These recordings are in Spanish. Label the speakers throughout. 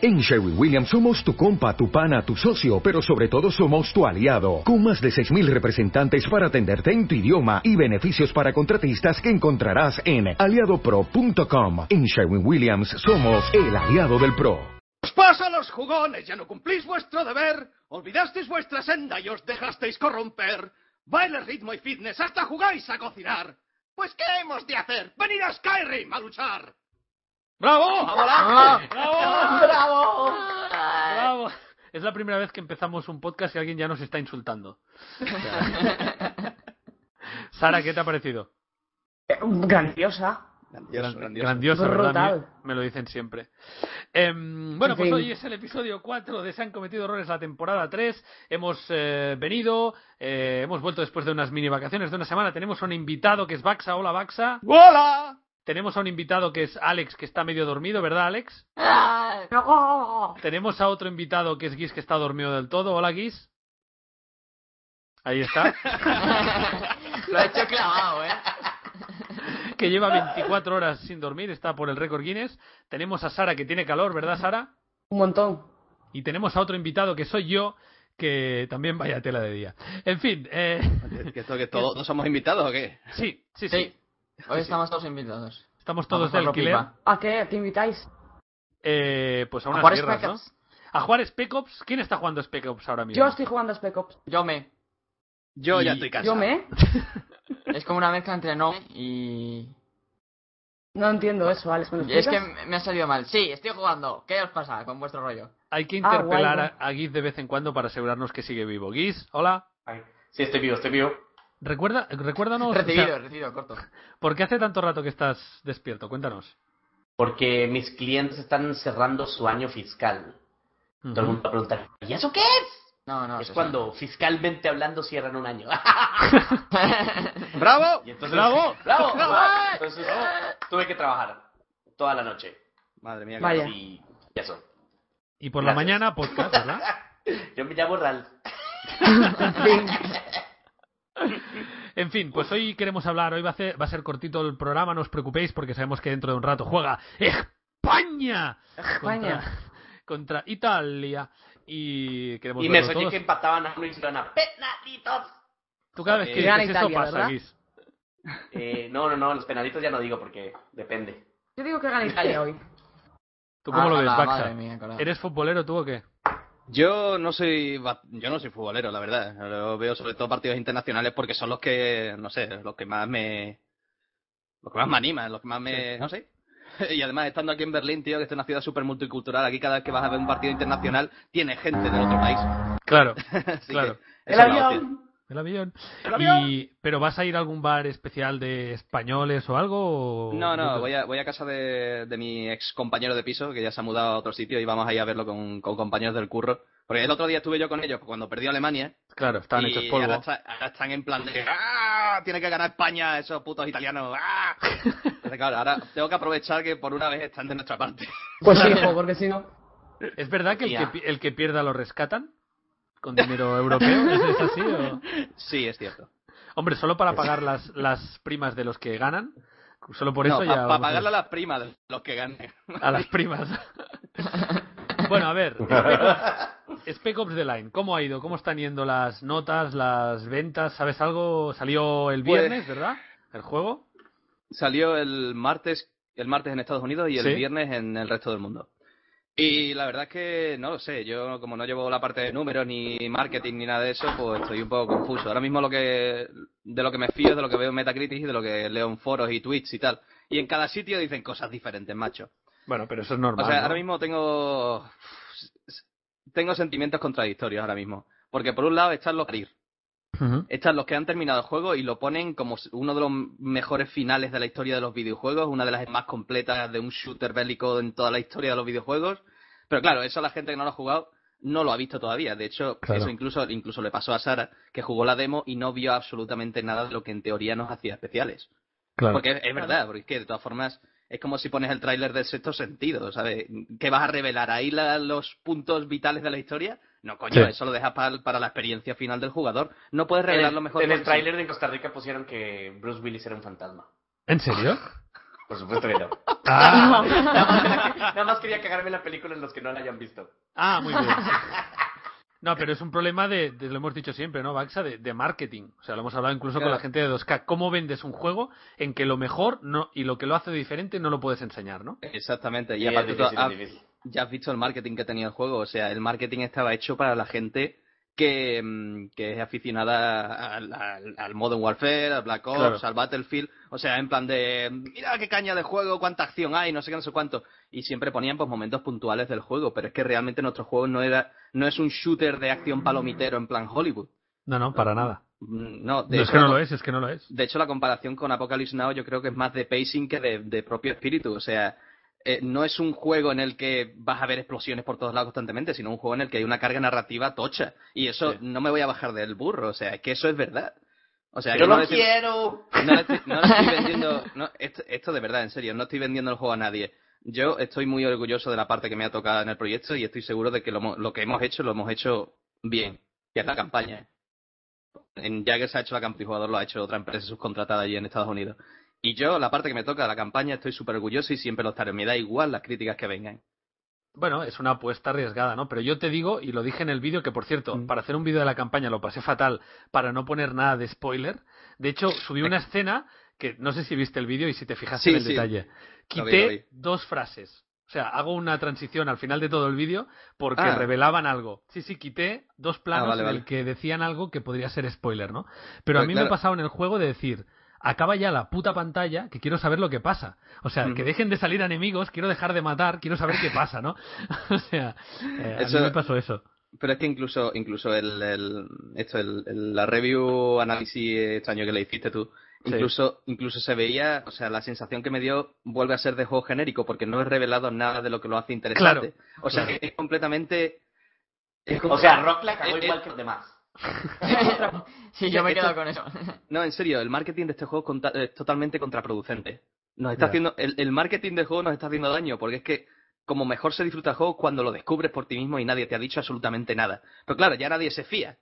Speaker 1: En Sherwin Williams somos tu compa, tu pana, tu socio, pero sobre todo somos tu aliado, con más de 6.000 representantes para atenderte en tu idioma y beneficios para contratistas que encontrarás en aliadopro.com. En Sherwin Williams somos el aliado del PRO.
Speaker 2: Os pasa los jugones, ya no cumplís vuestro deber, olvidasteis vuestra senda y os dejasteis corromper. Baile, ritmo y fitness, hasta jugáis a cocinar. Pues, ¿qué hemos de hacer? Venid a Skyrim a luchar. ¡Bravo!
Speaker 3: Ah. ¡Bravo!
Speaker 4: Bravo. Es la primera vez que empezamos un podcast y alguien ya nos está insultando. O sea. Sara, ¿qué te ha parecido?
Speaker 3: Eh, Grandiosa.
Speaker 4: Gran- grandioso,
Speaker 3: Brutal.
Speaker 4: ¿verdad? Me, me lo dicen siempre. Em, bueno,
Speaker 3: En
Speaker 4: pues
Speaker 3: fin.
Speaker 4: hoy es el episodio 4 de Se han cometido errores la temporada 3. Hemos eh, venido, eh, hemos vuelto después de unas mini vacaciones de una semana. Tenemos a un invitado que es Baxa. Hola, Baxa.
Speaker 2: ¡Hola!
Speaker 4: Tenemos a un invitado que es Alex, que está medio dormido, ¿verdad, Alex? Tenemos a otro invitado que es Guis, que está dormido del todo. Hola, Guis. Ahí está.
Speaker 5: Lo ha hecho clavado, ¿eh?
Speaker 4: que lleva 24 horas sin dormir, está por el récord Guinness. Tenemos a Sara, que tiene calor, ¿verdad, Sara?
Speaker 3: Un montón.
Speaker 4: Y tenemos a otro invitado que soy yo, que también vaya tela de día. En fin, eh,
Speaker 2: ¿Que esto que todos no somos invitados o qué?
Speaker 4: sí, sí, sí,
Speaker 5: Sí. Hoy estamos todos invitados.
Speaker 4: Estamos todos
Speaker 5: Vamos
Speaker 4: de
Speaker 5: a por
Speaker 4: alquiler.
Speaker 5: pipa.
Speaker 3: ¿A qué? ¿Te invitáis?
Speaker 4: eh, pues a
Speaker 5: A
Speaker 4: unas
Speaker 5: jugar
Speaker 4: guerras,
Speaker 5: Spec
Speaker 4: ¿no?
Speaker 5: Ops.
Speaker 4: A jugar Spec Ops. ¿Quién está jugando Spec Ops ahora mismo?
Speaker 3: Yo estoy jugando a Spec Ops.
Speaker 5: Yo me.
Speaker 2: Yo ya
Speaker 4: Y-
Speaker 2: estoy cansado.
Speaker 3: ¿Yo me?
Speaker 5: Es como una mezcla entre no y...
Speaker 3: No entiendo eso, Alex. ¿me lo
Speaker 5: y Es que
Speaker 3: explicas?
Speaker 5: me ha salido mal. Sí, estoy jugando. ¿Qué os pasa con vuestro rollo?
Speaker 4: Hay que
Speaker 3: Ah, guay,
Speaker 4: interpelar a-
Speaker 3: guay.
Speaker 4: a Giz de vez en cuando para asegurarnos que sigue vivo. Giz, hola.
Speaker 6: Sí, estoy vivo, estoy vivo.
Speaker 4: Recuerda, recuérdanos o sea,
Speaker 5: Recibido, recibido, corto.
Speaker 4: por qué hace tanto rato que estás despierto. Cuéntanos.
Speaker 6: Porque mis clientes están cerrando su año fiscal. Todo el mundo va a preguntar, ¿y eso qué es?
Speaker 5: No, no.
Speaker 6: es
Speaker 5: sí,
Speaker 6: cuando fiscalmente hablando cierran un año.
Speaker 5: sí.
Speaker 2: ¡Bravo!
Speaker 6: Y entonces-
Speaker 2: ¡Bravo!
Speaker 6: ¡Bravo! Entonces tuve que trabajar toda la noche.
Speaker 2: Madre mía,
Speaker 3: Vaya.
Speaker 6: Y y eso.
Speaker 4: Y por la
Speaker 6: Gracias.
Speaker 4: mañana, podcast, ¿verdad?
Speaker 6: Yo me llamo Ralph.
Speaker 4: En fin, pues hoy queremos hablar, hoy va a, ser, va a ser cortito el programa, no os preocupéis porque sabemos que dentro de un rato juega España
Speaker 3: España.
Speaker 4: contra, contra Italia y queremos
Speaker 6: Y me
Speaker 4: verlo
Speaker 6: soñé
Speaker 4: todos.
Speaker 6: que empataban a uno y se iban a penalitos.
Speaker 4: Tú cada vez que
Speaker 6: Eh,
Speaker 4: dices
Speaker 3: Gana
Speaker 4: eso
Speaker 3: Italia,
Speaker 4: pasa,
Speaker 3: ¿verdad?
Speaker 4: Guis.
Speaker 6: Eh, no, no, no, los penalitos ya no digo porque depende.
Speaker 3: Yo digo que gana Italia hoy.
Speaker 4: ¿Tú cómo lo
Speaker 5: Ah,
Speaker 4: ves,
Speaker 5: la
Speaker 4: Baxa?
Speaker 5: madre mía, colega.
Speaker 4: ¿Eres futbolero tú o qué?
Speaker 2: Yo no soy ba- yo no soy futbolero, la verdad. Lo veo sobre todo partidos internacionales porque son los que, no sé, los que más me los que más me animan, los que más me, no sé. Y además estando aquí en Berlín, tío, que es una ciudad súper multicultural, aquí cada vez que vas a ver un partido internacional tiene gente del otro país.
Speaker 4: Claro,
Speaker 2: Así que
Speaker 4: Claro.
Speaker 2: es
Speaker 3: ¡El
Speaker 2: una
Speaker 3: avión!
Speaker 4: el avión.
Speaker 2: ¡El avión!
Speaker 4: Y- ¿Pero vas a ir a algún bar especial de españoles o algo? o-
Speaker 2: No, no, voy a, voy a casa de, de mi ex compañero de piso, que ya se ha mudado a otro sitio, y vamos ahí a verlo con, con compañeros del curro. Porque el otro día estuve yo con ellos cuando perdió Alemania.
Speaker 4: Claro, estaban
Speaker 2: y
Speaker 4: hechos
Speaker 2: Ahora,
Speaker 4: polvo.
Speaker 2: está- ahora están en plan de ¡Ah! Tiene que ganar España esos putos italianos. ¡Ah! Entonces, claro, ahora tengo que aprovechar que por una vez están de nuestra parte.
Speaker 3: Pues sí, hijo, porque si no.
Speaker 4: ¿Es verdad que el, que
Speaker 6: Hostia.
Speaker 4: pi- el que pierda lo rescatan? ¿Con dinero europeo? ¿Es es así o...?
Speaker 2: Sí, es cierto.
Speaker 4: Hombre, solo para pagar las, las primas de los que ganan. Solo por
Speaker 2: no,
Speaker 4: eso ya.
Speaker 2: para
Speaker 4: vamos a-
Speaker 2: pagarle a las primas de los que ganen.
Speaker 4: a las primas. bueno, a ver. Spec Ops- Spec Ops The Line, ¿cómo ha ido? ¿Cómo están yendo las notas, las ventas? ¿Sabes algo? Salió el
Speaker 2: Pues-
Speaker 4: viernes, ¿verdad? El juego.
Speaker 2: Salió el martes, el martes en Estados Unidos y el
Speaker 4: Sí.
Speaker 2: viernes en el resto del mundo. Y la verdad es que no lo sé, yo como no llevo la parte de números ni marketing ni nada de eso, pues estoy un poco confuso. Ahora mismo lo que de lo que me fío es de lo que veo en Metacritic y de lo que leo en foros y tweets y tal. Y en cada sitio dicen cosas diferentes, macho.
Speaker 4: Bueno, pero eso es normal.
Speaker 2: O sea,
Speaker 4: ¿no?
Speaker 2: ahora mismo tengo tengo sentimientos contradictorios ahora mismo, porque por un lado están los Parir,
Speaker 4: Ujú.
Speaker 2: están los que han terminado el juego y lo ponen como s- uno de los mejores finales de la historia de los videojuegos, una de las más completas de un shooter bélico en toda la historia de los videojuegos. Pero claro, eso la gente que no lo ha jugado no lo ha visto todavía. De hecho,
Speaker 4: Claro.
Speaker 2: eso incluso, incluso le pasó a Sara, que jugó la demo y no vio absolutamente nada de lo que en teoría nos hacía especiales.
Speaker 4: Claro.
Speaker 2: Porque es, es verdad, porque es que de todas formas es como si pones el tráiler del sexto sentido, ¿sabes? ¿Qué vas a revelar? ¿Ahí la- los puntos vitales de la historia? No, coño,
Speaker 4: Sí.
Speaker 2: eso lo dejas pa- para la experiencia final del jugador. No puedes
Speaker 6: En
Speaker 2: revelar
Speaker 6: el,
Speaker 2: lo mejor.
Speaker 6: en el
Speaker 2: por sí.
Speaker 6: tráiler de Costa Rica pusieron que Bruce Willis era un fantasma.
Speaker 4: ¿En serio?
Speaker 6: Por supuesto que no.
Speaker 4: Ah,
Speaker 6: Nada más, nada más quería cagarme la película en los que no la hayan visto.
Speaker 4: Ah, muy bien. No, pero es un problema de, de- lo hemos dicho siempre, ¿no, Baxa? De, de marketing. O sea, lo hemos hablado incluso con
Speaker 2: Claro.
Speaker 4: la gente de 2K. ¿Cómo vendes un juego en que lo mejor no, y lo que lo hace diferente no lo puedes enseñar, ¿no?
Speaker 2: Exactamente.
Speaker 6: Y
Speaker 2: Y
Speaker 6: es
Speaker 2: aparte, ah, tú
Speaker 6: difícil,
Speaker 2: has-
Speaker 6: es difícil.
Speaker 2: ya has visto el marketing que tenía el juego. O sea, el marketing estaba hecho para la gente que, mm, que es aficionada al, al- al Modern Warfare, al Black Ops,
Speaker 4: Claro.
Speaker 2: al Battlefield. O sea, en plan de, mira qué caña de juego, cuánta acción hay, no sé qué, no sé cuánto. Y siempre ponían pues, momentos puntuales del juego. Pero es que realmente nuestro juego no, era, no es un shooter de acción palomitero en plan Hollywood.
Speaker 4: No, no, para nada.
Speaker 2: Mm, No, de
Speaker 4: No, es
Speaker 2: hecho,
Speaker 4: que no
Speaker 2: la-
Speaker 4: lo es, es que no lo es.
Speaker 2: Pues, de hecho, la comparación con Apocalypse Now yo creo que es más de pacing que de, de propio espíritu. O sea, eh, no es un juego en el que vas a ver explosiones por todos lados constantemente, sino un juego en el que hay una carga narrativa tocha. Y eso
Speaker 4: Sí.
Speaker 2: no me voy a bajar del burro. O sea, es que eso es verdad. O sea,
Speaker 6: Yo
Speaker 2: que no
Speaker 6: lo
Speaker 2: le estoy-
Speaker 6: quiero.
Speaker 2: no le estoy, no le estoy vendiendo. no, esto, esto de verdad, en serio, no estoy vendiendo el juego a nadie. Yo estoy muy orgulloso de la parte que me ha tocado en el proyecto y estoy seguro de que lo, mo- lo que hemos hecho lo hemos hecho bien, que es la campaña. En, ya que se ha hecho la campaña, jugador lo ha hecho otra empresa subcontratada allí en Estados Unidos. Y yo, la parte que me toca de la campaña, estoy súper orgulloso y siempre lo estaré. Me da igual las críticas que vengan.
Speaker 4: Bueno, es una apuesta arriesgada, ¿no? Pero yo te digo, y lo dije en el vídeo, que por cierto,
Speaker 2: Mm.
Speaker 4: para hacer un vídeo de la campaña lo pasé fatal para no poner nada de spoiler. De hecho, subí una escena que no sé si viste el vídeo y si te fijaste
Speaker 2: Sí,
Speaker 4: en el
Speaker 2: sí.
Speaker 4: detalle.
Speaker 2: Lo vi,
Speaker 4: Quité
Speaker 2: lo vi.
Speaker 4: dos frases. O sea, hago una transición al final de todo el vídeo porque
Speaker 2: Ah.
Speaker 4: revelaban algo. Sí, sí, quité dos planos
Speaker 2: vale,
Speaker 4: en el
Speaker 2: vale.
Speaker 4: que decían algo que podría ser spoiler, ¿no? Pero a
Speaker 2: Pues
Speaker 4: mí me
Speaker 2: claro.
Speaker 4: ha pasado en el juego de decir, acaba ya la puta pantalla, que quiero saber lo que pasa. O sea,
Speaker 2: Ujú.
Speaker 4: que dejen de salir enemigos, quiero dejar de matar, quiero saber qué pasa, ¿no? o sea, eh, a
Speaker 2: Eso-
Speaker 4: mí me pasó eso.
Speaker 2: Pero es que incluso, incluso el, el- esto, el, el- la review análisis extraño que le hiciste tú,
Speaker 4: Sí.
Speaker 2: incluso, incluso se veía, o sea, la sensación que me dio vuelve a ser de juego genérico, porque no he revelado nada de lo que lo hace interesante. o sea,
Speaker 4: claro.
Speaker 2: que es completamente. es como-
Speaker 6: O sea, Rock la cagó
Speaker 2: Eh, eh.
Speaker 6: igual que los demás.
Speaker 5: sí, yo me he
Speaker 2: Esto-
Speaker 5: quedado con eso.
Speaker 2: eh, no, en serio, el marketing de este juego es conta- es totalmente contraproducente. Nos está
Speaker 4: Ya.
Speaker 2: haciendo, el, el marketing del juego nos está haciendo daño, porque es que como mejor se disfruta el juego es cuando lo descubres por ti mismo y nadie te ha dicho absolutamente nada. Pero claro, ya nadie se fía.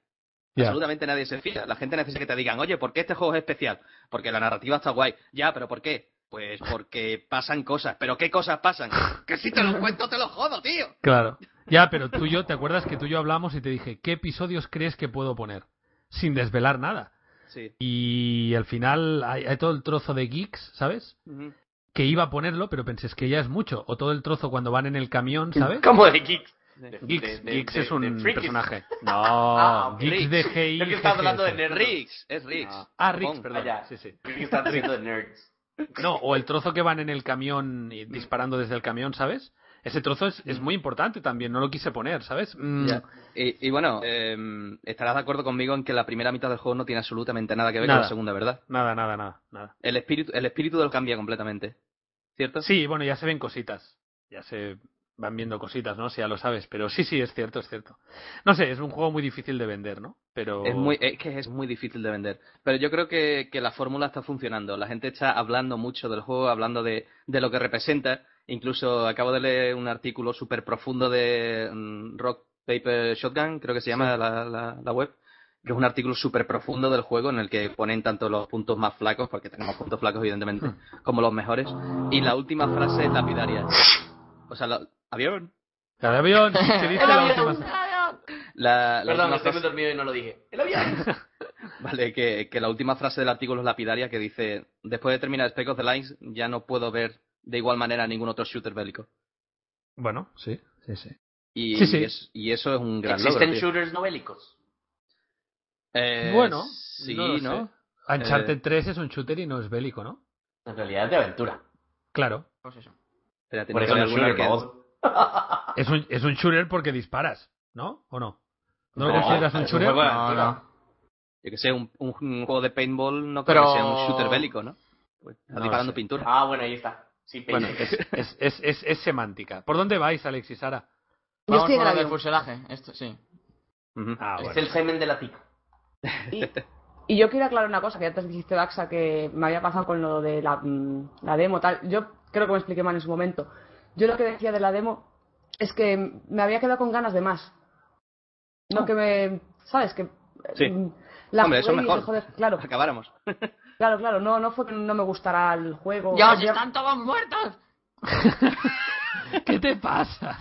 Speaker 2: Absolutamente nadie se fija. La gente necesita que te digan, oye, ¿por qué este juego es especial? Porque la narrativa está guay. Ya, pero ¿por qué? Pues porque pasan cosas. ¿Pero qué cosas pasan? Que si te lo cuento, te lo jodo, tío.
Speaker 4: Claro. Ya, pero tú y yo, ¿te acuerdas que tú y yo hablamos y te dije, ¿qué episodios crees que puedo poner? Sin desvelar nada.
Speaker 2: Sí.
Speaker 4: Y al final hay, hay todo el trozo de geeks, ¿sabes?
Speaker 2: Ujú.
Speaker 4: Que iba a ponerlo, pero pensé, es que ya es mucho. O todo el trozo cuando van en el camión, ¿sabes?
Speaker 6: Como de geeks. eh, De-
Speaker 4: Geeks,
Speaker 6: de-
Speaker 4: geeks
Speaker 6: de-
Speaker 4: es un
Speaker 6: de frikis.
Speaker 4: personaje. No,
Speaker 6: Ah, ok.
Speaker 4: Geeks de GI.
Speaker 6: Yo que estaba hablando de nerds.
Speaker 2: Riggs, es Riggs.
Speaker 6: No.
Speaker 4: Ah, Rix,
Speaker 2: Pong.
Speaker 4: perdón.
Speaker 6: Allá.
Speaker 4: Sí, sí.
Speaker 6: Creí que estabas diciendo de nerds.
Speaker 4: No, o el trozo que van en el camión y disparando desde el camión, ¿sabes? Ese trozo es, es muy importante también, no lo quise poner, ¿sabes? Mm,
Speaker 2: Mm. Ya. Y, y bueno, em, estarás de acuerdo conmigo en que la primera mitad del juego no tiene absolutamente nada que ver con
Speaker 4: Nada.
Speaker 2: la segunda, ¿verdad?
Speaker 4: Nada, nada, nada, nada.
Speaker 2: El espíritu, el espíritu del cambia completamente. ¿Cierto?
Speaker 4: Sí, bueno, ya se ven cositas. Ya se van viendo cositas, ¿no? Si ya lo sabes. Pero sí, sí, es cierto, es cierto. No sé, es un juego muy difícil de vender, ¿no? Pero.
Speaker 2: Es, muy, es que es muy difícil de vender. Pero yo creo que, que la fórmula está funcionando. La gente está hablando mucho del juego, hablando de, de lo que representa. Incluso acabo de leer un artículo súper profundo de mm, Rock Paper Shotgun, creo que se llama la, la- la web, que es un artículo súper profundo del juego en el que ponen tanto los puntos más flacos, porque tenemos puntos flacos evidentemente, como los mejores. Y la última frase es lapidaria. O sea, la- avión.
Speaker 4: El avión, ¿qué dice la última?
Speaker 2: La, la
Speaker 6: Perdón,
Speaker 2: última
Speaker 6: estoy
Speaker 2: frase-
Speaker 6: muy dormido y no lo dije. El avión.
Speaker 2: Vale, que, que la última frase del artículo es lapidaria que dice, después de terminar Spec of the Lines ya no puedo ver de igual manera ningún otro shooter bélico.
Speaker 4: Bueno, sí, sí, sí.
Speaker 2: Y,
Speaker 4: Sí, sí.
Speaker 2: y es- y eso es un gran logro.
Speaker 6: Existen
Speaker 2: tío.
Speaker 6: shooters no bélicos.
Speaker 2: Eh,
Speaker 4: Bueno,
Speaker 2: sí,
Speaker 4: no lo sé.
Speaker 2: ¿no?
Speaker 4: Uncharted
Speaker 2: Eh,
Speaker 4: 3 es un shooter y no es bélico, ¿no?
Speaker 6: En realidad es de aventura.
Speaker 4: Claro.
Speaker 5: Pues eso.
Speaker 2: Espérate,
Speaker 6: Por
Speaker 2: ¿no
Speaker 6: eso
Speaker 2: hay
Speaker 6: no es
Speaker 2: alguna
Speaker 6: shooter,
Speaker 2: que-
Speaker 6: vamos.
Speaker 4: Es un, es un shooter porque disparas, ¿no? ¿O no? ¿No lo
Speaker 6: No,
Speaker 4: consideras un
Speaker 6: es un
Speaker 4: shooter?
Speaker 6: juego de-
Speaker 5: No, no.
Speaker 2: Yo que sé, un, un- un juego de paintball no creo
Speaker 5: Pero-
Speaker 2: que sea un shooter bélico, ¿no? Pues, está
Speaker 4: No lo
Speaker 2: disparando
Speaker 4: sé.
Speaker 2: pintura.
Speaker 6: Ah, bueno, ahí está. Sí,
Speaker 4: Bueno,
Speaker 6: peine.
Speaker 4: es, es, es, es, es semántica. ¿Por dónde vais, Alex y Sara?
Speaker 3: Yo
Speaker 5: Vamos
Speaker 3: estoy en
Speaker 5: por
Speaker 3: el
Speaker 5: lo del
Speaker 3: avión.
Speaker 5: fuselaje. Esto, sí.
Speaker 2: Ujú.
Speaker 4: Ah,
Speaker 6: es
Speaker 4: bueno.
Speaker 6: el semen de la tica.
Speaker 3: Y, y yo quiero aclarar una cosa que antes dijiste, Daxa, que me había pasado con lo de la, mm, la demo, tal. Yo creo que me expliqué mal en su momento. Yo lo que decía de la demo es que me había quedado con ganas de más. No que me. ¿Sabes? Que.
Speaker 2: Sí.
Speaker 3: mm, La
Speaker 2: Hombre,
Speaker 3: jugué
Speaker 2: Oh. eso
Speaker 3: y dije,
Speaker 2: mejor.
Speaker 3: joder, claro.
Speaker 2: Acabáramos.
Speaker 3: Claro, claro, no, no fue que no me gustara el juego.
Speaker 5: ¡Ya os
Speaker 3: Había-
Speaker 5: están todos muertos!
Speaker 4: ¿Qué te pasa?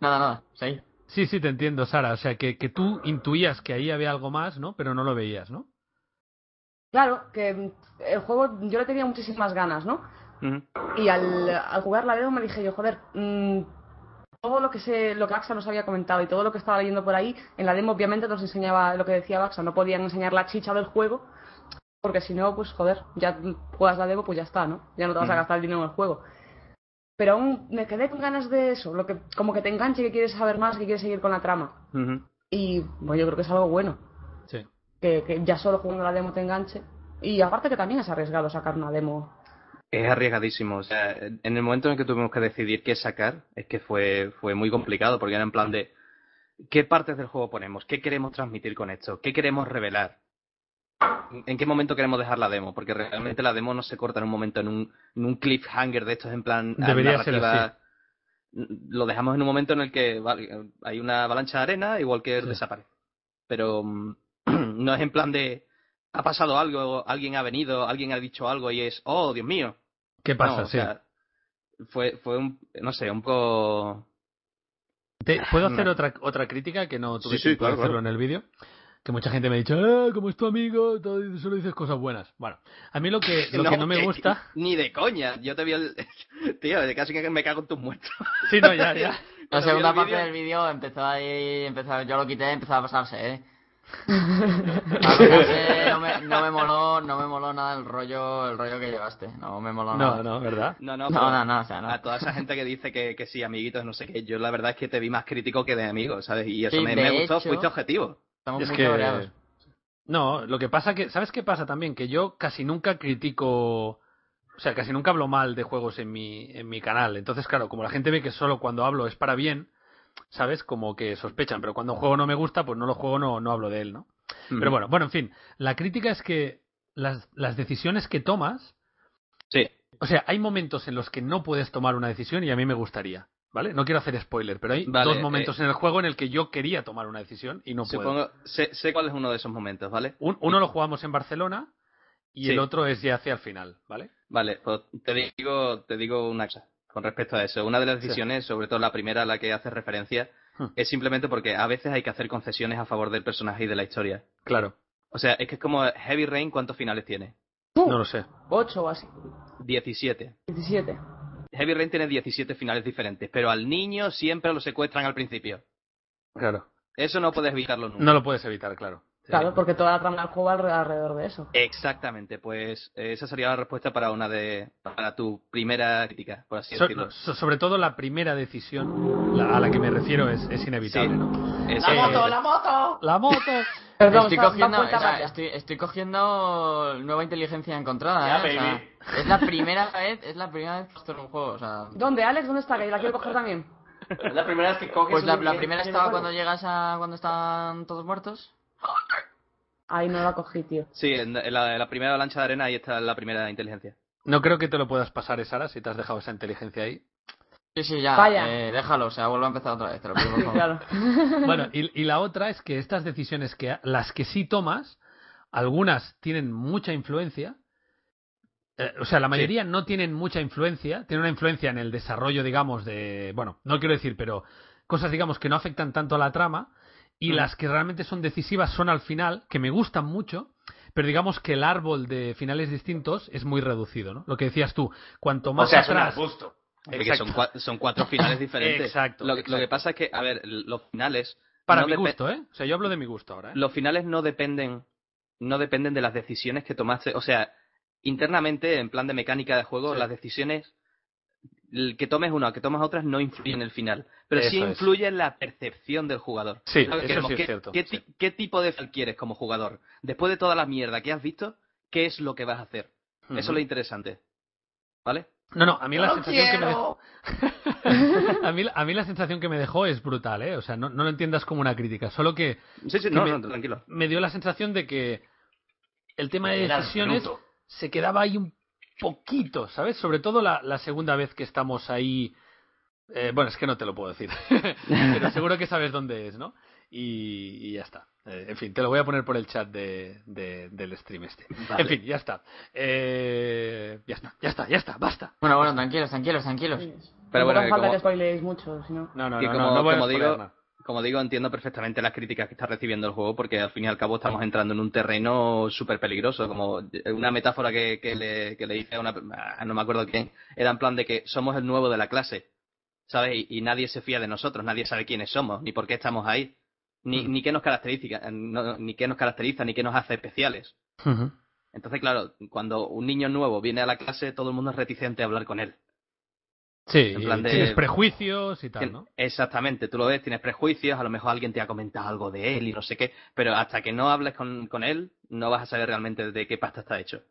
Speaker 5: Nada, nada, sí.
Speaker 4: Sí, sí, te entiendo, Sara. O sea, que, que tú intuías que ahí había algo más, ¿no? Pero no lo veías, ¿no?
Speaker 3: Claro, que mm, el juego yo le tenía muchísimas ganas, ¿no? Y al, al jugar la demo me dije yo, joder, mm, todo lo que se, lo que Baxa nos había comentado y todo lo que estaba leyendo por ahí, en la demo obviamente nos enseñaba lo que decía Baxa, no podían enseñar la chicha del juego, porque si no, pues joder, ya juegas la demo, pues ya está, ¿no? Ya no te vas a
Speaker 2: Ujú.
Speaker 3: gastar el dinero en el juego. Pero aún me quedé con ganas de eso, lo que, como que te enganche, que quieres saber más, que quieres seguir con la trama. Y bueno, yo creo que es algo bueno,
Speaker 4: Sí.
Speaker 3: que, que ya solo jugando la demo te enganche. Y aparte que también es arriesgado sacar una demo.
Speaker 2: Es arriesgadísimo. O sea, en el momento en el que tuvimos que decidir qué sacar, es que fue, fue muy complicado, porque era en plan de qué partes del juego ponemos, qué queremos transmitir con esto, qué queremos revelar, en qué momento queremos dejar la demo, porque realmente la demo no se corta en un momento en un, en un cliffhanger de estos en plan ah,
Speaker 4: Debería ser
Speaker 2: narrativa.
Speaker 4: así.
Speaker 2: Lo dejamos en un momento en el que vale, hay una avalancha de arena y Walker
Speaker 4: Sí.
Speaker 2: desaparece. Pero mm, no es en plan de ha pasado algo, alguien ha venido, alguien ha dicho algo y es, oh, Dios mío.
Speaker 4: ¿Qué pasa?
Speaker 2: No, o
Speaker 4: sí.
Speaker 2: sea, fue, fue un, no sé, un poco...
Speaker 4: Te- ¿Puedo hacer
Speaker 2: no.
Speaker 4: otra, otra crítica que no tuve
Speaker 2: Sí, sí,
Speaker 4: tiempo de
Speaker 2: claro,
Speaker 4: hacerlo en el vídeo? Que mucha gente me ha dicho, "Ah, como es tu amigo, todo- solo dices cosas buenas. Bueno, a mí lo que, lo que no me
Speaker 2: que-
Speaker 4: gusta...
Speaker 2: Eh, Ni de coña. Yo te vi el... Tío, casi que me cago en tus muertos.
Speaker 4: Sí, no, ya, ya.
Speaker 5: La
Speaker 2: Cuando vi
Speaker 5: segunda
Speaker 2: el
Speaker 5: parte
Speaker 2: vídeo-
Speaker 5: del vídeo empezó ahí, empezó, yo lo quité, empezó a pasarse, ¿eh? no, me, no me moló, no me moló nada el rollo, el rollo que llevaste. No me moló nada.
Speaker 4: No, no, ¿verdad?
Speaker 2: No, no,
Speaker 5: No,
Speaker 2: pero
Speaker 5: no, no, o sea, no.
Speaker 2: A toda esa gente que dice que, que sí, amiguitos, no sé qué. Yo la verdad es que te vi más crítico que de amigo, ¿sabes? Y eso
Speaker 5: Sí,
Speaker 2: me,
Speaker 5: de
Speaker 2: me gustó,
Speaker 5: hecho-
Speaker 2: fuiste objetivo.
Speaker 5: Estamos
Speaker 4: Es
Speaker 5: muy
Speaker 4: que-
Speaker 5: cabreados.
Speaker 4: No, lo que pasa que, ¿sabes qué pasa también? Que yo casi nunca critico, o sea, casi nunca hablo mal de juegos en mi, en mi canal. Entonces, claro, como la gente ve que solo cuando hablo es para bien, ¿sabes? Como que sospechan, pero cuando un juego no me gusta, pues no lo juego, no, no hablo de él, ¿no?
Speaker 2: Mm.
Speaker 4: Pero bueno, bueno, en fin, la crítica es que las, las decisiones que tomas,
Speaker 2: Sí.
Speaker 4: o sea, hay momentos en los que no puedes tomar una decisión y a mí me gustaría, ¿vale? No quiero hacer spoiler, pero hay
Speaker 2: Vale, eh.
Speaker 4: dos momentos en el juego en el que yo quería tomar una decisión y no puedo.
Speaker 2: Supongo, sé, sé cuál es uno de esos momentos, ¿vale?
Speaker 4: Un- uno lo jugamos en Barcelona y
Speaker 2: Sí.
Speaker 4: el otro es ya hacia el final, ¿vale?
Speaker 2: Vale, pues te digo, te digo una cosa con respecto a eso. Una de las
Speaker 4: Sí.
Speaker 2: decisiones, sobre todo la primera a la que hace referencia,
Speaker 4: Hmm.
Speaker 2: es simplemente porque a veces hay que hacer concesiones a favor del personaje y de la historia.
Speaker 4: Claro,
Speaker 2: O sea, es que es como Heavy Rain, ¿cuántos finales tiene?
Speaker 4: no lo sé.
Speaker 3: 8 o así,
Speaker 2: 17.
Speaker 3: 17.
Speaker 2: Heavy Rain tiene 17 finales diferentes, pero al niño siempre lo secuestran al principio.
Speaker 4: Claro.
Speaker 2: Eso no puedes evitarlo nunca.
Speaker 4: No lo puedes evitar, claro. Sí.
Speaker 3: Claro, porque toda la trama del juego alre- alrededor de eso.
Speaker 2: Exactamente, pues eh, esa sería la respuesta para una de para tu primera crítica, por así
Speaker 4: So-
Speaker 2: decirlo.
Speaker 4: so- sobre todo la primera decisión la- a la que me refiero es, es inevitable,
Speaker 2: Sí.
Speaker 4: ¿no?
Speaker 2: Eso
Speaker 5: ¡La
Speaker 2: es-
Speaker 5: moto, la moto!
Speaker 4: ¡La moto!
Speaker 3: Perdón,
Speaker 5: estoy,
Speaker 3: va- va
Speaker 5: cogiendo,
Speaker 3: vuelta
Speaker 5: o sea,
Speaker 3: raya.
Speaker 5: estoy, estoy cogiendo nueva inteligencia encontrada, ¿eh?
Speaker 6: Ya,
Speaker 5: O sea,
Speaker 6: baby.
Speaker 5: es la primera vez, es la primera vez que estoy en un juego, o sea...
Speaker 3: ¿Dónde, Alex? ¿Dónde está? Que la quiero coger también.
Speaker 6: Es la primera vez que coges.
Speaker 5: Pues la,
Speaker 6: un-
Speaker 5: la primera
Speaker 6: un-
Speaker 5: estaba cuando llegas a... cuando están todos muertos.
Speaker 3: Ahí no la cogí, tío.
Speaker 2: Sí, en la, en la primera lancha de arena ahí está la primera inteligencia.
Speaker 4: No creo que te lo puedas pasar, eh, Sara, si te has dejado esa inteligencia ahí.
Speaker 5: Sí, sí, ya,
Speaker 3: Vaya.
Speaker 5: eh, déjalo, o sea, vuelvo a empezar otra vez, te lo pido, por
Speaker 3: Sí,
Speaker 5: favor.
Speaker 3: claro.
Speaker 4: Bueno, y, y la otra es que estas decisiones, que las que sí tomas, algunas tienen mucha influencia. eh, o sea, la mayoría no tienen mucha influencia. Tienen una influencia en el desarrollo, digamos, de. Bueno, no quiero decir, pero cosas, digamos, que no afectan tanto a la trama. Y
Speaker 2: Ujú.
Speaker 4: las que realmente son decisivas son al final, que me gustan mucho. Pero digamos que el árbol de finales distintos es muy reducido, ¿no? Lo que decías tú, cuanto
Speaker 6: O
Speaker 4: más
Speaker 6: sea, es un
Speaker 4: atrás.
Speaker 6: arbusto.
Speaker 2: Porque son,
Speaker 4: Exacto.
Speaker 2: cua- son cuatro finales diferentes.
Speaker 4: Exacto,
Speaker 2: Lo, lo que
Speaker 4: exacto.
Speaker 2: pasa es que, a ver, los finales.
Speaker 4: Para
Speaker 2: no
Speaker 4: mi
Speaker 2: depe-
Speaker 4: gusto, ¿eh? O sea, yo hablo de mi gusto ahora. ¿eh?
Speaker 2: Los finales no dependen, no dependen de las decisiones que tomaste. O sea, internamente, en plan de mecánica de juego,
Speaker 4: Sí.
Speaker 2: las decisiones el que tomes una o que tomas otras no influyen en el final. Pero sí
Speaker 4: Eso es.
Speaker 2: influye en la percepción del jugador.
Speaker 4: Sí,
Speaker 2: Lo que
Speaker 4: eso
Speaker 2: queremos,
Speaker 4: sí es
Speaker 2: ¿qué-
Speaker 4: cierto,
Speaker 2: ¿qué,
Speaker 4: sí.
Speaker 2: ti- qué tipo de final quieres como jugador? Después de toda la mierda que has visto, ¿qué es lo que vas a hacer?
Speaker 4: Ujú.
Speaker 2: Eso es lo interesante. ¿Vale?
Speaker 4: No, no, a mí la
Speaker 5: ¡No
Speaker 4: sensación que me
Speaker 5: quiero!
Speaker 4: dejó... a, mí, a mí la sensación que me dejó es brutal, ¿eh? O sea, no, no lo entiendas como una crítica, solo que
Speaker 2: Sí, sí,
Speaker 4: Que
Speaker 2: no,
Speaker 4: me-
Speaker 2: no, tranquilo.
Speaker 4: me dio la sensación de que el tema de
Speaker 6: Era
Speaker 4: decisiones
Speaker 6: bruto.
Speaker 4: se quedaba ahí un poquito, ¿sabes? Sobre todo la, la segunda vez que estamos ahí... eh, bueno, es que no te lo puedo decir, pero seguro que sabes dónde es, ¿no? Y, y ya está. Eh, en fin, te lo voy a poner por el chat de, de- del stream este.
Speaker 6: Vale.
Speaker 4: En fin, ya está. Eh, ya está, ya está, ya está, basta.
Speaker 5: Bueno, bueno, tranquilos, tranquilos, tranquilos.
Speaker 2: Pero bueno,
Speaker 3: hace
Speaker 2: que
Speaker 3: falta
Speaker 2: como-
Speaker 3: que spoileéis mucho, si no.
Speaker 4: No, no,
Speaker 2: Y
Speaker 4: no,
Speaker 2: como-
Speaker 4: no, no voy a
Speaker 2: como digo-
Speaker 4: spoilear nada.
Speaker 2: Como digo, entiendo perfectamente las críticas que está recibiendo el juego porque al fin y al cabo estamos entrando en un terreno súper peligroso. Como eh, una metáfora que, que le, que le hice a una... a no me acuerdo quién. Era en plan de que somos el nuevo de la clase, ¿sabes? Y, y nadie se fía de nosotros, nadie sabe quiénes somos, ni por qué estamos ahí, ni, ni qué nos caracteriza, eh, no- ni qué nos caracteriza, ni qué nos hace especiales. Entonces, claro, cuando un niño nuevo viene a la clase, todo el mundo es reticente a hablar con él.
Speaker 4: Sí,
Speaker 2: En plan de-
Speaker 4: tienes prejuicios y
Speaker 2: Tien-
Speaker 4: tal, ¿no?
Speaker 2: Exactamente, tú lo ves, tienes prejuicios, a lo mejor alguien te ha comentado algo de él y no sé qué, pero hasta que no hables con, con él, no vas a saber realmente de qué pasta está hecho.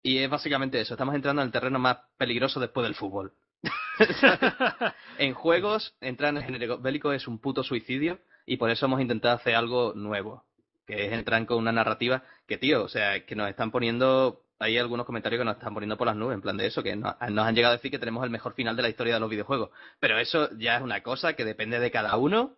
Speaker 2: Y es básicamente eso, estamos entrando en el terreno más peligroso después del fútbol. en juegos, entrar en el género bélico es un puto suicidio y por eso hemos intentado hacer algo nuevo, que es entrar con una narrativa que, tío, o sea, que nos están poniendo, hay algunos comentarios que nos están poniendo por las nubes, en plan de eso, que no- nos han llegado a decir que tenemos el mejor final de la historia de los videojuegos. Pero eso ya es una cosa que depende de cada uno.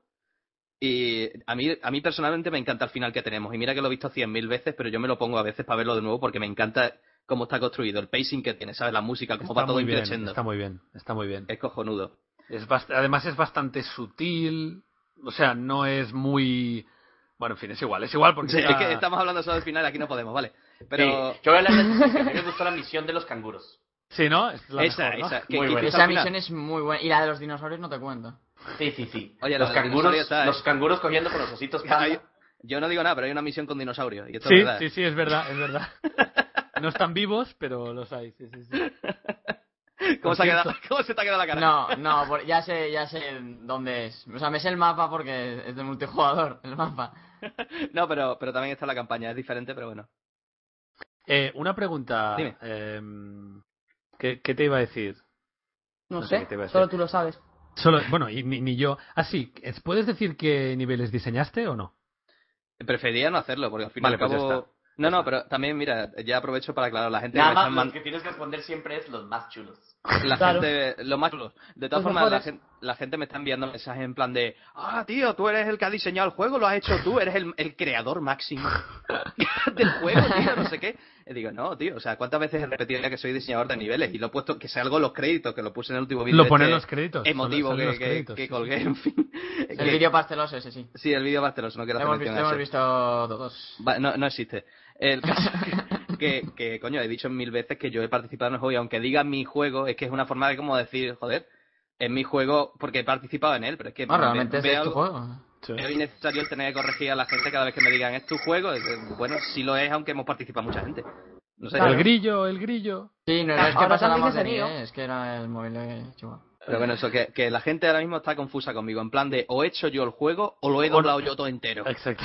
Speaker 2: Y a mí, a mí personalmente me encanta el final que tenemos. Y mira que lo he visto cien mil veces, pero yo me lo pongo a veces para verlo de nuevo porque me encanta cómo está construido, el pacing que tiene, ¿sabes? La música, cómo va todo
Speaker 4: muy bien,
Speaker 2: creciendo.
Speaker 4: está muy bien, está muy bien.
Speaker 2: Es cojonudo.
Speaker 4: Es bast- además es bastante sutil, o sea, no es muy... Bueno, en fin, es igual, es igual porque...
Speaker 2: Sí,
Speaker 4: está-
Speaker 2: es que estamos hablando solo del final, aquí no podemos, ¿vale? Pero
Speaker 6: Sí, yo voy a hablar de que a mí me gustó la misión de los canguros.
Speaker 4: Sí, ¿no? Es la
Speaker 2: esa,
Speaker 4: mejor, ¿no?
Speaker 2: esa, que-
Speaker 6: Muy
Speaker 2: que
Speaker 6: buena.
Speaker 2: incluso
Speaker 5: Esa
Speaker 2: al final-
Speaker 5: misión es muy buena. Y la de los dinosaurios no te cuento.
Speaker 6: Sí, sí, sí.
Speaker 2: Oye,
Speaker 6: los
Speaker 2: la- la
Speaker 6: canguros,
Speaker 2: dinosaurio está, ¿eh?
Speaker 6: los canguros cogiendo con los ositos
Speaker 2: Hay-
Speaker 6: panda.
Speaker 2: Yo no digo nada, pero hay una misión con dinosaurios. Y esto
Speaker 4: Sí,
Speaker 2: es verdad.
Speaker 4: sí, sí, es verdad, es verdad. No están vivos, pero los hay, sí, sí, sí.
Speaker 2: ¿Cómo,
Speaker 4: Por
Speaker 2: se ha quedado,
Speaker 4: cierto.
Speaker 2: ¿Cómo se te ha quedado la cara?
Speaker 5: No, no, por- ya sé, ya sé dónde es. O sea, me sé el mapa porque es de multijugador, el mapa.
Speaker 2: No, pero, pero también está la campaña, es diferente, pero bueno.
Speaker 4: Eh, una pregunta.
Speaker 2: Dime.
Speaker 4: em, ¿qué, qué te iba a decir?
Speaker 3: No,
Speaker 4: No sé
Speaker 3: sé,
Speaker 4: qué te iba a
Speaker 3: solo
Speaker 4: decir.
Speaker 3: tú lo sabes.
Speaker 4: Solo, bueno, y ni, ni yo. Ah, sí, es- ¿puedes decir qué niveles diseñaste o no?
Speaker 2: Prefería no hacerlo, porque al final
Speaker 4: Vale, pues ya está.
Speaker 2: No, no, pero también, mira, ya aprovecho para aclarar a la gente que
Speaker 6: Nada
Speaker 2: me están man-
Speaker 6: más los que tienes que responder siempre es los más chulos.
Speaker 2: la
Speaker 3: Claro.
Speaker 2: gente, lo más De todas
Speaker 3: Los
Speaker 2: formas, la
Speaker 3: mejores.
Speaker 2: gente, la gente me está enviando mensajes en plan de, ah, tío, tú eres el que ha diseñado el juego, lo has hecho tú, eres el, el creador máximo del juego, tío, no sé qué. Y digo, no, tío, o sea, ¿cuántas veces he repetido ya que soy diseñador de niveles? Y lo he puesto, que salgo en los créditos, que lo puse en el último vídeo.
Speaker 4: Lo ponen
Speaker 2: este
Speaker 4: los créditos.
Speaker 2: Emotivo
Speaker 4: sale-
Speaker 2: que,
Speaker 4: salen los
Speaker 2: que-
Speaker 4: créditos,
Speaker 2: que
Speaker 4: sí.
Speaker 2: colgué, en fin.
Speaker 5: El
Speaker 2: Que-
Speaker 5: vídeo pasteloso ese sí.
Speaker 2: Sí, el vídeo Bastelos, no quiero
Speaker 5: Lo
Speaker 2: hacer
Speaker 5: hemos, visto,
Speaker 2: mención
Speaker 5: lo
Speaker 2: a
Speaker 5: hemos
Speaker 2: ese.
Speaker 5: visto todos.
Speaker 2: Va- No, no existe. El caso es que, que- que, coño, he dicho mil veces que yo he participado en el juego y aunque diga mi juego, es que es una forma de como decir, joder, es mi juego porque he participado en él, pero es que
Speaker 5: No,
Speaker 2: ve-
Speaker 5: Ah, realmente ese
Speaker 2: veo
Speaker 5: es tu
Speaker 2: algo-
Speaker 5: juego.
Speaker 4: Sí.
Speaker 2: veo innecesario tener que corregir a la gente cada vez que me digan, es tu juego. Es de, Bueno, sí lo es, aunque hemos participado mucha gente. No sé,
Speaker 4: El grillo, el grillo.
Speaker 5: Sí, no, no,
Speaker 3: Ah,
Speaker 5: es que
Speaker 3: ahora
Speaker 5: pasábamos de
Speaker 3: también es
Speaker 5: nivel,
Speaker 3: mío.
Speaker 5: es que era el móvil de Chihuahua.
Speaker 2: pero bueno, eso, que, que la gente ahora mismo está confusa conmigo, en plan de, o he hecho yo el juego o lo he
Speaker 4: O no.
Speaker 2: doblado yo todo entero.
Speaker 4: Exacto.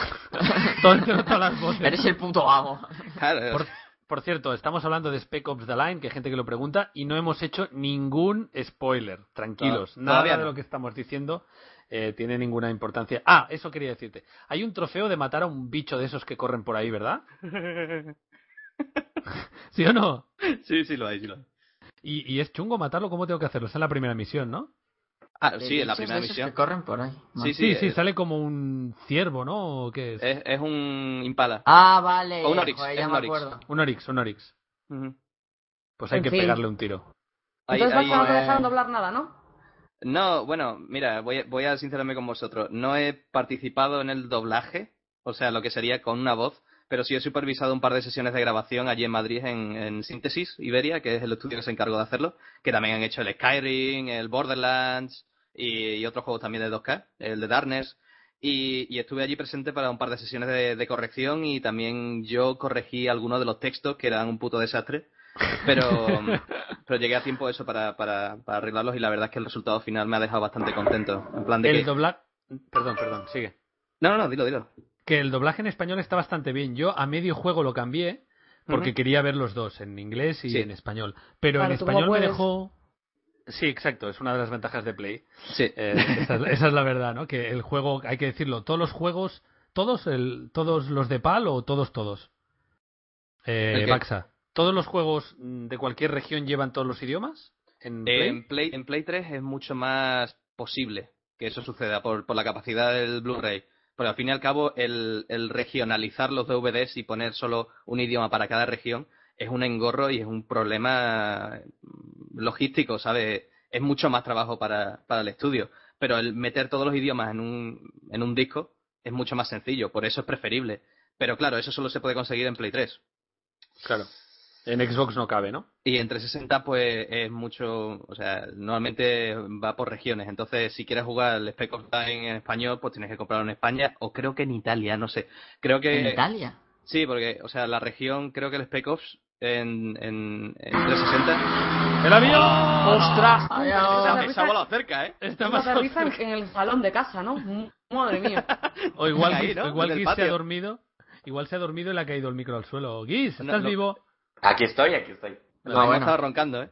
Speaker 4: Todo entero, todas las voces.
Speaker 5: Eres el puto amo.
Speaker 2: Claro,
Speaker 4: Por, por cierto, estamos hablando de Spec Ops The Line, que hay gente que lo pregunta, y no hemos hecho ningún spoiler. Tranquilos,
Speaker 2: No,
Speaker 4: nada
Speaker 2: todavía
Speaker 4: de
Speaker 2: no.
Speaker 4: lo que estamos diciendo eh, tiene ninguna importancia. Ah, eso quería decirte. Hay un trofeo de matar a un bicho de esos que corren por ahí, ¿verdad? ¿Sí o no?
Speaker 2: sí, sí lo hay, sí lo hay.
Speaker 4: Y, y es chungo matarlo, ¿cómo tengo que hacerlo? Esa es la primera misión, ¿no?
Speaker 2: Ah, sí, en la
Speaker 5: Esos de
Speaker 2: primera
Speaker 5: esos
Speaker 2: misión.
Speaker 5: Que corren por ahí.
Speaker 2: Sí, sí,
Speaker 4: Sí, sí,
Speaker 2: es- Eh.
Speaker 4: sale como un ciervo, ¿no? ¿O qué es?
Speaker 2: Es, es un impala.
Speaker 5: Ah, vale.
Speaker 2: O un Oryx,
Speaker 5: joder,
Speaker 2: es
Speaker 5: ya
Speaker 2: un
Speaker 5: me
Speaker 2: Oryx.
Speaker 5: acuerdo.
Speaker 4: Un orix, un orix.
Speaker 2: Ujú.
Speaker 4: Pues hay
Speaker 3: En
Speaker 4: que
Speaker 3: fin.
Speaker 4: pegarle un tiro.
Speaker 2: Ahí-
Speaker 3: Entonces,
Speaker 2: ahí-
Speaker 3: Vasco, no te
Speaker 5: eh.
Speaker 3: dejaron doblar nada, ¿no?
Speaker 2: No, bueno, mira, voy a, voy a sincerarme con vosotros. No he participado en el doblaje, o sea, lo que sería con una voz, pero sí he supervisado un par de sesiones de grabación allí en Madrid en, en Síntesis Iberia, que es el estudio que se encargó de hacerlo, que también han hecho el Skyrim, el Borderlands y, y otros juegos también de 2K, el de Darkness. Y, y estuve allí presente para un par de sesiones de, de corrección y también yo corregí algunos de los textos que eran un puto desastre. Pero, pero llegué a tiempo eso para, para, para arreglarlos y la verdad es que el resultado final me ha dejado bastante contento. En plan de
Speaker 4: El
Speaker 2: que...
Speaker 4: doblar... Perdón, perdón, sigue.
Speaker 2: No, no, no, dilo, dilo.
Speaker 4: que el doblaje en español está bastante bien. Yo a medio juego lo cambié porque
Speaker 2: Ujú.
Speaker 4: quería ver los dos, en inglés y
Speaker 2: Sí.
Speaker 4: en español. Pero
Speaker 3: Claro,
Speaker 4: en
Speaker 3: tú como
Speaker 4: español me
Speaker 3: puedes.
Speaker 4: dejó. Sí, exacto, es una de las ventajas de Play.
Speaker 2: Sí.
Speaker 4: Eh, esa, es, esa es la verdad, ¿no? Que el juego, hay que decirlo, todos los juegos, todos, el, todos los de PAL o todos, todos. Eh,
Speaker 2: ¿El qué?
Speaker 4: Baxa, ¿todos los juegos mm, de cualquier región llevan todos los idiomas? En
Speaker 2: Eh,
Speaker 4: Play?
Speaker 2: en, Play, en Play 3 es mucho más posible que eso suceda por, por la capacidad del Blu-ray. Porque al fin y al cabo, el, el regionalizar los DVDs y poner solo un idioma para cada región es un engorro y es un problema mm, logístico, ¿sabes? Es mucho más trabajo para, para el estudio. Pero el meter todos los idiomas en un, en un disco es mucho más sencillo, por eso es preferible. Pero claro, eso solo se puede conseguir en Play 3.
Speaker 4: Claro. En Xbox no cabe, ¿no?
Speaker 2: Y en 360 pues es mucho, o sea, normalmente va por regiones, entonces si quieres jugar el Spec Ops Time en español, pues tienes que comprarlo en España o creo que en Italia, no sé. Creo que
Speaker 5: ¿En Italia?
Speaker 2: Sí, porque, o sea, la región, creo que el Spec Ops en, en, en 360.
Speaker 4: ¡El avión! ¡Oh!
Speaker 5: ¡Ostras!
Speaker 2: Ay,
Speaker 5: oh!
Speaker 2: esa, esa ha volado cerca, ¿eh?
Speaker 4: Está
Speaker 3: Una
Speaker 4: más
Speaker 3: aterriza en,
Speaker 4: cerca.
Speaker 3: en el salón de casa, ¿no? Madre mía.
Speaker 4: O igual,
Speaker 2: Ahí,
Speaker 4: Guis-
Speaker 2: ¿no?
Speaker 4: o igual
Speaker 2: En el
Speaker 4: Guis se ha
Speaker 2: patio.
Speaker 4: dormido. Igual se ha dormido y le ha caído el micro al suelo. Guis, ¿estás
Speaker 2: No, no.
Speaker 4: vivo?
Speaker 6: Aquí estoy, aquí estoy.
Speaker 2: La
Speaker 5: No,
Speaker 2: lengua
Speaker 5: bueno.
Speaker 2: estaba roncando, ¿eh?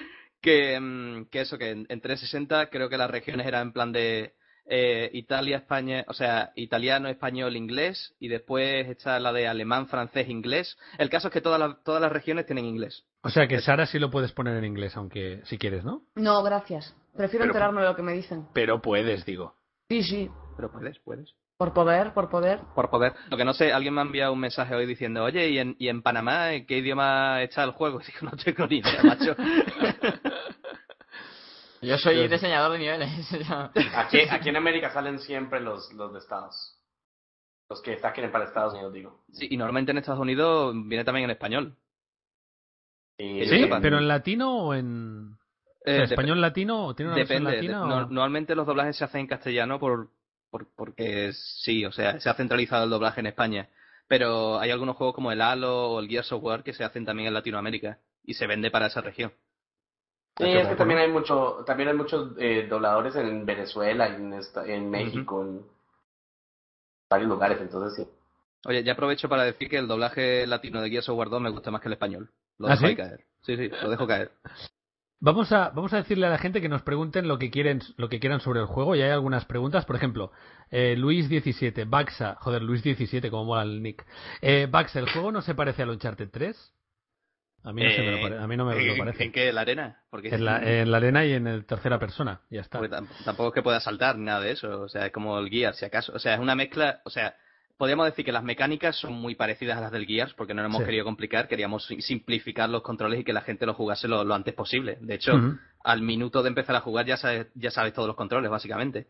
Speaker 2: que, mm, que eso, que en, en 360 creo que las regiones eran en plan de eh, Italia, España, o sea, italiano, español, inglés, y después está la de alemán, francés, inglés. El caso es que todas las, todas las regiones tienen inglés.
Speaker 4: O sea que Sara sí lo puedes poner en inglés, aunque si quieres, ¿no?
Speaker 3: No, gracias. Prefiero
Speaker 4: Pero-
Speaker 3: enterarme de lo que me dicen.
Speaker 4: Pero puedes, digo.
Speaker 3: Sí, sí.
Speaker 2: Pero puedes, puedes.
Speaker 3: Por poder, por poder.
Speaker 2: Por poder. Lo que no sé, alguien me ha enviado un mensaje hoy diciendo, oye, ¿y en, y en Panamá en qué idioma está el juego? Digo, no tengo ni idea, macho.
Speaker 5: Yo soy
Speaker 4: Yo-
Speaker 5: diseñador de niveles. ya.
Speaker 6: Aquí, aquí en América salen siempre los, los de Estados. Los que saquen para Estados Unidos, digo.
Speaker 2: Sí, y normalmente en Estados Unidos viene también en español.
Speaker 6: Y-
Speaker 2: Sí,
Speaker 4: ¿Sí?
Speaker 2: sepan.
Speaker 4: ¿Pero en latino o en,
Speaker 2: Eh,
Speaker 4: en
Speaker 2: dep-
Speaker 4: español latino? ¿O tiene una versión
Speaker 2: Depende. de-
Speaker 4: latina?
Speaker 2: no-
Speaker 4: o-
Speaker 2: normalmente los doblajes se hacen en castellano por, por- porque sí, o sea, se ha centralizado el doblaje en España. Pero hay algunos juegos como el Halo o el Gear Software que se hacen también en Latinoamérica y se vende para esa región.
Speaker 6: Sí, es que también hay mucho, también hay muchos eh, dobladores en Venezuela, en, esta- en México, en varios lugares, entonces sí.
Speaker 2: Oye, ya aprovecho para decir que el doblaje latino de Gear Software 2 me gusta más que el español. Lo
Speaker 4: ¿Ah,
Speaker 2: dejo ahí
Speaker 4: sí?
Speaker 2: caer. Sí, sí, lo dejo caer.
Speaker 4: Vamos a, vamos a decirle a la gente que nos pregunten lo que quieren, lo que quieran sobre el juego. Y hay algunas preguntas, por ejemplo, eh, Luis 17, Baxa, joder, Luis 17, como mola el nick. Eh, Baxa, ¿el juego no se parece al Uncharted 3? A mí no, se me lo,
Speaker 2: Eh,
Speaker 4: pare- a mí no me
Speaker 2: ¿en-
Speaker 4: lo parece.
Speaker 2: ¿En qué? ¿La arena? Porque,
Speaker 4: En la, eh, en la arena y en el tercera persona, ya está.
Speaker 2: porque tam- tampoco es que pueda saltar ni nada de eso. O sea, es como el Gear, si acaso. O sea, es una mezcla. O sea, podríamos decir que las mecánicas son muy parecidas a las del Gears porque no lo hemos
Speaker 4: Sí.
Speaker 2: querido complicar. Queríamos sim- simplificar los controles y que la gente lo jugase lo, lo antes posible. De hecho,
Speaker 4: Ujú.
Speaker 2: al minuto de empezar a jugar ya sabes, ya sabes todos los controles, básicamente.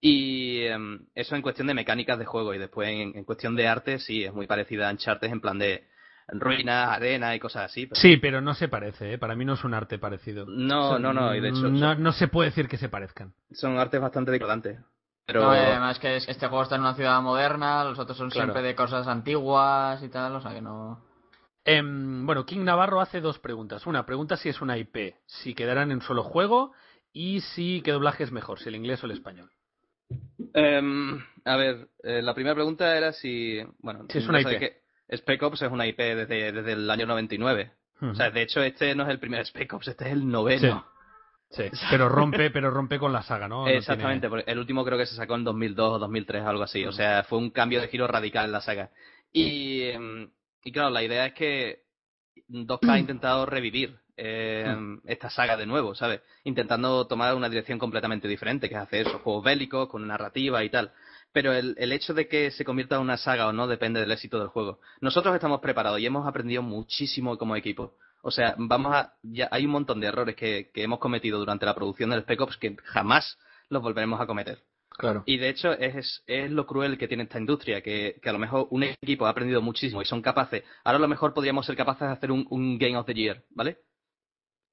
Speaker 2: Y em, eso en cuestión de mecánicas de juego y después en, en cuestión de arte sí es muy parecida a Uncharted en plan de ruinas, arena y cosas así. pero
Speaker 4: Sí, pero no se parece, ¿eh? para mí no es un arte parecido.
Speaker 2: No,
Speaker 4: O sea,
Speaker 2: no, no, y de hecho-
Speaker 4: No, no se puede decir que se parezcan.
Speaker 2: Son artes bastante discordantes. Pero
Speaker 5: No, y
Speaker 4: eh,
Speaker 5: además que es- este juego está en una ciudad moderna, los otros son
Speaker 2: Claro.
Speaker 5: siempre de cosas antiguas y tal, o sea que no...
Speaker 4: Em, bueno, King Navarro hace dos preguntas. Una, pregunta si es una IP, si quedarán en un solo juego y si qué doblaje es mejor, si el inglés o el español.
Speaker 2: Em, a ver, eh, la primera pregunta era si. Bueno,
Speaker 4: Si es una
Speaker 2: no sé
Speaker 4: IP.
Speaker 2: qué- Spec Ops es una IP desde, desde el año 99. O sea, de hecho, este no es el primer Spec Ops, este es el noveno.
Speaker 4: Sí, pero rompe, pero rompe con la saga, ¿no? No
Speaker 2: Exactamente, porque el último creo que se sacó en 2002 o 2003, algo así. O sea, fue un cambio de giro radical en la saga. Y, em, y claro, la idea es que 2K ha intentado revivir eh, esta saga de nuevo, ¿sabes? Intentando tomar una dirección completamente diferente, que es hacer esos juegos bélicos con narrativa y tal. Pero el, el hecho de que se convierta en una saga o no depende del éxito del juego. Nosotros estamos preparados y hemos aprendido muchísimo como equipo. O sea, vamos a. Ya hay un montón de errores que, que hemos cometido durante la producción del Spec Ops que jamás los volveremos a cometer.
Speaker 4: Claro.
Speaker 2: Y de hecho es, es lo cruel que tiene esta industria, que, que a lo mejor un equipo ha aprendido muchísimo y son capaces. Ahora a lo mejor podríamos ser capaces de hacer un, un Game of the Year, ¿vale?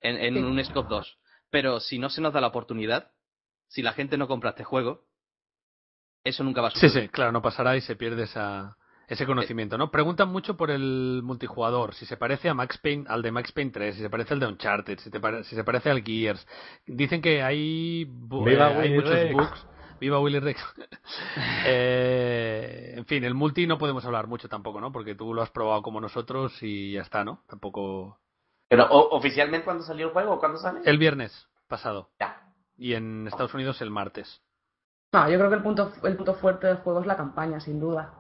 Speaker 2: En, en
Speaker 3: Sí.
Speaker 2: un Scope 2. Pero si no se nos da la oportunidad, si la gente no compra este juego, eso nunca va a
Speaker 4: Sí,
Speaker 2: suceder.
Speaker 4: sí, claro, no pasará y se pierde esa, ese conocimiento, ¿no? Preguntan mucho por el multijugador, si se parece a Max Payne, al de Max Payne 3, si se parece al de Uncharted, si, te pare- si se parece al Gears. Dicen que hay, bu-
Speaker 7: Viva
Speaker 4: eh, hay
Speaker 7: Willy
Speaker 4: muchos
Speaker 7: Rex.
Speaker 4: bugs. Viva Willy Rex. Eh, en fin, el multi no podemos hablar mucho tampoco, ¿no? Porque tú lo has probado como nosotros y ya está, ¿no? Tampoco.
Speaker 6: Pero ¿o- oficialmente cuándo salió el juego, cuándo sale.
Speaker 4: El viernes pasado
Speaker 6: Ya.
Speaker 4: y en Estados Unidos el martes.
Speaker 3: No, yo creo que el punto, el punto fuerte del juego es la campaña, sin duda.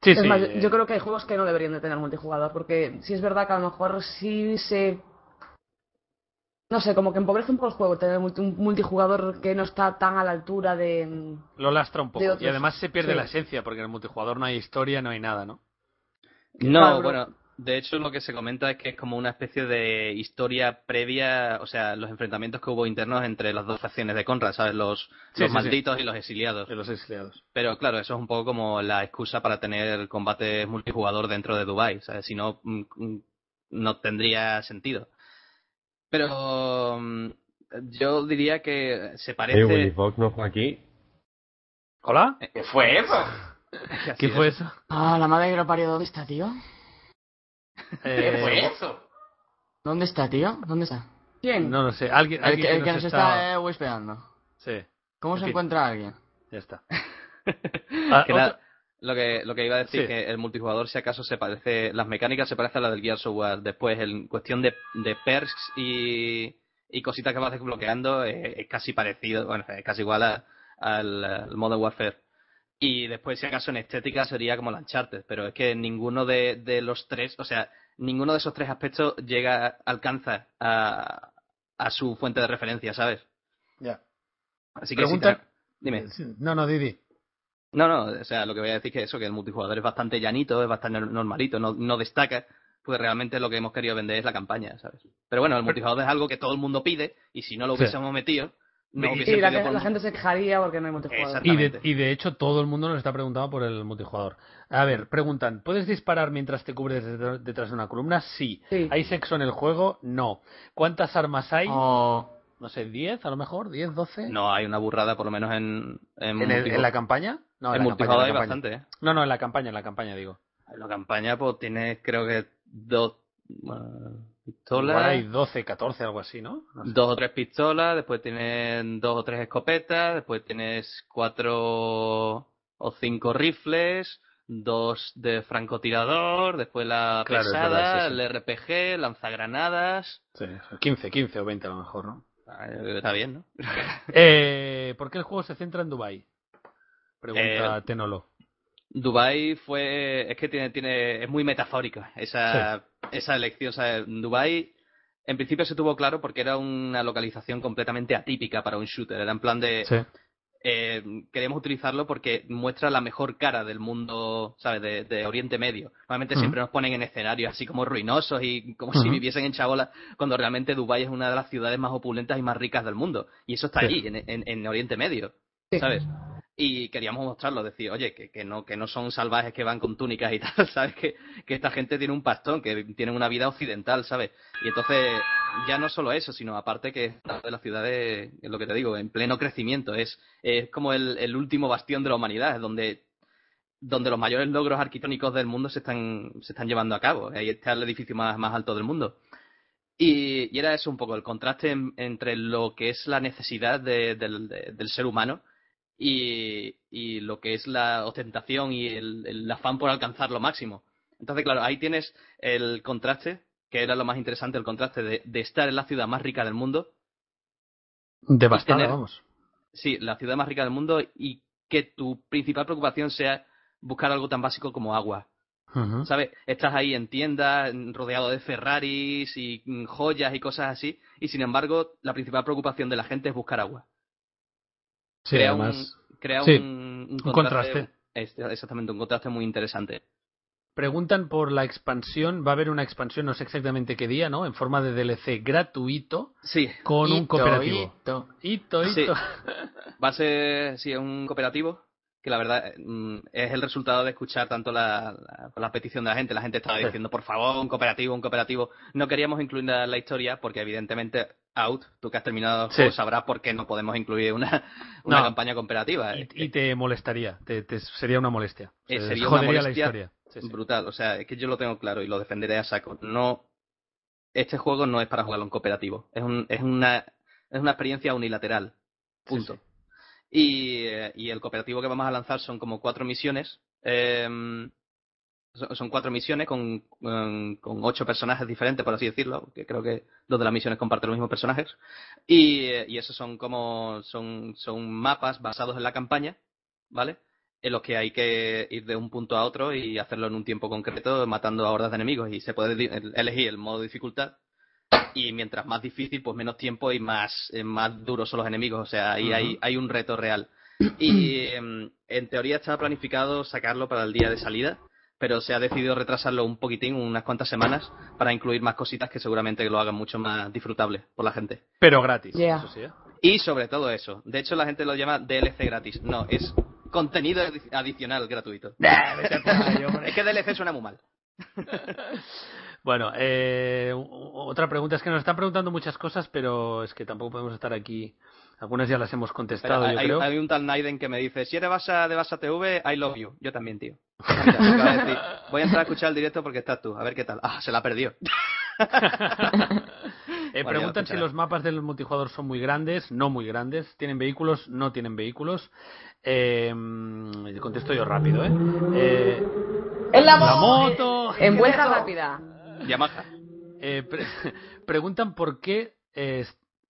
Speaker 4: Sí,
Speaker 3: Es
Speaker 4: sí.
Speaker 3: más, yo-
Speaker 4: eh,
Speaker 3: yo creo que hay juegos que no deberían de tener multijugador, porque sí es verdad que a lo mejor sí se no sé, como que empobrece un poco el juego tener un multijugador que no está tan a la altura de...
Speaker 4: Lo lastra un poco.
Speaker 3: de otros.
Speaker 4: Y además se pierde
Speaker 3: Sí.
Speaker 4: la esencia, porque en el multijugador no hay historia, no hay nada, ¿no?
Speaker 2: No,
Speaker 3: Claro, pero-
Speaker 2: bueno, de hecho lo que se comenta es que es como una especie de historia previa, o sea, los enfrentamientos que hubo internos entre las dos facciones de Conrad, ¿sabes? Los,
Speaker 4: Sí,
Speaker 2: los
Speaker 4: sí,
Speaker 2: malditos y los exiliados.
Speaker 4: De los exiliados.
Speaker 2: Pero claro, eso es un poco como la excusa para tener combates multijugador dentro de Dubai, ¿sabes? Si no, mm, mm, no tendría sentido. Pero mm, yo diría que se
Speaker 7: Eh, Willy
Speaker 2: parece...
Speaker 7: Fox no fue aquí.
Speaker 4: ¿Hola?
Speaker 6: ¿Qué fue eso?
Speaker 2: Así
Speaker 4: ¿Qué
Speaker 2: es.
Speaker 4: fue eso?
Speaker 5: Ah, la madre que lo parió, ¿dónde está, tío?
Speaker 6: ¿Qué
Speaker 4: Eh,
Speaker 6: fue eso?
Speaker 5: ¿Dónde está, tío? ¿Dónde está?
Speaker 3: ¿Quién?
Speaker 4: No lo sé. Alguien,
Speaker 5: El
Speaker 4: alguien
Speaker 5: que, el que nos está eh, whispeando.
Speaker 4: Sí,
Speaker 5: ¿Cómo
Speaker 4: El
Speaker 5: se
Speaker 4: que-
Speaker 5: encuentra alguien?
Speaker 4: ya está. Ah,
Speaker 2: Que
Speaker 4: otra-
Speaker 2: nada, lo que, lo que iba a decir
Speaker 4: Sí.
Speaker 2: que el multijugador si acaso se parece, las mecánicas se parecen a las del Gears of War. Después, en cuestión de, de perks y, y cositas que vas desbloqueando, eh, es casi parecido, bueno, es casi igual a- al, al Modern Warfare. Y después, si acaso en estética, sería como el Uncharted, pero es que ninguno de, de los tres, o sea, ninguno de esos tres aspectos llega, alcanza a, a su fuente de referencia, ¿sabes?
Speaker 4: Ya.
Speaker 2: Así que si
Speaker 4: Pregunta-
Speaker 2: te- dime.
Speaker 4: Sí, No, no, Didi.
Speaker 2: No, no, o sea, lo que voy a decir es que eso, que el multijugador es bastante llanito, es bastante normalito, no, no destaca, pues realmente lo que hemos querido vender es la campaña, ¿sabes? Pero bueno, el multijugador es algo que todo el mundo pide, y si no lo
Speaker 4: Sí.
Speaker 2: hubiésemos metido, no
Speaker 4: Y-
Speaker 2: hubiese
Speaker 3: Sí, la,
Speaker 2: pedido por
Speaker 3: la
Speaker 2: mu-
Speaker 3: gente se quejaría porque no hay multijugador.
Speaker 2: Exacto.
Speaker 4: Y de,
Speaker 2: Exactamente.
Speaker 4: y de hecho todo el mundo nos está preguntando por el multijugador. A ver, preguntan, ¿puedes disparar mientras te cubres detr- detrás de una columna? Sí.
Speaker 3: Sí.
Speaker 4: ¿Hay sexo en el juego? No. ¿Cuántas armas hay?
Speaker 5: Oh. O...
Speaker 4: No sé, ¿10 a lo mejor? ¿10, 12?
Speaker 2: No, hay una burrada, por lo menos en, en,
Speaker 4: ¿En, el-
Speaker 2: multijugador.
Speaker 4: en la campaña? No,
Speaker 2: En
Speaker 4: en la campaña, en
Speaker 2: multijugador
Speaker 4: la
Speaker 2: hay
Speaker 4: campaña.
Speaker 2: bastante, ¿eh?
Speaker 4: No, no, en la campaña, en la campaña digo.
Speaker 2: En la campaña, pues tienes, creo que dos bueno,
Speaker 4: Igual hay
Speaker 2: pistolas,
Speaker 4: 12, 14, algo así, ¿no? No sé.
Speaker 2: dos o tres pistolas, después tienes dos o tres escopetas, después tienes cuatro o cinco rifles, dos de francotirador, después la
Speaker 4: Claro, es
Speaker 2: pesada,
Speaker 4: verdad, sí, sí.
Speaker 2: el RPG, lanzagranadas.
Speaker 4: Sí, 15, 15 o 20 a lo mejor, ¿no?
Speaker 2: Ah, Está bien, ¿no?
Speaker 4: Eh, ¿Por qué el juego se centra en Dubai? Pregunta
Speaker 2: Eh,
Speaker 4: Tenolo.
Speaker 2: Dubai fue, es que tiene, tiene, es muy metafórica esa, esa elección. O sea, Dubai, en principio se tuvo claro porque era una localización completamente atípica para un shooter. Era en plan de,
Speaker 4: Sí.
Speaker 2: eh, queremos utilizarlo porque muestra la mejor cara del mundo, ¿sabes? De, de Oriente Medio. Normalmente
Speaker 4: Ujú.
Speaker 2: siempre nos ponen en escenarios así como ruinosos y como si
Speaker 4: Ujú.
Speaker 2: viviesen en chabolas, cuando realmente Dubái es una de las ciudades más opulentas y más ricas del mundo. Y eso está
Speaker 4: Sí.
Speaker 2: allí, en, en- en Oriente Medio,
Speaker 3: Sí.
Speaker 2: ¿sabes? Y queríamos mostrarlo, decir, oye, que, que no que no son salvajes que van con túnicas y tal, ¿sabes? Que, que esta gente tiene un pastón, que tiene una vida occidental, ¿sabes? Y entonces, ya no solo eso, sino aparte que es una de las ciudades, es lo que te digo, en pleno crecimiento, es, es como el, el último bastión de la humanidad, es donde, donde los mayores logros arquitectónicos del mundo se están, se están llevando a cabo. Ahí está el edificio más, más alto del mundo. Y, y era eso un poco, el contraste en- entre lo que es la necesidad de- del, de- del ser humano y, y lo que es la ostentación y el- el afán por alcanzar lo máximo. Entonces, claro, ahí tienes el contraste, que era lo más interesante, el contraste de, de estar en la ciudad más rica del mundo,
Speaker 4: Devastada,
Speaker 2: tener-
Speaker 4: vamos.
Speaker 2: sí, la ciudad más rica del mundo, y que tu principal preocupación sea buscar algo tan básico como agua.
Speaker 4: Ujú.
Speaker 2: ¿Sabes? Estás ahí en tiendas, en- rodeado de Ferraris y mm, joyas y cosas así, y sin embargo, la principal preocupación de la gente es buscar agua.
Speaker 4: Sí,
Speaker 2: crea
Speaker 4: además.
Speaker 2: un, crea
Speaker 4: sí,
Speaker 2: un, un
Speaker 4: un
Speaker 2: contraste.
Speaker 4: contraste.
Speaker 2: es- exactamente, un contraste muy interesante.
Speaker 4: Preguntan por la expansión. Va a haber una expansión, no sé exactamente qué día, ¿no? En forma de DLC gratuito
Speaker 2: Sí,
Speaker 4: con un
Speaker 5: Hito,
Speaker 4: cooperativo.
Speaker 5: hito.
Speaker 4: Hito,
Speaker 2: Sí.
Speaker 4: hito.
Speaker 2: Va a ser, sí, un cooperativo que la verdad mm, es el resultado de escuchar tanto la, la- la petición de la gente. La gente estaba
Speaker 4: Sí.
Speaker 2: diciendo, por favor, un cooperativo, un cooperativo. No queríamos incluir nada en la historia porque evidentemente, Out, tú que has terminado el
Speaker 4: Sí.
Speaker 2: juego sabrás por qué no podemos incluir una, una
Speaker 4: No.
Speaker 2: campaña cooperativa. Es
Speaker 4: Y,
Speaker 2: que
Speaker 4: y te molestaría. te- te- sería una molestia.
Speaker 2: Ah, Eh,
Speaker 4: Se-
Speaker 2: sería una
Speaker 4: jodería
Speaker 2: molestia
Speaker 4: la historia. Sí, sí.
Speaker 2: Brutal, o sea, es que yo lo tengo claro y lo defenderé a saco. No, este juego no es para jugarlo en cooperativo. Es, un, es, una, es una experiencia unilateral. Punto.
Speaker 4: Sí,
Speaker 2: Y, eh, y el cooperativo que vamos a lanzar son como cuatro misiones. eh, son son cuatro misiones con, em, con ocho personajes diferentes, por así decirlo, que creo que dos de las misiones comparten los mismos personajes. Y, eh, y esos son como son, son mapas basados en la campaña, ¿vale? En los que hay que ir de un punto a otro y hacerlo en un tiempo concreto, matando a hordas de enemigos. Y se puede di- el- elegir el modo de dificultad Y mientras más difícil, pues menos tiempo y más, eh, más duros son los enemigos. O sea, ahí hay, hay un reto real. Y em, en teoría estaba planificado sacarlo para el día de salida, pero se ha decidido retrasarlo un poquitín, unas cuantas semanas, para incluir más cositas que seguramente lo hagan mucho más disfrutable por la gente.
Speaker 4: Pero gratis,
Speaker 3: Yeah.
Speaker 4: eso sí, ¿eh?
Speaker 2: Y sobre todo eso. De hecho, la gente lo llama DLC gratis. No, es contenido adi- adicional gratuito. es que DLC suena muy mal.
Speaker 4: Bueno, eh, o- otra pregunta. Es que nos están preguntando muchas cosas, pero es que tampoco podemos estar aquí. Algunas ya las hemos
Speaker 2: Pero
Speaker 4: contestado,
Speaker 2: hay,
Speaker 4: yo
Speaker 2: hay-
Speaker 4: creo.
Speaker 2: hay un tal Naiden que me dice, si eres basa de Basa TV, I love you. Yo también, tío. Mira, me acaba de decir, Voy a entrar a escuchar el directo porque estás tú. A ver qué tal. Ah, se la perdió.
Speaker 4: Eh,
Speaker 2: Bueno, ya lo
Speaker 4: preguntan si
Speaker 2: escucharé.
Speaker 4: los mapas del multijugador son muy grandes, no muy grandes, tienen vehículos, no tienen vehículos. Eh, mm, contesto yo rápido, ¿eh? Eh,
Speaker 3: ¡En la,
Speaker 4: la
Speaker 3: mo-
Speaker 4: moto.
Speaker 3: En vuelta rápida.
Speaker 2: Yamaha.
Speaker 4: Eh, pre- preguntan por qué eh,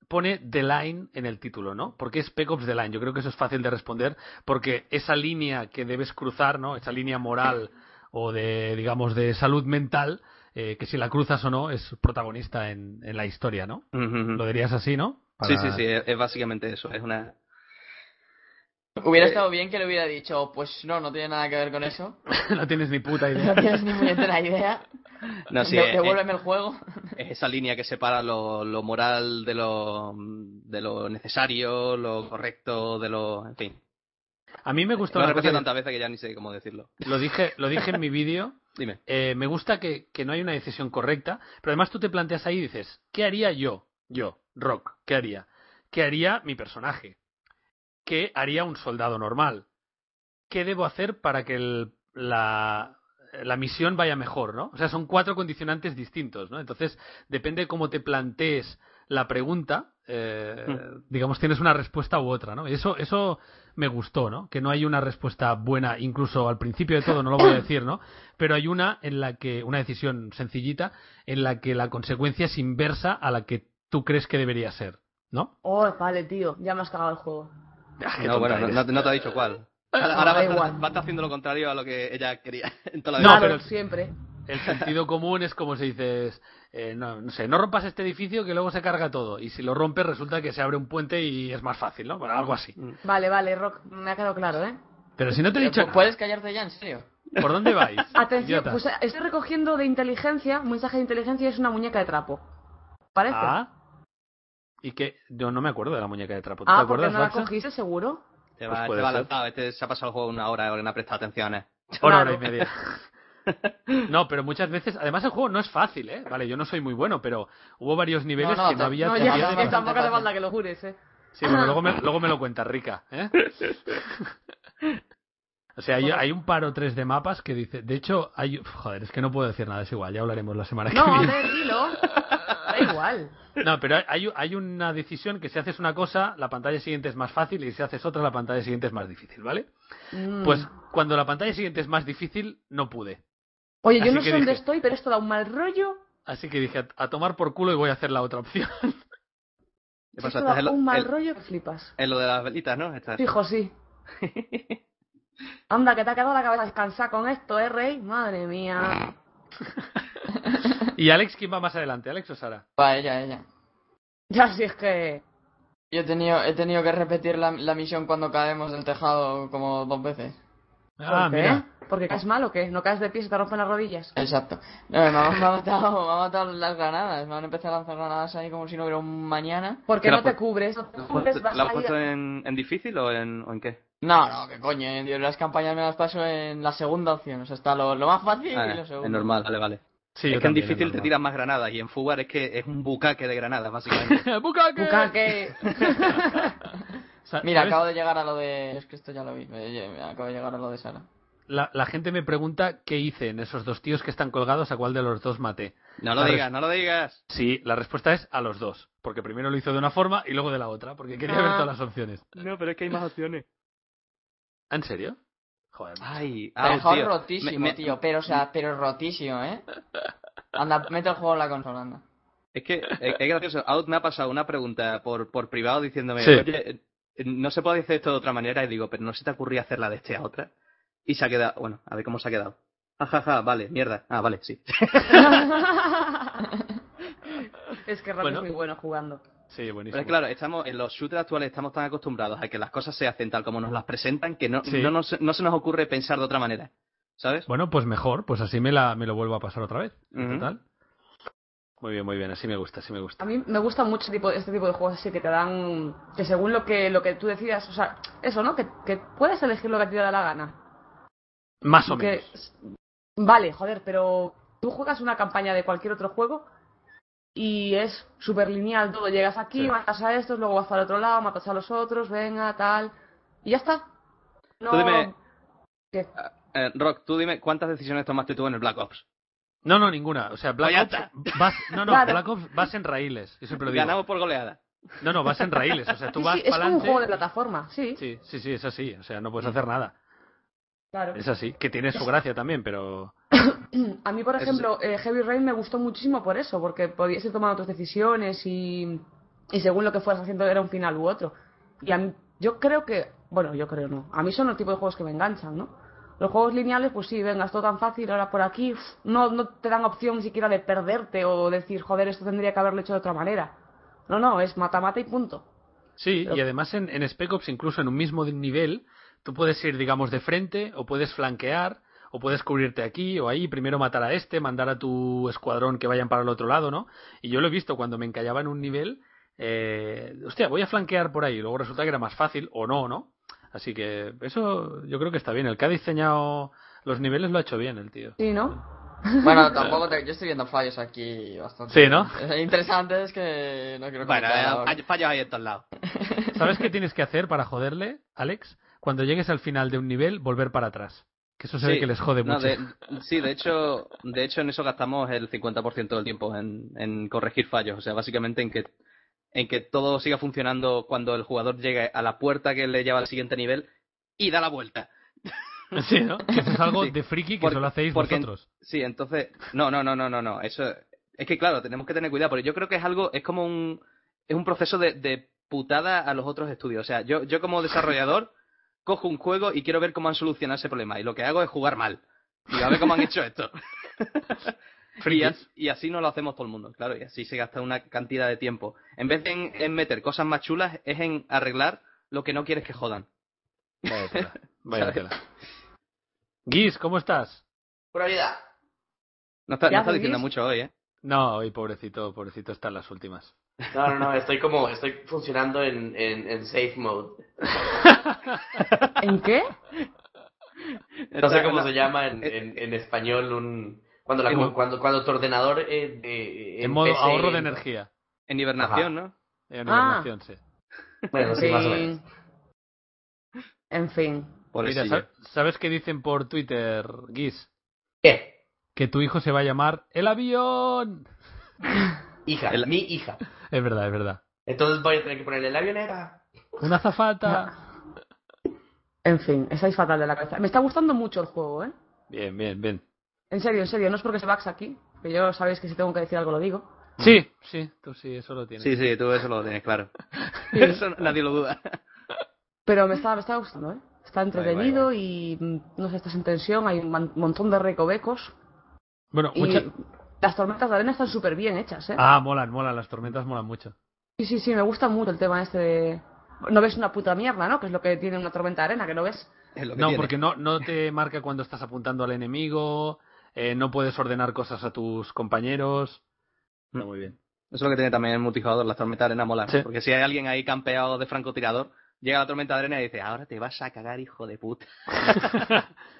Speaker 4: pone The Line en el título, ¿no? ¿Por qué es Spec Ops The Line? Yo creo que eso es fácil de responder porque esa línea que debes cruzar, ¿no? Esa línea moral o de, digamos, de salud mental, eh, que si la cruzas o no es protagonista en, en la historia, ¿no? Lo dirías así, ¿no?
Speaker 2: Mm. Sí, sí,
Speaker 4: Para-
Speaker 2: sí. Es, es básicamente eso. Es una...
Speaker 5: Hubiera estado bien que le hubiera dicho, pues no, no tiene nada que ver con eso.
Speaker 4: no tienes ni puta
Speaker 5: No
Speaker 4: idea.
Speaker 5: tienes ni puñetera idea.
Speaker 2: No, sí,
Speaker 5: De-
Speaker 2: es- es-
Speaker 5: devuélveme el juego.
Speaker 2: es esa línea que separa lo, lo moral de lo, de lo necesario, lo correcto, de lo... En fin.
Speaker 4: A mí me gustó
Speaker 2: Lo he
Speaker 4: una cosa
Speaker 2: repetido
Speaker 4: que-
Speaker 2: tantas veces que ya ni sé cómo decirlo.
Speaker 4: lo dije, lo dije en mi vídeo.
Speaker 2: Dime.
Speaker 4: Eh, me gusta que, que no hay una decisión correcta, pero además tú te planteas ahí y dices, ¿qué haría yo? Yo, Rock, ¿qué haría? ¿Qué haría mi personaje? ¿Qué haría un soldado normal? ¿Qué debo hacer para que el- la, la misión vaya mejor, ¿no? O sea, son cuatro condicionantes distintos, ¿no? Entonces, depende de cómo te plantees la pregunta, eh, digamos, tienes una respuesta u otra, ¿no? Y eso, eso me gustó, ¿no? Que no hay una respuesta buena, incluso al principio de todo, no lo voy a decir, ¿no? Pero hay una en la que, una decisión sencillita, en la que la consecuencia es inversa a la que tú crees que debería ser, ¿no?
Speaker 3: Oh, vale, tío. Ya me has cagado el juego.
Speaker 4: Ah, qué
Speaker 2: No,
Speaker 4: tonta
Speaker 2: bueno, no,
Speaker 4: eres.
Speaker 2: no te- no te ha dicho cuál. Ahora,
Speaker 3: Eh, No,
Speaker 2: ahora
Speaker 3: da
Speaker 2: va, a estar-
Speaker 3: igual.
Speaker 2: va a estar haciendo lo contrario a lo que ella quería en toda la
Speaker 4: No,
Speaker 2: vida.
Speaker 3: claro,
Speaker 4: pero-
Speaker 3: siempre.
Speaker 4: El sentido común es como si dices, eh, no, no sé, no rompas este edificio que luego se carga todo. Y si lo rompes resulta que se abre un puente y es más fácil, ¿no? Bueno, algo así.
Speaker 3: Vale, vale, Rock. Me ha quedado claro, Mm. ¿eh?
Speaker 4: Pero si no te he dicho,
Speaker 5: Pero, ¿Puedes callarte ya, en serio?
Speaker 4: ¿por dónde vais?
Speaker 3: Atención,
Speaker 4: idiotas?
Speaker 3: pues estoy recogiendo de inteligencia, un mensaje de inteligencia es una muñeca de trapo. ¿Parece?
Speaker 4: Ah. ¿Y que Yo no me acuerdo de la muñeca de trapo. ¿Tú
Speaker 3: Ah,
Speaker 4: te
Speaker 3: porque
Speaker 4: acuerdas,
Speaker 3: no la
Speaker 4: Baxa?
Speaker 3: cogiste, seguro.
Speaker 2: Te
Speaker 4: Pues
Speaker 2: va,
Speaker 4: puede
Speaker 2: te va
Speaker 4: ser.
Speaker 2: lanzado. Este se ha pasado el juego una hora, ahora no ha prestado atención. eh.
Speaker 4: Hora,
Speaker 3: Claro.
Speaker 4: hora y media. No, pero muchas veces, además el juego no es fácil, ¿eh? Vale, yo no soy muy bueno, pero hubo varios niveles
Speaker 5: No, no,
Speaker 4: que no
Speaker 5: te-
Speaker 4: había...
Speaker 3: No,
Speaker 4: te
Speaker 3: ya,
Speaker 4: había-
Speaker 5: ya,
Speaker 3: que
Speaker 5: ya.
Speaker 3: tampoco hace falta que lo jures, ¿eh?
Speaker 4: Sí, bueno, luego me, luego me lo cuentas, Rica, ¿eh? O sea, hay, hay un par o tres de mapas que dice... De hecho, hay... uf, Joder, es que no puedo decir nada, es igual, ya hablaremos la semana que
Speaker 3: No,
Speaker 4: viene.
Speaker 3: hombre, dilo. Da igual.
Speaker 4: No, pero hay, hay una decisión que si haces una cosa, la pantalla siguiente es más fácil y si haces otra, la pantalla siguiente es más difícil, ¿vale?
Speaker 3: Mm.
Speaker 4: Pues cuando la pantalla siguiente es más difícil, no pude.
Speaker 3: Oye, yo
Speaker 4: así
Speaker 3: no
Speaker 4: que
Speaker 3: sé dónde
Speaker 4: dije-
Speaker 3: estoy, pero esto da un mal rollo.
Speaker 4: Así que dije, a, a tomar por culo y voy a hacer la otra opción.
Speaker 2: ¿Qué pasa?
Speaker 3: Esto
Speaker 2: Estás
Speaker 3: da
Speaker 2: en este lo,
Speaker 3: un mal
Speaker 2: en-
Speaker 3: rollo que flipas.
Speaker 2: en lo de las velitas, ¿no? Estás-
Speaker 3: Fijo, sí. Anda, que te ha quedado la cabeza descansada con esto, ¿eh, Rey? Madre mía.
Speaker 4: ¿Y Alex quién va más adelante? ¿Alex o Sara?
Speaker 5: Para ella, ella.
Speaker 3: Ya si es que...
Speaker 5: Yo he tenido, he tenido que repetir la, la misión cuando caemos del tejado como dos veces.
Speaker 4: Ah,
Speaker 3: ¿Por qué?
Speaker 4: mira.
Speaker 3: ¿eh? ¿Porque caes mal o qué? ¿No caes de pie y se te rompen las rodillas?
Speaker 5: Exacto. No, me, ha, me ha matado, me ha matado las granadas. Me han empezado a lanzar granadas ahí como si no hubiera un mañana.
Speaker 3: ¿Por qué
Speaker 2: Que la
Speaker 3: no te
Speaker 2: pu-
Speaker 3: cubres? No te
Speaker 2: ¿La has
Speaker 3: cubres,
Speaker 2: puesto-
Speaker 3: vas
Speaker 2: ¿La has
Speaker 3: ahí-
Speaker 2: puesto en, en difícil o en, o en qué?
Speaker 5: No, no, que coño. eh, Dios, las campañas me las paso en la segunda opción. O sea, está lo, lo más fácil
Speaker 2: Ah,
Speaker 5: y lo segundo.
Speaker 2: en normal, vale, vale.
Speaker 4: Sí,
Speaker 2: es
Speaker 4: yo
Speaker 2: que en
Speaker 4: también,
Speaker 2: difícil
Speaker 4: es
Speaker 2: te
Speaker 4: normal.
Speaker 2: tiras más granadas y en fugar es que es un bucaque de granadas, básicamente.
Speaker 4: ¡Bucaque!
Speaker 3: Bucaque.
Speaker 4: Sa-
Speaker 5: Mira,
Speaker 4: ¿sabes?
Speaker 5: acabo de llegar a lo de... Es que esto ya lo vi. eh, eh, Acabo de llegar a lo de Sara.
Speaker 4: La, la gente me pregunta qué hice en esos dos tíos que están colgados, a cuál de los dos maté.
Speaker 2: no lo
Speaker 4: Claro.
Speaker 2: digas, no lo digas.
Speaker 4: Sí, la respuesta es a los dos. Porque primero lo hizo de una forma y luego de la otra, porque quería ver
Speaker 3: Ah.
Speaker 4: todas las opciones.
Speaker 2: No, pero es que hay más opciones.
Speaker 4: ¿En serio? Joder.
Speaker 2: Ay,
Speaker 5: Te he
Speaker 2: au,
Speaker 5: dejado
Speaker 2: Ah, tío.
Speaker 5: rotísimo,
Speaker 2: Me- me-
Speaker 5: tío. Pero, o sea, pero rotísimo, ¿eh? Anda, mete el juego en la consola, anda.
Speaker 2: Es que es, es gracioso. Out me ha pasado una pregunta por, por privado diciéndome,
Speaker 4: Sí.
Speaker 2: oye, eh, no se puede hacer esto de otra manera. Y digo, pero no se te ocurría hacerla de este a otra. Y se ha quedado, bueno, a ver cómo se ha quedado. Jajaja, vale, mierda. Ah, vale, sí.
Speaker 3: Es que Rafa
Speaker 4: Bueno.
Speaker 3: es muy bueno jugando.
Speaker 4: Sí, buenísimo.
Speaker 2: Pero es claro, estamos, en los shooters actuales estamos tan acostumbrados a que las cosas se hacen tal como nos las presentan que no,
Speaker 4: Sí.
Speaker 2: no, nos- no se nos ocurre pensar de otra manera. ¿Sabes?
Speaker 4: Bueno, pues mejor, pues así me, la, me lo vuelvo a pasar otra vez. en
Speaker 2: Ujú.
Speaker 4: total. Muy bien, muy bien, así me gusta, así me
Speaker 3: A
Speaker 4: gusta.
Speaker 3: mí me gusta mucho tipo- este tipo de juegos así que te dan. que según lo que, lo que tú decidas, o sea, eso, ¿no? Que, que puedes elegir lo que a ti te da la gana.
Speaker 4: Más o
Speaker 3: Que-
Speaker 4: menos.
Speaker 3: Vale, joder, pero tú juegas una campaña de cualquier otro juego y es súper lineal todo. Llegas aquí,
Speaker 4: Sí.
Speaker 3: matas a estos, luego vas para el otro lado, matas a los otros, venga, tal. Y ya está. No.
Speaker 2: Tú dime-
Speaker 3: ¿Qué?
Speaker 2: Eh, Rock, tú dime cuántas decisiones tomaste tú en el Black Ops.
Speaker 4: No, no, ninguna. O sea, Black
Speaker 2: Pues ya
Speaker 4: Ops, vas, no, no,
Speaker 3: Claro.
Speaker 4: Black Ops vas en raíles. Yo siempre lo digo.
Speaker 2: Ganamos por goleada.
Speaker 4: No, no, vas en raíles. O sea, tú
Speaker 3: Sí,
Speaker 4: vas
Speaker 3: sí, es
Speaker 4: para
Speaker 3: como un juego de
Speaker 4: adelante.
Speaker 3: plataforma, sí,
Speaker 4: Sí, sí, sí, es así. O sea, no puedes hacer nada.
Speaker 3: claro.
Speaker 4: Es así. Que tiene su gracia también, pero.
Speaker 3: A mí, por
Speaker 2: Eso
Speaker 3: ejemplo, eh, Heavy Rain me gustó muchísimo por eso, porque podías ir tomando tus decisiones y, y según lo que fueras haciendo era un final u otro. Y a mí- yo creo que, bueno, yo creo no, a mí son los tipos de juegos que me enganchan, ¿no? Los juegos lineales, pues sí, venga, es todo tan fácil, ahora por aquí, uf, no, no te dan opción ni siquiera de perderte o decir, joder, esto tendría que haberlo hecho de otra manera. No, no, es mata-mata y punto.
Speaker 4: Sí, y
Speaker 3: Pero-
Speaker 4: además en, en Spec Ops, incluso en un mismo nivel, tú puedes ir, digamos, de frente, o puedes flanquear, o puedes cubrirte aquí o ahí, primero matar a este, mandar a tu escuadrón que vayan para el otro lado, ¿no? Y yo lo he visto cuando me encallaba en un nivel, eh, hostia, voy a flanquear por ahí, luego resulta que era más fácil, o no, ¿no? Así que eso yo creo que está bien. El que ha diseñado los niveles lo ha hecho bien el tío.
Speaker 3: Sí, ¿no?
Speaker 5: Bueno, tampoco te... yo estoy viendo fallos aquí bastante.
Speaker 4: Sí, ¿no?
Speaker 5: Eh, Interesantes que no quiero
Speaker 2: Bueno,
Speaker 5: comentar
Speaker 2: eh,
Speaker 5: ahora.
Speaker 2: hay fallos ahí en todos lados.
Speaker 4: ¿Sabes qué tienes que hacer para joderle, Alex? Cuando llegues al final de un nivel, volver para atrás. Que eso se ve
Speaker 2: Sí.
Speaker 4: que les jode
Speaker 2: No,
Speaker 4: mucho.
Speaker 2: de- sí, de hecho, de hecho en eso gastamos el 50% del tiempo en, en corregir fallos. O sea, básicamente en que, en que todo siga funcionando cuando el jugador llegue a la puerta que le lleva al siguiente nivel y da la vuelta.
Speaker 4: Sí, ¿no? Que Eso es algo
Speaker 2: Sí.
Speaker 4: de friki que
Speaker 2: Porque-
Speaker 4: solo hacéis
Speaker 2: porque-
Speaker 4: vosotros.
Speaker 2: Sí, entonces, no, no, no, no, no, no. Eso es que claro, tenemos que tener cuidado, porque yo creo que es algo, es como un, es un proceso de, de putada a los otros estudios. O sea, yo, yo como desarrollador cojo un juego y quiero ver cómo han solucionado ese problema y lo que hago es jugar mal. Y a ver cómo han hecho esto. Y, as-
Speaker 4: Frikis.
Speaker 2: y así no lo hacemos todo el mundo, claro, y así se gasta una cantidad de tiempo. En vez de en, en meter cosas más chulas, es en arreglar lo que no quieres que jodan.
Speaker 4: Vaya tela. Vaya tela. Guis, ¿cómo estás?
Speaker 5: Prioridad.
Speaker 2: No está,
Speaker 3: ¿Ya
Speaker 2: no está
Speaker 3: haces,
Speaker 2: diciendo
Speaker 3: Luis?
Speaker 2: mucho hoy, ¿eh?
Speaker 4: No, hoy pobrecito, pobrecito están las últimas.
Speaker 6: No, no, no, estoy como, estoy funcionando en, en, en safe mode.
Speaker 3: ¿En qué?
Speaker 6: No sé
Speaker 2: Está-
Speaker 6: cómo
Speaker 2: la-
Speaker 6: se llama en, en, en español un... Cuando, la,
Speaker 2: En-
Speaker 6: cuando, cuando tu ordenador... eh, eh,
Speaker 4: En modo
Speaker 6: PC
Speaker 4: ahorro de energía.
Speaker 2: En hibernación, ¿no?
Speaker 4: En
Speaker 3: Ah.
Speaker 4: hibernación, sí.
Speaker 6: Bueno, sí, más o menos.
Speaker 3: En fin.
Speaker 4: Mira,
Speaker 2: Pobrecillo.
Speaker 4: ¿sab- ¿sabes qué dicen por Twitter, Guis?
Speaker 6: ¿Qué?
Speaker 4: Que tu hijo se va a llamar El Avión.
Speaker 6: Hija,
Speaker 2: El-
Speaker 6: mi hija.
Speaker 4: Es verdad, es verdad.
Speaker 6: Entonces voy a tener que ponerle la avioneta.
Speaker 4: Una zafata.
Speaker 3: En fin, estáis fatal de la cabeza. Me está gustando mucho el juego, ¿eh?
Speaker 4: Bien, bien, bien.
Speaker 3: En serio, en serio, no es porque se baxa aquí, que yo sabéis que si tengo que decir algo lo digo.
Speaker 4: Sí, sí, tú sí, eso lo tienes.
Speaker 2: Sí, sí, tú eso lo tienes claro. Eso nadie lo duda.
Speaker 3: Pero me está, me está gustando, ¿eh? Está entretenido y mm, no sé, estás en tensión, hay un man- montón de recovecos
Speaker 4: Bueno,
Speaker 3: y
Speaker 4: mucha-
Speaker 3: las tormentas de arena están súper bien hechas, ¿eh?
Speaker 4: Ah, molan, molan, las tormentas molan mucho.
Speaker 3: Sí, sí, sí, me gusta mucho el tema este de... No ves una puta mierda, ¿no? Que es lo que tiene una tormenta de arena, que no ves.
Speaker 2: Es lo que
Speaker 4: No,
Speaker 2: tiene.
Speaker 4: porque no, no te marca cuando estás apuntando al enemigo, eh, no puedes ordenar cosas a tus compañeros. Está muy bien.
Speaker 2: Eso es lo que tiene también el multijugador, las tormentas de arena molar.
Speaker 4: Sí.
Speaker 2: Porque si hay alguien ahí campeado de francotirador, llega la tormenta de arena y dice, ahora te vas a cagar, hijo de puta.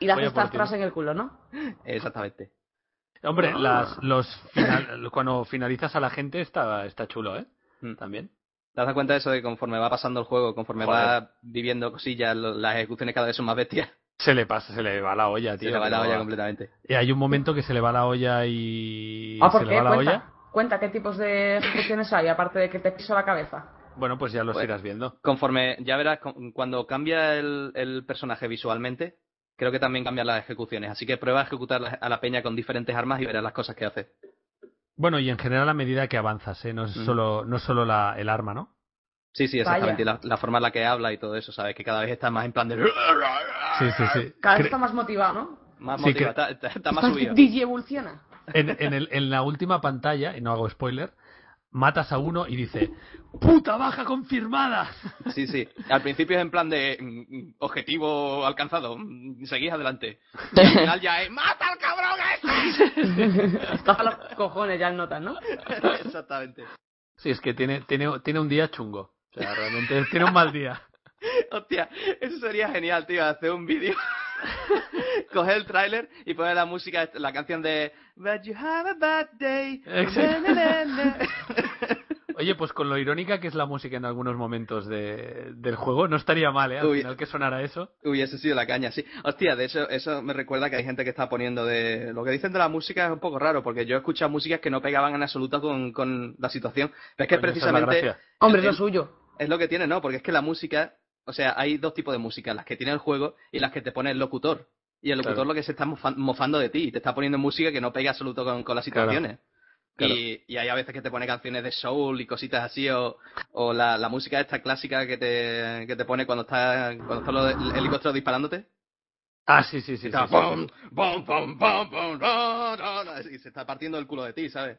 Speaker 3: Y las
Speaker 4: Voy a por
Speaker 3: estás
Speaker 4: ti.
Speaker 3: atrás en el culo, ¿no?
Speaker 2: Exactamente. Ah.
Speaker 4: Hombre, las, los final- cuando finalizas a la gente está, está chulo, ¿eh?
Speaker 2: Mm.
Speaker 4: También.
Speaker 2: ¿Te has dado cuenta de eso de conforme va pasando el juego, conforme
Speaker 4: Joder.
Speaker 2: va viviendo cosillas, lo- las ejecuciones cada vez son más bestias?
Speaker 4: Se le pasa, se le va la olla, tío.
Speaker 2: se le va la
Speaker 4: pero-
Speaker 2: olla completamente.
Speaker 4: Eh, hay un momento que se le va la olla y
Speaker 3: Ah, ¿por
Speaker 4: se
Speaker 3: qué?
Speaker 4: le va la
Speaker 3: Cuenta,
Speaker 4: olla.
Speaker 3: cuenta qué tipos de ejecuciones hay, aparte de que te piso la cabeza.
Speaker 4: Bueno, pues ya los
Speaker 2: Pues-
Speaker 4: irás viendo.
Speaker 2: Conforme, ya verás, con- cuando cambia el, el personaje visualmente, creo que también cambian las ejecuciones. Así que prueba a ejecutar la- a la peña con diferentes armas y verás las cosas que hace.
Speaker 4: Bueno, y en general a medida que avanzas, ¿eh? No es
Speaker 2: Mm.
Speaker 4: solo, no es solo la, el arma, ¿no?
Speaker 2: Sí, sí, exactamente. Y La, la forma en la que habla y todo eso, ¿sabes? Que cada vez está más en plan de...
Speaker 4: Sí, sí, sí.
Speaker 3: Cada
Speaker 4: Cre-
Speaker 3: vez está más motivado, ¿no?
Speaker 2: Más
Speaker 4: Sí,
Speaker 2: motiva,
Speaker 4: que-
Speaker 2: está, está- está más
Speaker 3: Estás-
Speaker 2: subido.
Speaker 3: DJ evoluciona.
Speaker 4: En, en el- en la última pantalla, y no hago spoiler, matas a uno y dice ¡Puta baja confirmada!
Speaker 2: Sí, sí. Al principio es en plan de mm, objetivo alcanzado, mm, seguís adelante. Y al final ya es ¡Mata al cabrón este!
Speaker 3: Está a los cojones ya el nota, ¿no?
Speaker 2: Exactamente.
Speaker 4: Sí, es que tiene, tiene, tiene un día chungo. O sea, realmente tiene un mal día.
Speaker 2: Hostia, eso sería genial, tío, hacer un vídeo. Coger el tráiler y poner la música, la canción de But you have a bad day.
Speaker 4: Exacto.
Speaker 2: Na, na, na, na.
Speaker 4: Oye, pues con lo irónica que es la música en algunos momentos de, del juego, no estaría mal, ¿eh? Al
Speaker 2: Uy.
Speaker 4: final que sonara eso.
Speaker 2: Hubiese sido la caña, sí. Hostia, de eso, eso me recuerda que hay gente que está poniendo de. Lo que dicen de la música es un poco raro, porque yo he escuchado músicas que no pegaban en absoluto con, con la situación. Pero es que
Speaker 4: Coño, esa es la
Speaker 2: precisamente.
Speaker 4: gracia.
Speaker 3: Hombre, es
Speaker 2: el-
Speaker 3: lo suyo.
Speaker 2: Es lo que tiene, ¿no? Porque es que la música, o sea, hay dos tipos de música, las que tiene el juego y las que te pone el locutor. Y el locutor
Speaker 4: Claro.
Speaker 2: lo que se está mofa- mofando de ti, y te está poniendo música que no pega absoluto con, con las
Speaker 4: Claro.
Speaker 2: situaciones.
Speaker 4: Claro.
Speaker 2: Y, y hay a veces que te pone canciones de soul y cositas así, o, o la, la música esta clásica que te, que te pone cuando está, cuando está lo de- el helicóptero disparándote.
Speaker 4: Ah, sí, sí, sí.
Speaker 2: Está
Speaker 4: sí, sí.
Speaker 2: bom, bom, bom, bom, bom, ra, ra, ra, y se está partiendo el culo de ti, ¿sabes?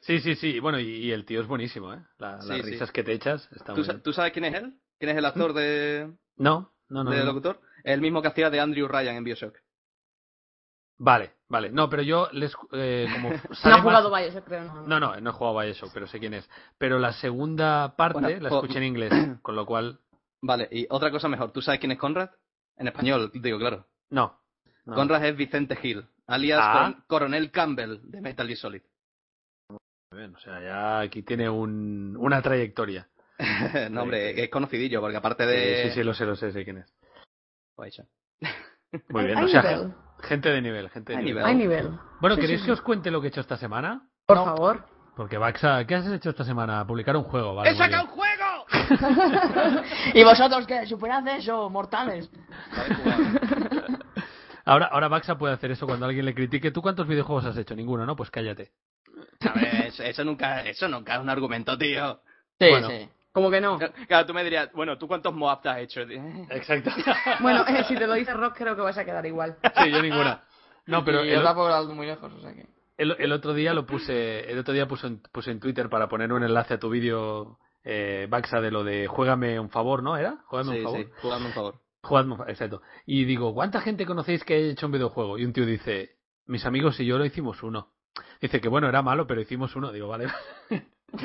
Speaker 4: Sí, sí, sí. Bueno, y, y el tío es buenísimo, ¿eh? La-
Speaker 2: Sí,
Speaker 4: las
Speaker 2: sí.
Speaker 4: risas que te echas. Está
Speaker 2: ¿Tú,
Speaker 4: muy
Speaker 2: sa-
Speaker 4: bien.
Speaker 2: ¿Tú sabes quién es él? ¿Quién es el actor de,
Speaker 4: No, no, no.
Speaker 2: de
Speaker 4: no.
Speaker 2: locutor? El mismo que hacía de Andrew Ryan en Bioshock.
Speaker 4: Vale, vale. No, pero yo les. eh, como
Speaker 3: No
Speaker 4: sale
Speaker 3: ha jugado
Speaker 4: más-
Speaker 3: Bioshock, creo. No,
Speaker 4: No, no, no he jugado a eso, pero sé quién es. Pero la segunda parte
Speaker 2: Bueno,
Speaker 4: la
Speaker 2: o-
Speaker 4: escuché en inglés, con lo cual.
Speaker 2: Vale, y otra cosa mejor, ¿tú sabes quién es Conrad? En español, digo, claro.
Speaker 4: No. no.
Speaker 2: Conrad es Vicente Hill, alias
Speaker 4: Ah.
Speaker 2: Coron- Coronel Campbell de Metal Gear Solid.
Speaker 4: Muy bien, o sea, ya aquí tiene un, una trayectoria.
Speaker 2: no, hombre,
Speaker 4: Sí, sí.
Speaker 2: es conocidillo, porque aparte
Speaker 4: Sí,
Speaker 2: de...
Speaker 3: Eh,
Speaker 4: sí, sí, lo sé, lo sé, sé quién es.
Speaker 2: Pues eso.
Speaker 4: Muy
Speaker 3: Hay-
Speaker 4: bien,
Speaker 3: hay
Speaker 4: o sea,
Speaker 3: nivel.
Speaker 4: gente de nivel, gente de
Speaker 2: Hay
Speaker 4: nivel.
Speaker 2: nivel.
Speaker 3: Hay nivel.
Speaker 4: Bueno,
Speaker 3: Sí,
Speaker 4: ¿queréis
Speaker 3: sí,
Speaker 4: que
Speaker 3: sí.
Speaker 4: os cuente lo que he hecho esta semana?
Speaker 3: Por
Speaker 4: No,
Speaker 3: favor.
Speaker 4: Porque Baxa, ¿qué has hecho esta semana? Publicar un juego, ¿vale?
Speaker 2: ¡He
Speaker 4: Ah, muy
Speaker 2: sacado
Speaker 4: bien.
Speaker 2: un juego!
Speaker 5: ¿Y vosotros qué? ¿Superad eso, mortales?
Speaker 2: Habéis jugado.
Speaker 4: Ahora, ahora Baxa puede hacer eso cuando alguien le critique. ¿Tú cuántos videojuegos has hecho? Ninguno, ¿no? Pues cállate.
Speaker 2: A ver, eso, eso nunca, eso nunca es un argumento, tío.
Speaker 5: Sí,
Speaker 4: Bueno.
Speaker 5: sí.
Speaker 3: Como que no.
Speaker 2: Claro, tú me dirías, bueno, ¿tú cuántos Moab te has hecho?
Speaker 4: Exacto.
Speaker 3: Bueno, eh, si te lo dice Rock, creo que vas a quedar igual.
Speaker 4: sí, yo ninguna. No, pero
Speaker 5: Y
Speaker 4: el,
Speaker 5: yo tampoco lo hago muy lejos, o sea que...
Speaker 4: el- el otro día lo puse, el otro día puse en, puse en Twitter para poner un enlace a tu vídeo, eh, Baxa, de lo de juégame un favor, ¿no? ¿Era? Juégame un
Speaker 2: Sí,
Speaker 4: favor.
Speaker 2: sí, jugadme un favor.
Speaker 4: Jugadme un fa- exacto. Y digo, ¿cuánta gente conocéis que haya hecho un videojuego? Y un tío dice, mis amigos y yo lo hicimos uno. Dice que bueno, era malo, pero hicimos uno. Digo, vale.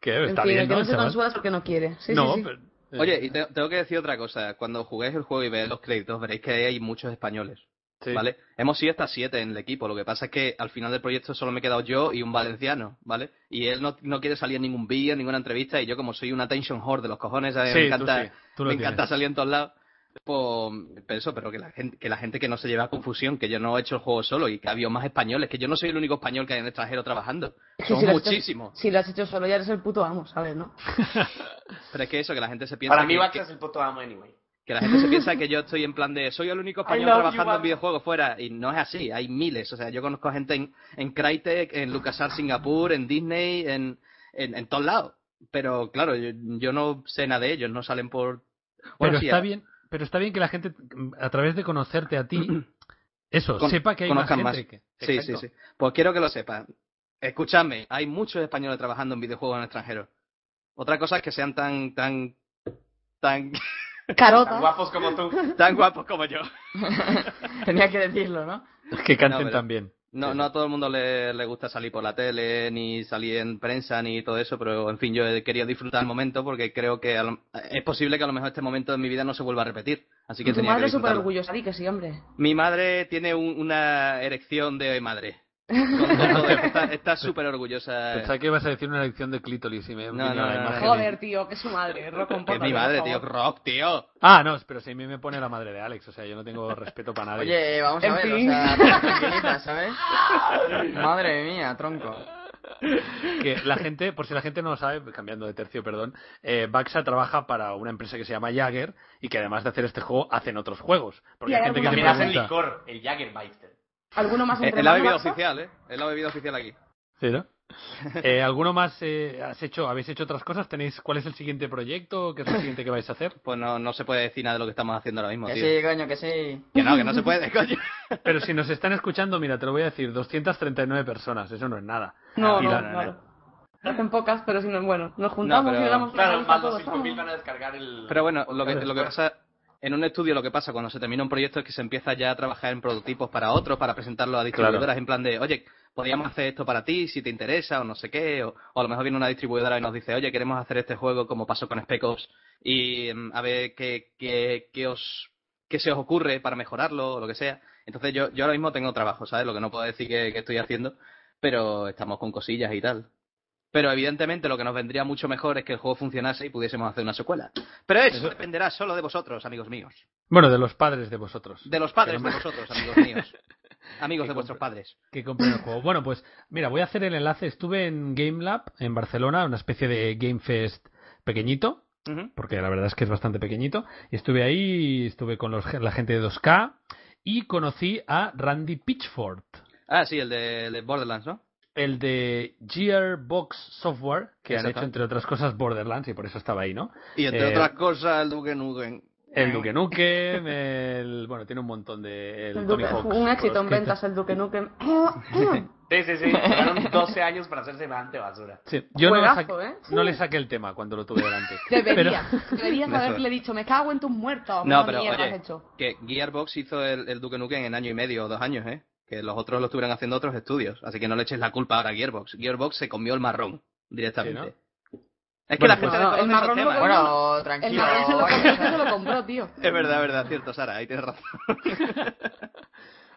Speaker 4: que
Speaker 3: En
Speaker 4: está
Speaker 3: fin, el
Speaker 4: bien,
Speaker 3: que
Speaker 4: ¿no?
Speaker 3: no se
Speaker 4: chaval?
Speaker 3: consuela es porque no quiere. Sí,
Speaker 4: No,
Speaker 3: sí, sí.
Speaker 4: pero- eh,
Speaker 2: Oye, y te- tengo que decir otra cosa. Cuando juguéis el juego y veáis los créditos, veréis que hay muchos españoles.
Speaker 4: sí.
Speaker 2: ¿vale? Hemos sido hasta siete en el equipo. Lo que pasa es que al final del proyecto solo me he quedado yo y un valenciano, ¿vale? Y él no, no quiere salir en ningún vídeo, en ninguna entrevista. Y yo, como soy una attention whore de los cojones, ¿sabes?
Speaker 4: Sí,
Speaker 2: me
Speaker 4: tú
Speaker 2: encanta,
Speaker 4: sí, tú lo
Speaker 2: me
Speaker 4: tienes.
Speaker 2: encanta salir en todos lados. Pues, pero eso, pero que la, gente, que la gente que no se lleva a confusión, que yo no he hecho el juego solo y que ha habido más españoles, que yo no soy el único español que hay en el extranjero trabajando.
Speaker 3: Es que
Speaker 2: Son
Speaker 3: si lo has hecho-
Speaker 2: muchísimos.
Speaker 3: si lo has hecho solo, ya eres el puto amo, ¿sabes? ¿No?
Speaker 2: Pero es que eso, que la gente se piensa
Speaker 6: Para mí,
Speaker 2: que-
Speaker 6: Baxa
Speaker 2: que-
Speaker 6: es el puto amo, anyway.
Speaker 2: Que la gente se piensa que yo estoy en plan de soy el único
Speaker 6: I
Speaker 2: español
Speaker 6: love
Speaker 2: trabajando
Speaker 6: you,
Speaker 2: en videojuegos fuera y no es así, hay miles, o sea, yo conozco gente en, en Crytek, en LucasArts Singapur, en Disney, en, en, en todos lados, pero claro, yo, yo no sé nada de ellos, no salen por...
Speaker 4: Pero
Speaker 2: sí,
Speaker 4: está
Speaker 2: a-
Speaker 4: bien, pero está bien que la gente a través de conocerte a ti eso,
Speaker 2: Con-
Speaker 4: sepa que hay más
Speaker 2: conozcan
Speaker 4: gente
Speaker 2: más.
Speaker 4: que-
Speaker 2: Sí, sí,
Speaker 4: Exacto.
Speaker 2: sí. Pues quiero que lo sepan. Escuchadme, hay muchos españoles trabajando en videojuegos en el extranjero. Otra cosa es que sean tan, tan, tan,
Speaker 6: Tan
Speaker 3: Carota.
Speaker 6: guapos como tú.
Speaker 2: tan guapos como yo.
Speaker 5: Tenía que decirlo, ¿no?
Speaker 4: Que canten
Speaker 2: No, pero-
Speaker 4: también.
Speaker 2: No,
Speaker 4: Sí,
Speaker 2: no
Speaker 4: sí.
Speaker 2: a todo el mundo le, le gusta salir por la tele, ni salir en prensa, ni todo eso, pero en fin, yo he querido disfrutar el momento porque creo que a lo- es posible que a lo mejor este momento de mi vida no se vuelva a repetir. Así que
Speaker 3: Tu
Speaker 2: tenía que
Speaker 3: madre es súper
Speaker 2: disfrutarlo.
Speaker 3: orgullosa, di que sí, hombre.
Speaker 2: Mi madre tiene un- una erección de madre. Con- con todo esto, está- Está súper orgullosa.
Speaker 4: Pensaba que ibas a decir una elección de clítoris y me
Speaker 2: No,
Speaker 4: vino
Speaker 2: no,
Speaker 4: la
Speaker 2: no, no.
Speaker 4: imagen.
Speaker 3: Joder, tío, que es su madre. Rock,
Speaker 2: Que es mi
Speaker 3: compórtate,
Speaker 2: madre,
Speaker 3: por
Speaker 2: tío.
Speaker 3: favor.
Speaker 2: Rock, tío.
Speaker 4: Ah, no, pero si a mí me pone la madre de Alex, o sea, yo no tengo respeto para nadie.
Speaker 5: Oye, vamos
Speaker 3: En
Speaker 5: a ver,
Speaker 3: fin.
Speaker 5: o sea, tranquilita, ¿sabes? Madre mía, tronco.
Speaker 4: que la gente, por si la gente no lo sabe, cambiando de tercio, perdón, eh, Baxa trabaja para una empresa que se llama Jagger y que además de hacer este juego hacen otros juegos. Porque
Speaker 3: Y
Speaker 4: hay
Speaker 3: hay
Speaker 4: gente que te
Speaker 6: También hacen
Speaker 4: pregunta.
Speaker 6: licor, el Jaggermeister.
Speaker 3: ¿Alguno más
Speaker 2: Es
Speaker 3: entre
Speaker 2: es la
Speaker 3: manos,
Speaker 2: bebida
Speaker 3: Maxa?
Speaker 2: oficial, ¿eh? Es la bebida oficial aquí.
Speaker 4: Sí, ¿no? Eh, ¿Alguno más eh, has hecho? ¿Habéis hecho otras cosas? ¿Tenéis cuál es el siguiente proyecto? ¿Qué es lo siguiente que vais a hacer?
Speaker 2: Pues no, no se puede decir nada de lo que estamos haciendo ahora mismo,
Speaker 5: Que
Speaker 2: tío.
Speaker 5: sí, coño, que sí.
Speaker 2: Que no, que no se puede, coño.
Speaker 4: Pero si nos están escuchando, mira, te lo voy a decir, 239 personas, eso no es nada.
Speaker 3: No,
Speaker 4: Y
Speaker 3: no,
Speaker 4: la-
Speaker 3: claro. Hacen pocas, pero si no, bueno, nos juntamos
Speaker 2: No, pero-
Speaker 3: y damos
Speaker 6: Claro,
Speaker 3: lista a
Speaker 6: más los
Speaker 3: todos,
Speaker 6: 5.000
Speaker 3: vamos.
Speaker 6: van a descargar el...
Speaker 2: Pero bueno, lo que,
Speaker 6: podcast
Speaker 2: lo que
Speaker 6: después.
Speaker 2: pasa en un estudio, lo que pasa cuando se termina un proyecto es que se empieza ya a trabajar en prototipos para otros, para presentarlo a distribuidoras, en plan de, oye, podríamos hacer esto para ti si te interesa o no sé qué, o, o a lo mejor viene una distribuidora y nos dice, oye, queremos hacer este juego como pasó con Spec Ops y mm, a ver qué, qué, qué os, qué se os ocurre para mejorarlo o lo que sea. Entonces yo, yo ahora mismo tengo trabajo, ¿sabes? Lo que no puedo decir que, que estoy haciendo, pero estamos con cosillas y tal. Pero evidentemente lo que nos vendría mucho mejor es que el juego funcionase y pudiésemos hacer una secuela. Pero eso, dependerá solo de vosotros, amigos míos.
Speaker 4: Bueno, de los padres de vosotros.
Speaker 2: De los padres
Speaker 4: Que no
Speaker 2: de
Speaker 4: me-
Speaker 2: vosotros, amigos míos. Amigos
Speaker 4: Que
Speaker 2: de vuestros
Speaker 4: compre-
Speaker 2: padres.
Speaker 4: que compren el juego. Bueno, pues mira, voy a hacer el enlace. Estuve en GameLab en Barcelona, una especie de Game Fest pequeñito,
Speaker 2: Ujú.
Speaker 4: porque la verdad es que es bastante pequeñito. Y estuve ahí, estuve con los, la gente de 2K y conocí a Randy Pitchford,
Speaker 2: Ah, sí, el de, el de Borderlands, ¿no?
Speaker 4: el de Gearbox Software, que han
Speaker 2: Exacto.
Speaker 4: hecho entre otras cosas Borderlands y por eso estaba ahí, ¿no?
Speaker 2: Y entre
Speaker 4: Eh,
Speaker 2: otras cosas, el Duke Nukem.
Speaker 4: El Duke Nukem, el... bueno, tiene un montón de...
Speaker 3: El
Speaker 4: Tony
Speaker 3: Duke-
Speaker 4: Hawk,
Speaker 3: un éxito en
Speaker 4: que-
Speaker 3: ventas el Duque Nukem.
Speaker 6: Sí, sí, sí. Llevaron 12 años para hacer semejante basura.
Speaker 4: Sí, yo no,
Speaker 3: Juegazo,
Speaker 4: le saqué,
Speaker 3: ¿eh?
Speaker 4: no le saqué el tema cuando lo tuve delante.
Speaker 3: Debería,
Speaker 4: Pero-
Speaker 3: deberías haberle dicho, me cago en tus muertos.
Speaker 2: No,
Speaker 3: mamá
Speaker 2: pero
Speaker 3: mía, ¿qué
Speaker 2: oye,
Speaker 3: has hecho?
Speaker 2: que Gearbox hizo el, el Duke Nukem en año y medio o dos años, ¿eh? Que los otros lo estuvieron haciendo otros estudios. Así que no le eches la culpa ahora a Gearbox. Gearbox se comió el marrón directamente.
Speaker 4: Sí, ¿no?
Speaker 2: Es que
Speaker 4: Bueno,
Speaker 2: la gente
Speaker 3: pues no,
Speaker 2: desconoce
Speaker 3: el
Speaker 2: esos
Speaker 3: marrón lo
Speaker 2: temas.
Speaker 3: comió-
Speaker 5: Bueno,
Speaker 3: El
Speaker 5: tranquilo.
Speaker 3: marrón se lo
Speaker 5: oye.
Speaker 3: compró, se lo compró, tío.
Speaker 2: Es verdad, verdad, cierto, Sara, ahí tienes razón.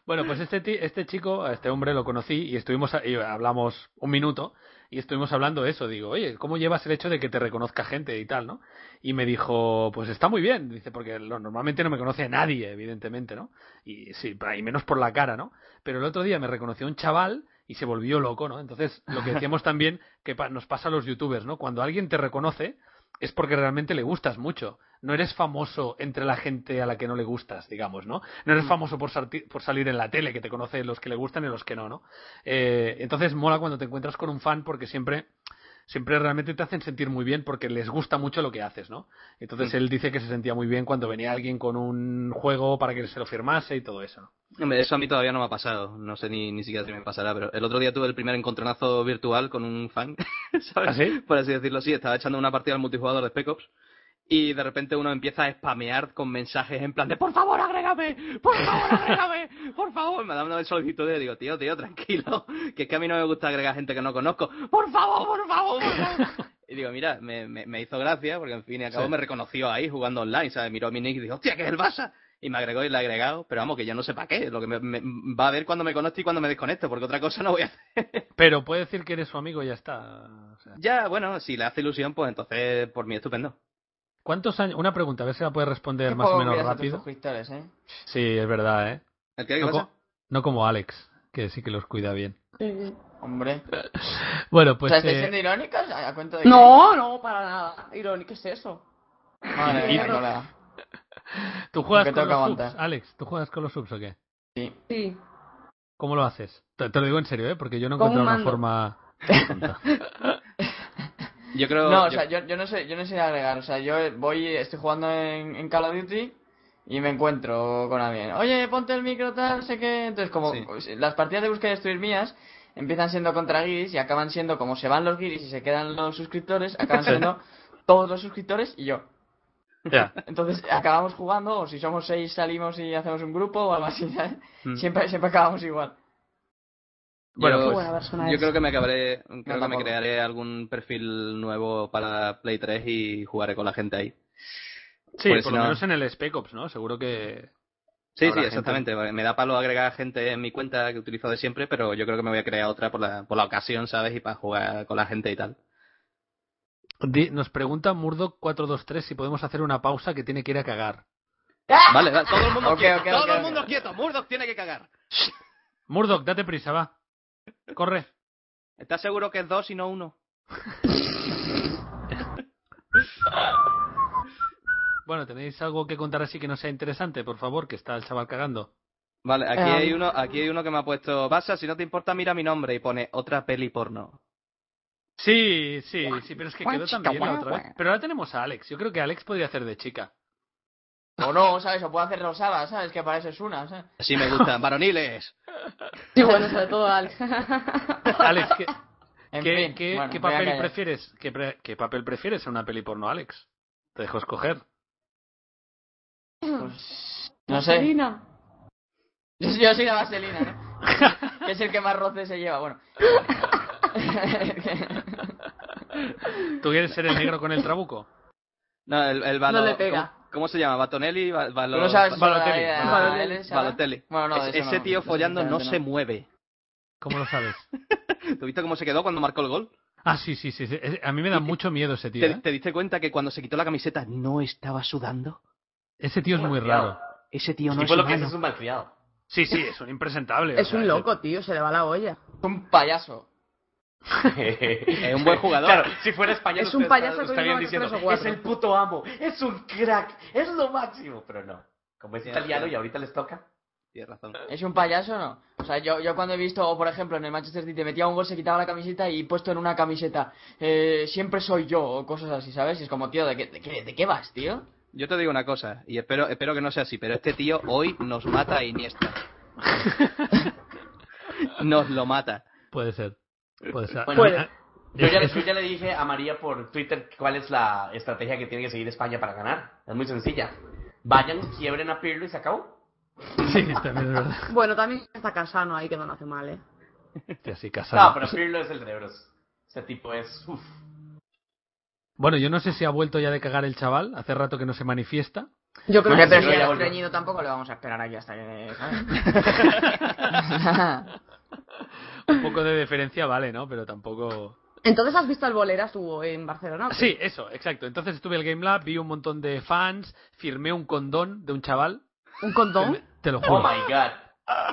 Speaker 4: Bueno, pues este, ti- este chico, a este hombre lo conocí y estuvimos a- y hablamos un minuto y estuvimos hablando de eso. Digo, oye, ¿cómo llevas el hecho de que te reconozca gente y tal, no? Y me dijo, pues está muy bien. Dice, porque lo- normalmente no me conoce nadie, evidentemente, ¿no? Y sí, pa- y menos por la cara, ¿no? Pero el otro día me reconoció un chaval y se volvió loco, ¿no? Entonces, lo que decíamos también que pa- nos pasa a los youtubers, ¿no? Cuando alguien te reconoce es porque realmente le gustas mucho. No eres famoso entre la gente a la que no le gustas, digamos, ¿no? No eres famoso por, sarti- por salir en la tele, que te conocen los que le gustan y los que no, ¿no? Eh, entonces mola cuando te encuentras con un fan porque siempre, siempre realmente te hacen sentir muy bien porque les gusta mucho lo que haces, ¿no? Entonces
Speaker 2: Mm.
Speaker 4: él dice que se sentía muy bien cuando venía alguien con un juego para que se lo firmase y todo eso, ¿no?
Speaker 2: Hombre, eso a mí todavía no me ha pasado. No sé ni, ni siquiera si me pasará, pero el otro día tuve el primer encontronazo virtual con un fan, ¿sabes?
Speaker 4: ¿Ah, sí?
Speaker 2: Por así decirlo, sí. Estaba echando una partida al multijugador de Spec Ops y de repente uno empieza a spamear con mensajes en plan de ¡Por favor, agrégame! ¡Por favor, agrégame! ¡Por favor! Me da una solicitud y le digo, tío, tío, tranquilo, que es que a mí no me gusta agregar gente que no conozco. ¡Por favor, por favor, por favor! Y digo, mira, me, me, me hizo gracia porque en fin y al cabo
Speaker 4: Sí.
Speaker 2: me reconoció ahí jugando online, ¿sabes? Miró a mi nick y dijo, hostia, que es el Barça. Y me agregó y le he agregado, pero vamos, que ya no sé para qué. Lo que me, me- va a ver cuando me conozco y cuando me desconecto, porque otra cosa no voy a hacer.
Speaker 4: Pero puede decir que eres su amigo y ya está. O sea,
Speaker 2: Ya, bueno, si le hace ilusión, pues entonces por mí estupendo.
Speaker 4: ¿Cuántos años? Una pregunta, a ver si la puedes responder
Speaker 5: Qué
Speaker 4: más o
Speaker 5: poco
Speaker 4: menos
Speaker 5: cuidas a tus
Speaker 4: rápido.
Speaker 5: suscriptores, ¿eh?
Speaker 4: Sí, es verdad, ¿eh?
Speaker 2: ¿El qué? ¿Qué
Speaker 4: No,
Speaker 2: pasa?
Speaker 4: co- no como Alex, que sí que los cuida bien.
Speaker 5: Hombre.
Speaker 4: Bueno,
Speaker 5: o
Speaker 4: pues
Speaker 5: sea, ¿estáis
Speaker 4: eh,
Speaker 5: siendo irónicos? ¿A a cuento de
Speaker 3: No, no, para nada. Irónico, ¿qué es eso?
Speaker 5: qué? Madre mía,
Speaker 4: Irónico.
Speaker 5: colega.
Speaker 4: tú juegas
Speaker 5: porque
Speaker 4: con
Speaker 5: tengo
Speaker 4: los
Speaker 5: que
Speaker 4: subs,
Speaker 5: aguantar.
Speaker 4: Alex, ¿tú juegas con los subs o qué?
Speaker 5: Sí.
Speaker 3: Sí.
Speaker 4: ¿Cómo lo haces? Te, te lo digo en serio, ¿eh? Porque yo no
Speaker 3: Con
Speaker 4: encuentro
Speaker 3: un
Speaker 4: una
Speaker 3: mando.
Speaker 4: forma... tonta.
Speaker 2: Yo creo...
Speaker 5: No, o
Speaker 2: yo-
Speaker 5: sea, yo, yo no sé, yo no sé agregar, o sea, yo voy, estoy jugando en, en Call of Duty y me encuentro con alguien. Oye, ponte el micro tal, sé que, entonces como
Speaker 2: Sí.
Speaker 5: pues, las partidas de búsqueda y destruir mías empiezan siendo contra guiris y acaban siendo como se van los guiris y se quedan los suscriptores, acaban siendo todos los suscriptores y yo.
Speaker 4: Ya.
Speaker 5: Entonces acabamos jugando o si somos seis salimos y hacemos un grupo o algo así, ¿sabes?
Speaker 2: Mm.
Speaker 5: Siempre siempre acabamos igual.
Speaker 4: Bueno,
Speaker 2: yo,
Speaker 4: pues,
Speaker 3: buena persona
Speaker 2: yo
Speaker 3: eres.
Speaker 2: creo que me acabaré, creo que me
Speaker 5: tampoco.
Speaker 2: crearé algún perfil nuevo para Play 3 y jugaré con la gente ahí.
Speaker 4: Sí,
Speaker 2: Porque
Speaker 4: por
Speaker 2: si
Speaker 4: lo
Speaker 2: no-
Speaker 4: menos en el Spec Ops, ¿no? Seguro que...
Speaker 2: Sí, sí,
Speaker 4: Habrá gente.
Speaker 2: exactamente. porque Me da palo agregar gente en mi cuenta que utilizo de siempre, pero yo creo que me voy a crear otra por la, por la ocasión, ¿sabes? Y para jugar con la gente y tal.
Speaker 4: Di- Nos pregunta Murdoch423 si podemos hacer una pausa que tiene que ir a cagar.
Speaker 2: Vale, va, todo el mundo
Speaker 5: Ok,
Speaker 2: quieto.
Speaker 5: ok,
Speaker 2: todo
Speaker 5: ok,
Speaker 2: el
Speaker 5: ok.
Speaker 2: mundo quieto. Murdoch tiene que cagar.
Speaker 4: Murdoch, date prisa, va. Corre.
Speaker 2: ¿Estás seguro que es dos y no uno?
Speaker 4: Bueno, ¿tenéis algo que contar así que no sea interesante, por favor? Que está el chaval cagando.
Speaker 2: Vale, aquí
Speaker 5: Eh,
Speaker 2: hay
Speaker 5: um.
Speaker 2: uno, aquí hay uno que me ha puesto, Basa, si no te importa, mira mi nombre y pone otra peli porno.
Speaker 4: Sí, sí, sí, pero es que quedó también la otra vez. Pero ahora tenemos a Alex. Yo creo que Alex podría hacer de chica.
Speaker 5: O no, ¿sabes? O puedo hacer rosada, ¿sabes? Que para eso es una, ¿sabes?
Speaker 2: Así me gustan, varoniles.
Speaker 3: Sí, bueno, sobre todo Alex.
Speaker 4: Alex, ¿qué,
Speaker 5: En
Speaker 4: ¿Qué,
Speaker 5: fin,
Speaker 4: qué-
Speaker 5: bueno,
Speaker 4: qué
Speaker 5: voy a
Speaker 4: papel
Speaker 5: callar.
Speaker 4: prefieres? ¿Qué, pre- qué papel prefieres en una peli porno, Alex? Te dejo escoger.
Speaker 5: Pues, no sé.
Speaker 3: Marina.
Speaker 5: Yo, yo soy la vaselina, ¿no? que es el que más roce se lleva, bueno.
Speaker 4: ¿Tú quieres ser el negro con el trabuco?
Speaker 2: No, el, el Valo-
Speaker 3: No le pega.
Speaker 2: ¿cómo, cómo se llama? ¿Batonelli? Va- Valo-
Speaker 5: Tú no sabes
Speaker 2: Va-
Speaker 4: Balotelli,
Speaker 5: eh,
Speaker 3: Balotelli.
Speaker 5: él, ¿sabes?
Speaker 2: Balotelli.
Speaker 5: Bueno, no,
Speaker 2: Es-
Speaker 5: de eso
Speaker 2: ese
Speaker 5: no,
Speaker 2: tío
Speaker 5: eso
Speaker 2: follando no, se
Speaker 5: sinceramente
Speaker 2: mueve.
Speaker 4: ¿Cómo lo sabes?
Speaker 2: ¿Tú viste cómo se quedó cuando marcó el gol?
Speaker 4: Ah, sí, sí, sí. sí. Es- A mí me da mucho miedo ese tío.
Speaker 2: ¿Te,
Speaker 4: ¿eh?
Speaker 2: te diste cuenta que cuando se quitó la camiseta no estaba sudando?
Speaker 4: Ese tío es muy raro.
Speaker 2: Ese tío no
Speaker 6: Y
Speaker 2: es
Speaker 6: por lo que es,
Speaker 2: humano.
Speaker 6: es un malcriado.
Speaker 4: Sí, sí, es un impresentable. o
Speaker 3: Es
Speaker 4: sea,
Speaker 3: un loco, tío, se le va la olla.
Speaker 5: Es un payaso.
Speaker 2: Es un buen jugador.
Speaker 6: Claro, si fuera español,
Speaker 3: Es un
Speaker 6: ustedes
Speaker 3: payaso
Speaker 6: está-
Speaker 3: con
Speaker 6: estarían
Speaker 3: una
Speaker 6: diciendo,
Speaker 3: tres o cuatro.
Speaker 6: es el puto amo, es un crack, es lo máximo. Pero no, como es
Speaker 2: Ya,
Speaker 6: italiano
Speaker 2: ya.
Speaker 6: y ahorita les toca.
Speaker 2: Tienes razón.
Speaker 5: ¿Es un payaso o no? O sea, yo, yo cuando he visto, o por ejemplo, en el Manchester City, metía un gol, se quitaba la camiseta y puesto en una camiseta, eh, siempre soy yo, o cosas así, ¿sabes? Y es como, tío, ¿de qué, de qué, de qué vas, tío?
Speaker 2: Yo te digo una cosa, y espero, espero que no sea así, pero este tío hoy nos mata a Iniesta. nos lo mata.
Speaker 4: Puede ser. Puede ser.
Speaker 6: Bueno,
Speaker 4: Ah,
Speaker 6: Yo ya,
Speaker 4: es-
Speaker 6: yo ya le dije a María por Twitter cuál es la estrategia que tiene que seguir España para ganar. Es muy sencilla. Vayan, quiebren a Pirlo y se acabó.
Speaker 4: Sí, también es verdad.
Speaker 3: Bueno, también está Casano ahí que no lo hace mal, ¿eh?
Speaker 4: Hostia, sí, casado.
Speaker 6: No, pero Pirlo es el de Euros. Ese tipo es... Uf.
Speaker 4: Bueno, yo no sé si ha vuelto ya de cagar el chaval. Hace rato que no se manifiesta.
Speaker 3: Yo creo que
Speaker 5: Bueno, pero si
Speaker 6: sí, yo ya
Speaker 5: ya
Speaker 6: volví.
Speaker 5: estreñido tampoco le vamos a esperar aquí hasta que... ¿sabes?
Speaker 4: Un poco de deferencia vale, ¿no? Pero tampoco...
Speaker 3: Entonces has visto al Boleras hubo en Barcelona. o qué?
Speaker 4: Sí, eso, exacto. Entonces estuve en el Game Lab, vi un montón de fans, firmé un condón de un chaval.
Speaker 3: ¿Un condón?
Speaker 4: Te lo
Speaker 6: Oh
Speaker 4: juro.
Speaker 6: my God.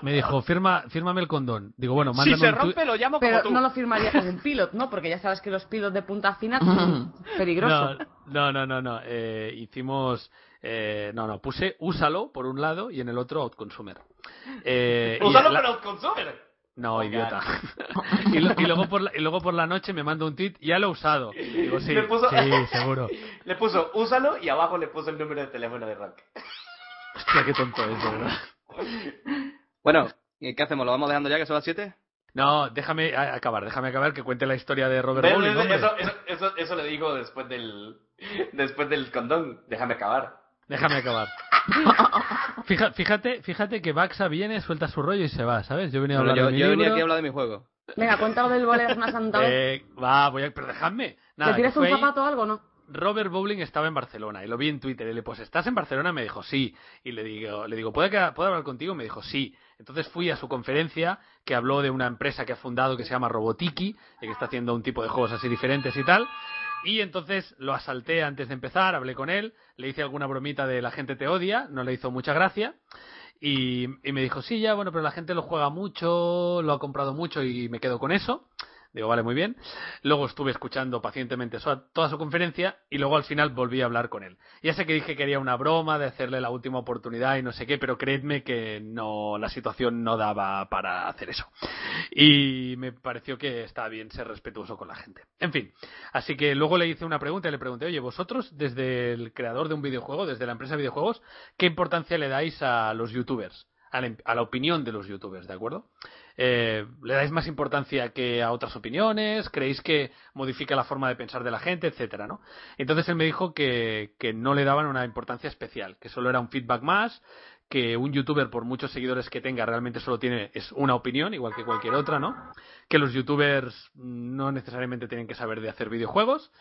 Speaker 4: Me dijo, Firma, fírmame el condón. Digo, bueno,
Speaker 2: Si
Speaker 4: mándame
Speaker 2: se
Speaker 4: un tuit-
Speaker 2: rompe, lo llamo como
Speaker 3: Pero
Speaker 2: tú.
Speaker 3: no lo firmaría con un pilot, ¿no? Porque ya sabes que los pilots de punta fina son
Speaker 4: No,
Speaker 3: peligrosos.
Speaker 4: no, no, no. no. Eh, hicimos. eh, no, no. Puse úsalo por un lado y en el otro outconsumer. Eh, y
Speaker 6: Úsalo
Speaker 4: la-
Speaker 6: para los consumers.
Speaker 4: No, idiota. y, lo- y luego por la, y luego por la noche me manda un tweet, ya lo he usado. Digo, sí,
Speaker 6: Me puso-
Speaker 4: sí, seguro.
Speaker 6: Le puso úsalo y abajo le
Speaker 2: pues,
Speaker 6: puso el número de teléfono de Rock.
Speaker 4: Hostia, qué tonto es, de verdad.
Speaker 2: Bueno, ¿y ¿qué hacemos? ¿Lo vamos dejando ya que son las 7?
Speaker 4: No, déjame a- acabar, déjame acabar que cuente la historia de Robert
Speaker 6: Ve-
Speaker 4: Rowling,
Speaker 6: ve- ve-
Speaker 4: hombre.
Speaker 6: eso, eso, eso, eso le digo después del después del condón. Déjame acabar.
Speaker 4: Déjame acabar. Fija- Fíjate, fíjate que Baxa viene, suelta su rollo y se va, ¿sabes? Yo venía a hablar
Speaker 2: yo
Speaker 4: de mi
Speaker 2: yo venía
Speaker 4: libro.
Speaker 2: aquí a hablar de mi juego.
Speaker 3: Venga, cuéntalo del Boleras una santa vez.
Speaker 4: Eh, va, voy a... Pero dejadme. Nada,
Speaker 3: ¿Le tiras
Speaker 4: que
Speaker 3: un
Speaker 4: fue ahí-
Speaker 3: zapato o algo, no?
Speaker 4: Robert Bowling estaba en Barcelona y lo vi en Twitter y le pues ¿estás en Barcelona? Me dijo sí y le digo, le digo ¿puedo, quedar- ¿puedo hablar contigo? Me dijo sí. Entonces fui a su conferencia que habló de una empresa que ha fundado que se llama Robotiki y que está haciendo un tipo de juegos así diferentes y tal. Y entonces lo asalté antes de empezar, hablé con él, le hice alguna bromita de la gente te odia, no le hizo mucha gracia. Y, y me dijo, sí, ya, bueno, pero la gente lo juega mucho, lo ha comprado mucho y me quedo con eso. Digo, vale, muy bien. Luego estuve escuchando pacientemente su- toda su conferencia y luego al final volví a hablar con él. Ya sé que dije que haría una broma de hacerle la última oportunidad y no sé qué, pero creedme que no, la situación no daba para hacer eso. Y me pareció que está bien ser respetuoso con la gente. En fin, así que luego le hice una pregunta y le pregunté, oye, vosotros, desde el creador de un videojuego, desde la empresa de videojuegos, ¿qué importancia le dais a los youtubers? A la, a la opinión de los youtubers, ¿de acuerdo? Eh, ¿Le dais más importancia que a otras opiniones? ¿Creéis que modifica la forma de pensar de la gente, etcétera, no? Entonces él me dijo que, que no le daban una importancia especial, que solo era un feedback más, que un youtuber, por muchos seguidores que tenga, realmente solo tiene es una opinión, igual que cualquier otra, ¿no? Que los youtubers no necesariamente tienen que saber de hacer videojuegos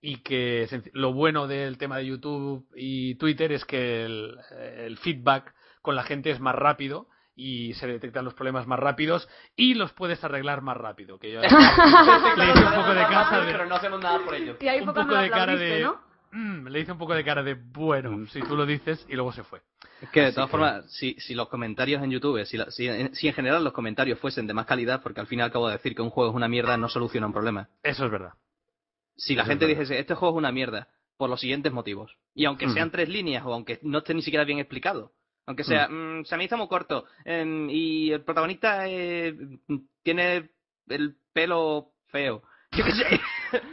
Speaker 4: y que senc- lo bueno del tema de YouTube y Twitter es que el, el feedback con la gente es más rápido y se detectan los problemas más rápidos y los puedes arreglar más rápido. Que yo- Le hice un poco de casa de- "Mm,
Speaker 6: Pero no hacemos nada por ello.
Speaker 3: Y ahí
Speaker 4: un
Speaker 3: fue cuando
Speaker 4: poco
Speaker 3: lo
Speaker 4: de cara
Speaker 3: aplaudiste,
Speaker 4: de-
Speaker 3: ¿no?
Speaker 4: Mm, le hice un poco de cara de
Speaker 2: Mm.
Speaker 4: bueno, si tú lo dices y luego se fue.
Speaker 2: Es que de
Speaker 4: Así
Speaker 2: todas
Speaker 4: que-
Speaker 2: formas, si, si los comentarios en YouTube, si, la- si, en- si en general los comentarios fuesen de más calidad, porque al final acabo de decir que un juego es una mierda, no soluciona un problema.
Speaker 4: Eso es verdad.
Speaker 2: Si la
Speaker 4: Eso es
Speaker 2: gente
Speaker 4: verdad.
Speaker 2: dijese, este juego es una mierda, por los siguientes motivos, y aunque
Speaker 4: Mm.
Speaker 2: sean tres líneas, o aunque no esté ni siquiera bien explicado, aunque sea, "Mm, se me hizo muy corto, em, y el protagonista eh, tiene el pelo feo, yo qué sé,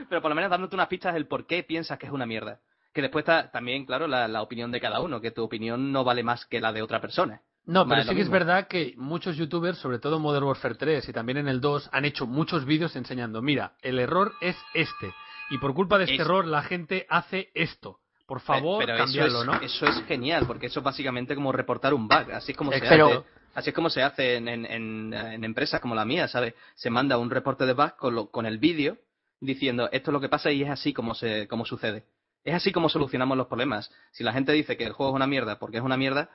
Speaker 2: pero por lo menos dándote unas pistas del por qué piensas que es una mierda. Que después está también, claro, la, la opinión de cada uno, que tu opinión no vale más que la de otra persona.
Speaker 4: No, pero
Speaker 2: Vale,
Speaker 4: sí
Speaker 2: lo
Speaker 4: que es
Speaker 2: mismo.
Speaker 4: verdad que muchos youtubers, sobre todo en Modern Warfare 3 y también en el 2, han hecho muchos vídeos enseñando, mira, el error es este. Y por culpa de este
Speaker 2: Es-
Speaker 4: error la gente hace esto. Por favor,
Speaker 2: Eh, pero
Speaker 4: cambiarlo,
Speaker 2: eso
Speaker 4: ¿no?
Speaker 2: es, Eso es genial, porque eso es básicamente como reportar un bug. Así es como se
Speaker 4: Exacto.
Speaker 2: hace. Así es como se hace en, en- en- en empresas como la mía, ¿sabes? Se manda un reporte de bug con, lo- con el vídeo diciendo esto es lo que pasa y es así como, se, como sucede. Es así como solucionamos los problemas. Si la gente dice que el juego es una mierda porque es una mierda,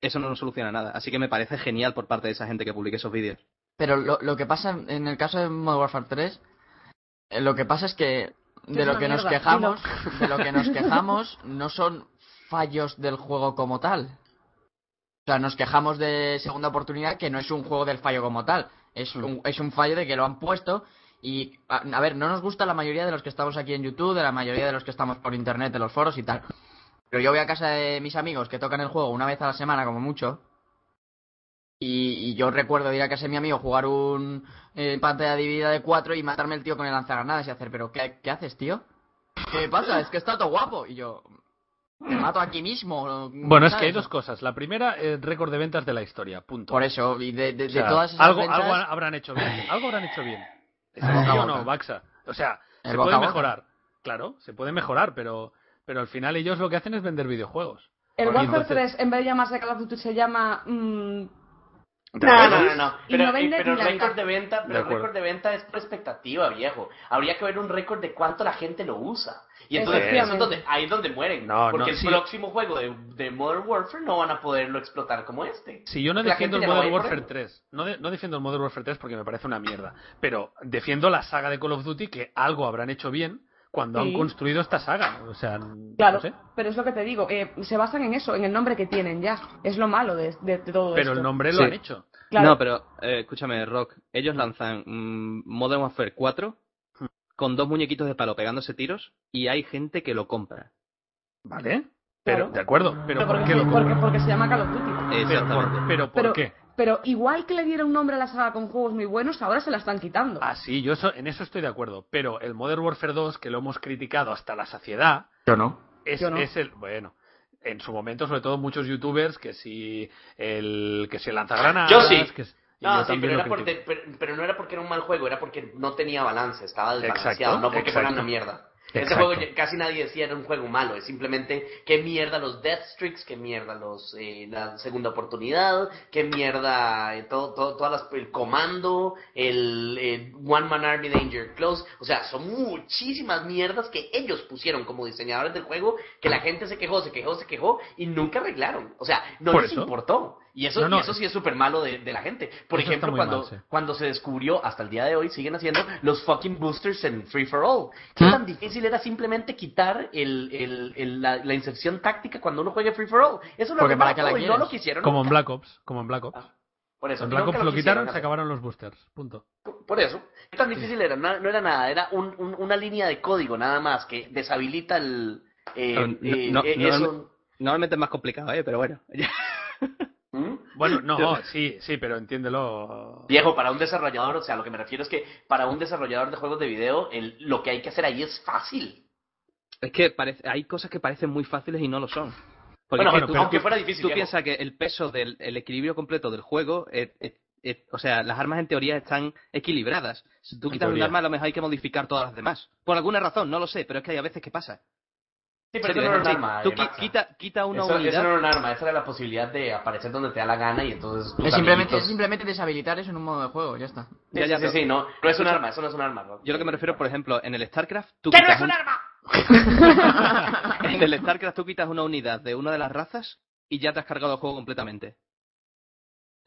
Speaker 2: eso no nos soluciona nada. Así que me parece genial por parte de esa gente que publique esos vídeos.
Speaker 5: Pero lo, lo que pasa en- en el caso de Modern Warfare 3, eh, lo que pasa es que
Speaker 3: Es
Speaker 5: de lo
Speaker 3: una
Speaker 5: que nos
Speaker 3: mierda,
Speaker 5: quejamos, de lo que nos quejamos no son fallos del juego como tal. O sea, nos quejamos de segunda oportunidad que no es un juego del fallo como tal, es un, es un fallo de que lo han puesto y a, a ver, no nos gusta la mayoría de los que estamos aquí en YouTube, de la mayoría de los que estamos por internet, de los foros y tal. Pero yo voy a casa de mis amigos que tocan el juego una vez a la semana como mucho. Y, y yo recuerdo ir a casa de mi amigo, jugar un eh, pantalla dividida de cuatro y matarme el tío con el lanzagranadas y hacer, pero ¿qué, qué haces, tío? ¿Qué pasa? Es que está todo guapo. Y yo, te mato aquí mismo.
Speaker 4: Bueno, es
Speaker 5: ¿sabes?
Speaker 4: que hay dos cosas. La primera, el récord de ventas de la historia, punto.
Speaker 5: Por eso, y de, de- de
Speaker 4: O sea,
Speaker 5: todas esas
Speaker 4: algo,
Speaker 5: ventas,
Speaker 4: algo habrán hecho bien. Algo habrán hecho bien. ¿Es
Speaker 5: boca a
Speaker 4: así o
Speaker 5: boca.
Speaker 4: no, Baxa? O sea,
Speaker 5: El
Speaker 4: se
Speaker 5: boca
Speaker 4: puede
Speaker 5: a boca.
Speaker 4: mejorar. Claro, se puede mejorar, pero, pero al final ellos lo que hacen es vender videojuegos.
Speaker 3: El
Speaker 4: Bueno,
Speaker 3: Warfare
Speaker 4: entonces-
Speaker 3: 3, en vez de llamarse Call of Duty, se llama. mm,
Speaker 6: No, no, no, no.
Speaker 3: Y
Speaker 6: Pero,
Speaker 3: no venden
Speaker 6: eh, pero
Speaker 3: ni la
Speaker 6: récord
Speaker 3: mitad.
Speaker 6: de venta,
Speaker 4: De
Speaker 6: pero
Speaker 4: acuerdo.
Speaker 6: récord de venta es por expectativa, viejo. Habría que ver un récord de cuánto la gente lo usa. Y entonces
Speaker 3: Efectivamente.
Speaker 6: eso es donde, ahí es donde mueren.
Speaker 4: No,
Speaker 6: porque
Speaker 4: no,
Speaker 6: el
Speaker 4: sí.
Speaker 6: próximo juego de, de Modern Warfare no van a poderlo explotar como este.
Speaker 4: Si yo no
Speaker 6: La
Speaker 4: defiendo el
Speaker 6: gente ya no
Speaker 4: Modern
Speaker 6: va a ir por
Speaker 4: Warfare
Speaker 6: él.
Speaker 4: 3, no, de- no defiendo el Modern Warfare 3 porque me parece una mierda, pero defiendo la saga de Call of Duty que algo habrán hecho bien cuando han
Speaker 3: Sí.
Speaker 4: construido esta saga. O sea, n-
Speaker 3: Claro,
Speaker 4: no sé.
Speaker 3: pero es lo que te digo, eh, se basan en eso, en el nombre que tienen ya. Es lo malo de, de- de todo
Speaker 4: Pero
Speaker 3: esto.
Speaker 4: el nombre lo
Speaker 2: Sí.
Speaker 4: han hecho.
Speaker 3: Claro.
Speaker 2: No, pero eh, escúchame, Rock. Ellos lanzan mm, Modern Warfare 4
Speaker 6: Hmm.
Speaker 2: con dos muñequitos de palo pegándose tiros y hay gente que lo compra.
Speaker 4: ¿Vale? Pero,
Speaker 3: Claro.
Speaker 4: de acuerdo, pero ¿por
Speaker 3: porque,
Speaker 4: qué lo
Speaker 3: se-
Speaker 4: compran?
Speaker 3: porque- porque se llama Call of Duty.
Speaker 6: Ah.
Speaker 4: Pero,
Speaker 2: Exactamente.
Speaker 4: por, pero ¿por
Speaker 3: pero,
Speaker 4: qué?
Speaker 3: pero igual que le dieron nombre a la saga con juegos muy buenos, ahora se la están quitando.
Speaker 4: Ah, sí, yo eso- en eso estoy de acuerdo. Pero el Modern Warfare 2, que lo hemos criticado hasta la saciedad,
Speaker 5: Yo no.
Speaker 4: es,
Speaker 3: Yo no.
Speaker 4: es el. Bueno, en su momento, sobre todo muchos youtubers, que si el que se lanza granadas.
Speaker 6: Yo sí.
Speaker 4: que si- y
Speaker 6: No,
Speaker 4: yo
Speaker 6: sí,
Speaker 4: también
Speaker 6: pero,
Speaker 4: lo
Speaker 6: era por-
Speaker 4: critico.
Speaker 6: pero- pero no era porque era un mal juego, era porque no tenía balance, estaba desbalanceado,
Speaker 4: Exacto,
Speaker 6: no porque fuera
Speaker 4: exacto.
Speaker 6: una mierda. Ese
Speaker 4: Exacto.
Speaker 6: juego ya- casi nadie decía era un juego malo, es simplemente qué mierda los Death Streaks, qué mierda los eh, la segunda oportunidad, qué mierda eh, todo, todo, todas las, el comando, el eh, One Man Army Danger Close, o sea, son muchísimas mierdas que ellos pusieron como diseñadores del juego que la gente se quejó, se quejó, se quejó y nunca arreglaron, o sea, no
Speaker 4: Por
Speaker 6: les
Speaker 4: eso.
Speaker 6: importó. Y eso,
Speaker 4: No, no,
Speaker 6: y eso sí es súper malo de, de la gente. Por
Speaker 4: Eso está
Speaker 6: ejemplo,
Speaker 4: muy
Speaker 6: cuando,
Speaker 4: mal, sí.
Speaker 6: cuando se descubrió, hasta el día de hoy, siguen haciendo los fucking boosters en Free for All. ¿Qué tan difícil era simplemente quitar el, el- el- la, la inserción táctica cuando uno juega Free for All? Eso lo
Speaker 5: Porque
Speaker 6: arreglaron
Speaker 5: para qué la
Speaker 6: todo y no
Speaker 5: quieres.
Speaker 6: lo quisieron.
Speaker 4: Como en
Speaker 6: nunca.
Speaker 4: Black Ops. Como en Black Ops.
Speaker 6: Ah, Por eso.
Speaker 4: en Black
Speaker 6: nunca
Speaker 4: Ops
Speaker 6: lo
Speaker 4: lo
Speaker 6: quisieron
Speaker 4: quitaron, se
Speaker 6: hacer.
Speaker 4: acabaron los boosters. Punto.
Speaker 6: Por eso. ¿Qué tan difícil era? No, no era nada. Era un- un- una línea de código nada más que deshabilita el. eh,
Speaker 2: No, no,
Speaker 6: eh,
Speaker 2: no,
Speaker 6: eh,
Speaker 2: no,
Speaker 6: eso.
Speaker 2: Normalmente es más complicado, ¿eh? Pero bueno.
Speaker 6: ¿Mm?
Speaker 4: Bueno, no, sí, sí, pero entiéndelo.
Speaker 6: Viejo, para un desarrollador, o sea, lo que me refiero es que para un desarrollador de juegos de video, el- lo que hay que hacer ahí es fácil.
Speaker 2: es que parece, hay cosas que parecen muy fáciles y no lo son. Porque es que
Speaker 6: Bueno, bueno,
Speaker 2: tú-
Speaker 6: pero- aunque
Speaker 2: tú-
Speaker 6: fuera difícil,
Speaker 2: Tú
Speaker 6: Diego.
Speaker 2: piensas que el peso del el equilibrio completo del juego, eh, eh, eh, o sea, las armas en teoría están equilibradas. Si tú
Speaker 4: En
Speaker 2: quitas un
Speaker 4: teoría.
Speaker 2: arma, a lo mejor hay que modificar todas las demás. Por alguna razón, no lo sé, pero es que hay a veces que pasa.
Speaker 6: Sí,
Speaker 2: En serio,
Speaker 6: eso no
Speaker 2: es
Speaker 6: era un
Speaker 2: decir,
Speaker 6: arma,
Speaker 2: Tú
Speaker 6: eh,
Speaker 2: qui-
Speaker 6: Maxa.
Speaker 2: quita, quita una
Speaker 6: eso,
Speaker 2: unidad.
Speaker 6: eso no era un arma, esa era la posibilidad de aparecer donde te da la gana y entonces. tus
Speaker 5: Es simplemente,
Speaker 6: amiguitos-
Speaker 5: es simplemente deshabilitar eso en un modo de juego, ya está.
Speaker 6: Sí,
Speaker 2: Ya, ya,
Speaker 6: sí,
Speaker 2: pero-
Speaker 6: sí, sí, no, no es un arma, eso no es un arma. ¿no?
Speaker 2: Yo lo que me refiero, por ejemplo, en el StarCraft, tú
Speaker 6: ¡Que no
Speaker 2: quitas
Speaker 6: es un
Speaker 2: un-
Speaker 6: arma!
Speaker 2: en el StarCraft tú quitas una unidad de una de las razas y ya te has cargado el juego completamente.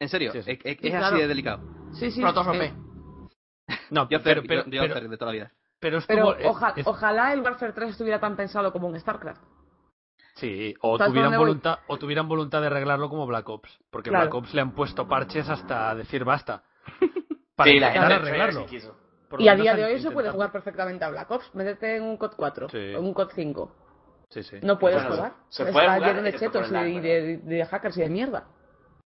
Speaker 2: En serio,
Speaker 4: Sí, sí.
Speaker 2: es, es-
Speaker 3: Sí,
Speaker 2: es
Speaker 3: claro.
Speaker 2: así de delicado.
Speaker 3: sí, sí.
Speaker 5: Protos
Speaker 3: eh,
Speaker 5: OP.
Speaker 4: No,
Speaker 2: Yo
Speaker 4: pero,
Speaker 2: hacer,
Speaker 4: pero,
Speaker 2: yo, yo
Speaker 4: pero-
Speaker 2: hacer de toda la vida.
Speaker 4: pero estuvo-
Speaker 3: Pero
Speaker 4: es-
Speaker 3: oja-
Speaker 4: es-
Speaker 3: ojalá el Warfare 3 estuviera tan pensado como un StarCraft.
Speaker 4: Sí, o
Speaker 3: ¿Sabes por
Speaker 4: tuvieran,
Speaker 3: dónde voy?
Speaker 4: voluntad, o tuvieran voluntad de arreglarlo como Black Ops. Porque
Speaker 3: Claro.
Speaker 4: Black Ops le han puesto parches hasta decir basta. Para
Speaker 6: sí, la
Speaker 4: intentar
Speaker 6: gente
Speaker 4: arreglarlo.
Speaker 6: sí quiso.
Speaker 4: Por lo
Speaker 3: Y a
Speaker 4: menos
Speaker 3: día
Speaker 4: han
Speaker 3: de hoy se puede
Speaker 4: intentado.
Speaker 3: jugar perfectamente a Black Ops. Métete en un COD 4
Speaker 4: Sí.
Speaker 3: o un COD 5.
Speaker 4: Sí, sí.
Speaker 3: No puedes
Speaker 6: Bueno,
Speaker 3: jugar.
Speaker 6: se puede
Speaker 3: Está
Speaker 6: jugar,
Speaker 3: lleno de
Speaker 6: excepto por
Speaker 3: chetos
Speaker 6: el lag,
Speaker 3: y de, de hackers y de mierda.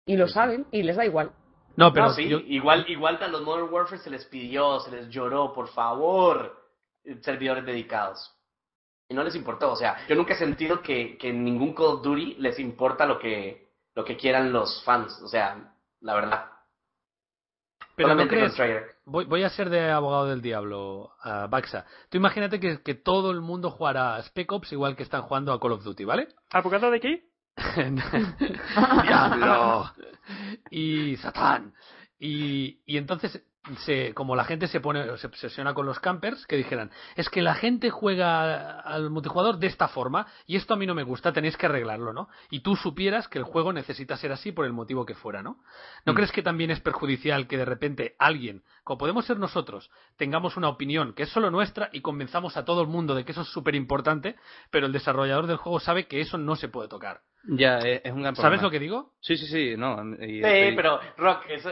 Speaker 3: Y lo saben y les da igual.
Speaker 4: No, pero
Speaker 6: No, Ah, sí,
Speaker 4: yo-
Speaker 6: igual, igual a los Modern Warfare se les pidió, se les lloró, por favor, eh, servidores dedicados. Y no les importó, o sea, yo nunca he sentido que, que en ningún Call of Duty les importa lo que, lo que quieran los fans. O sea, la verdad.
Speaker 4: Pero ¿no
Speaker 6: Solamente
Speaker 4: crees-
Speaker 6: Ghost Rider.
Speaker 4: voy, voy a ser de abogado del diablo, a Baxa. Tú imagínate que, que todo el mundo jugará a Spec Ops igual que están jugando a Call of Duty, ¿vale?
Speaker 7: ¿Abogado de qué?
Speaker 4: ¡Diablo! Y Satán. Y, y entonces, se, como la gente se pone, se obsesiona con los campers, que dijeran, es que la gente juega al multijugador de esta forma, y esto a mí no me gusta, tenéis que arreglarlo, ¿no? Y tú supieras que el juego necesita ser así por el motivo que fuera, ¿no? ¿No crees que también es perjudicial que de repente alguien, como podemos ser nosotros, tengamos una opinión que es solo nuestra y convenzamos a todo el mundo de que eso es súper importante, pero el desarrollador del juego sabe que eso no se puede tocar?
Speaker 2: Ya, eh, es, es un gran problema.
Speaker 4: ¿Sabes lo que digo?
Speaker 2: Sí, sí, sí, no. y
Speaker 6: Sí,
Speaker 2: estoy-
Speaker 6: pero Rock, eso,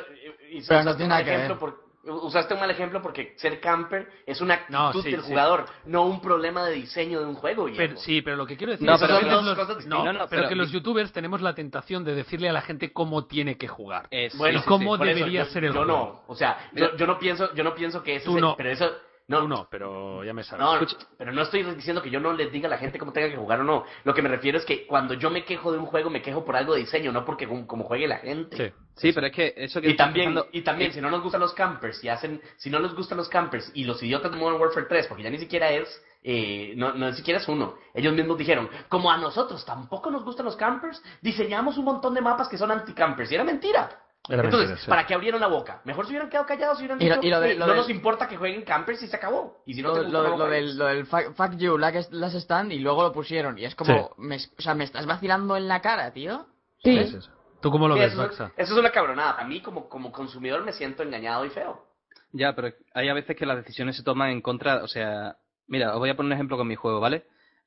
Speaker 6: y- y-
Speaker 5: Pero no
Speaker 6: usaste
Speaker 5: tiene
Speaker 6: un
Speaker 5: nada que
Speaker 6: ejemplo
Speaker 5: ver.
Speaker 6: por- usaste un mal ejemplo porque ser camper es una actitud
Speaker 4: No, sí,
Speaker 6: del
Speaker 4: sí.
Speaker 6: jugador, no un problema de diseño de un juego. Guillermo.
Speaker 4: Pero- sí, pero lo que quiero decir
Speaker 2: No,
Speaker 4: es que
Speaker 2: pero
Speaker 4: a veces
Speaker 6: son dos
Speaker 4: los-
Speaker 6: cosas
Speaker 4: no,
Speaker 2: distintas. No, no,
Speaker 4: pero
Speaker 2: pero-
Speaker 4: que los youtubers tenemos la tentación de decirle a la gente cómo tiene que jugar.
Speaker 2: Es-
Speaker 4: Bueno,
Speaker 2: sí, sí,
Speaker 4: cómo
Speaker 2: sí.
Speaker 6: Por eso,
Speaker 4: debería
Speaker 6: yo-
Speaker 4: ser el
Speaker 6: yo
Speaker 4: juego.
Speaker 6: no, o sea, yo, yo no pienso, yo no pienso que eso
Speaker 4: Tú
Speaker 6: es-
Speaker 4: no.
Speaker 6: pero eso no,
Speaker 4: No, no, pero ya me sabes.
Speaker 6: No, pero no estoy diciendo que yo no les diga a la gente cómo tenga que jugar o no. Lo que me refiero es que cuando yo me quejo de un juego, me quejo por algo de diseño, no porque como, como juegue la gente.
Speaker 4: Sí.
Speaker 2: Sí, pero es que eso que
Speaker 6: Y
Speaker 2: estás
Speaker 6: también,
Speaker 2: pensando-
Speaker 6: y también, si no nos gustan los campers, y hacen, si no les gustan los campers y los idiotas de Modern Warfare 3, porque ya ni siquiera es, eh, no, no ni siquiera es uno. Ellos mismos dijeron, como a nosotros tampoco nos gustan los campers, diseñamos un montón de mapas que son anti-campers. Y era mentira.
Speaker 4: Era
Speaker 6: Entonces,
Speaker 4: mentira, sí.
Speaker 6: ¿para qué abrieron la boca? Mejor se hubieran quedado callados y hubieran
Speaker 5: Y lo-
Speaker 6: dicho,
Speaker 5: y lo de-
Speaker 6: "Eh,
Speaker 5: lo
Speaker 6: no
Speaker 5: del-
Speaker 6: nos importa que jueguen campers y se acabó. Y si no te
Speaker 5: lo,
Speaker 6: gusta,
Speaker 5: lo-
Speaker 6: no lo
Speaker 5: lo
Speaker 6: juegues.
Speaker 5: del, lo del fuck, fuck you, las, las stand, y luego lo pusieron. Y es como,
Speaker 4: Sí.
Speaker 5: me, o sea, me estás vacilando en la cara, tío.
Speaker 3: Sí.
Speaker 4: Sí, sí, sí. ¿Tú cómo lo
Speaker 6: Sí,
Speaker 4: ves,
Speaker 6: eso,
Speaker 4: Baxa?
Speaker 6: eso es una cabronada. A mí, como, como consumidor, me siento engañado y feo.
Speaker 2: Ya, pero hay a veces que las decisiones se toman en contra, o sea, mira, os voy a poner un ejemplo con mi juego, ¿vale?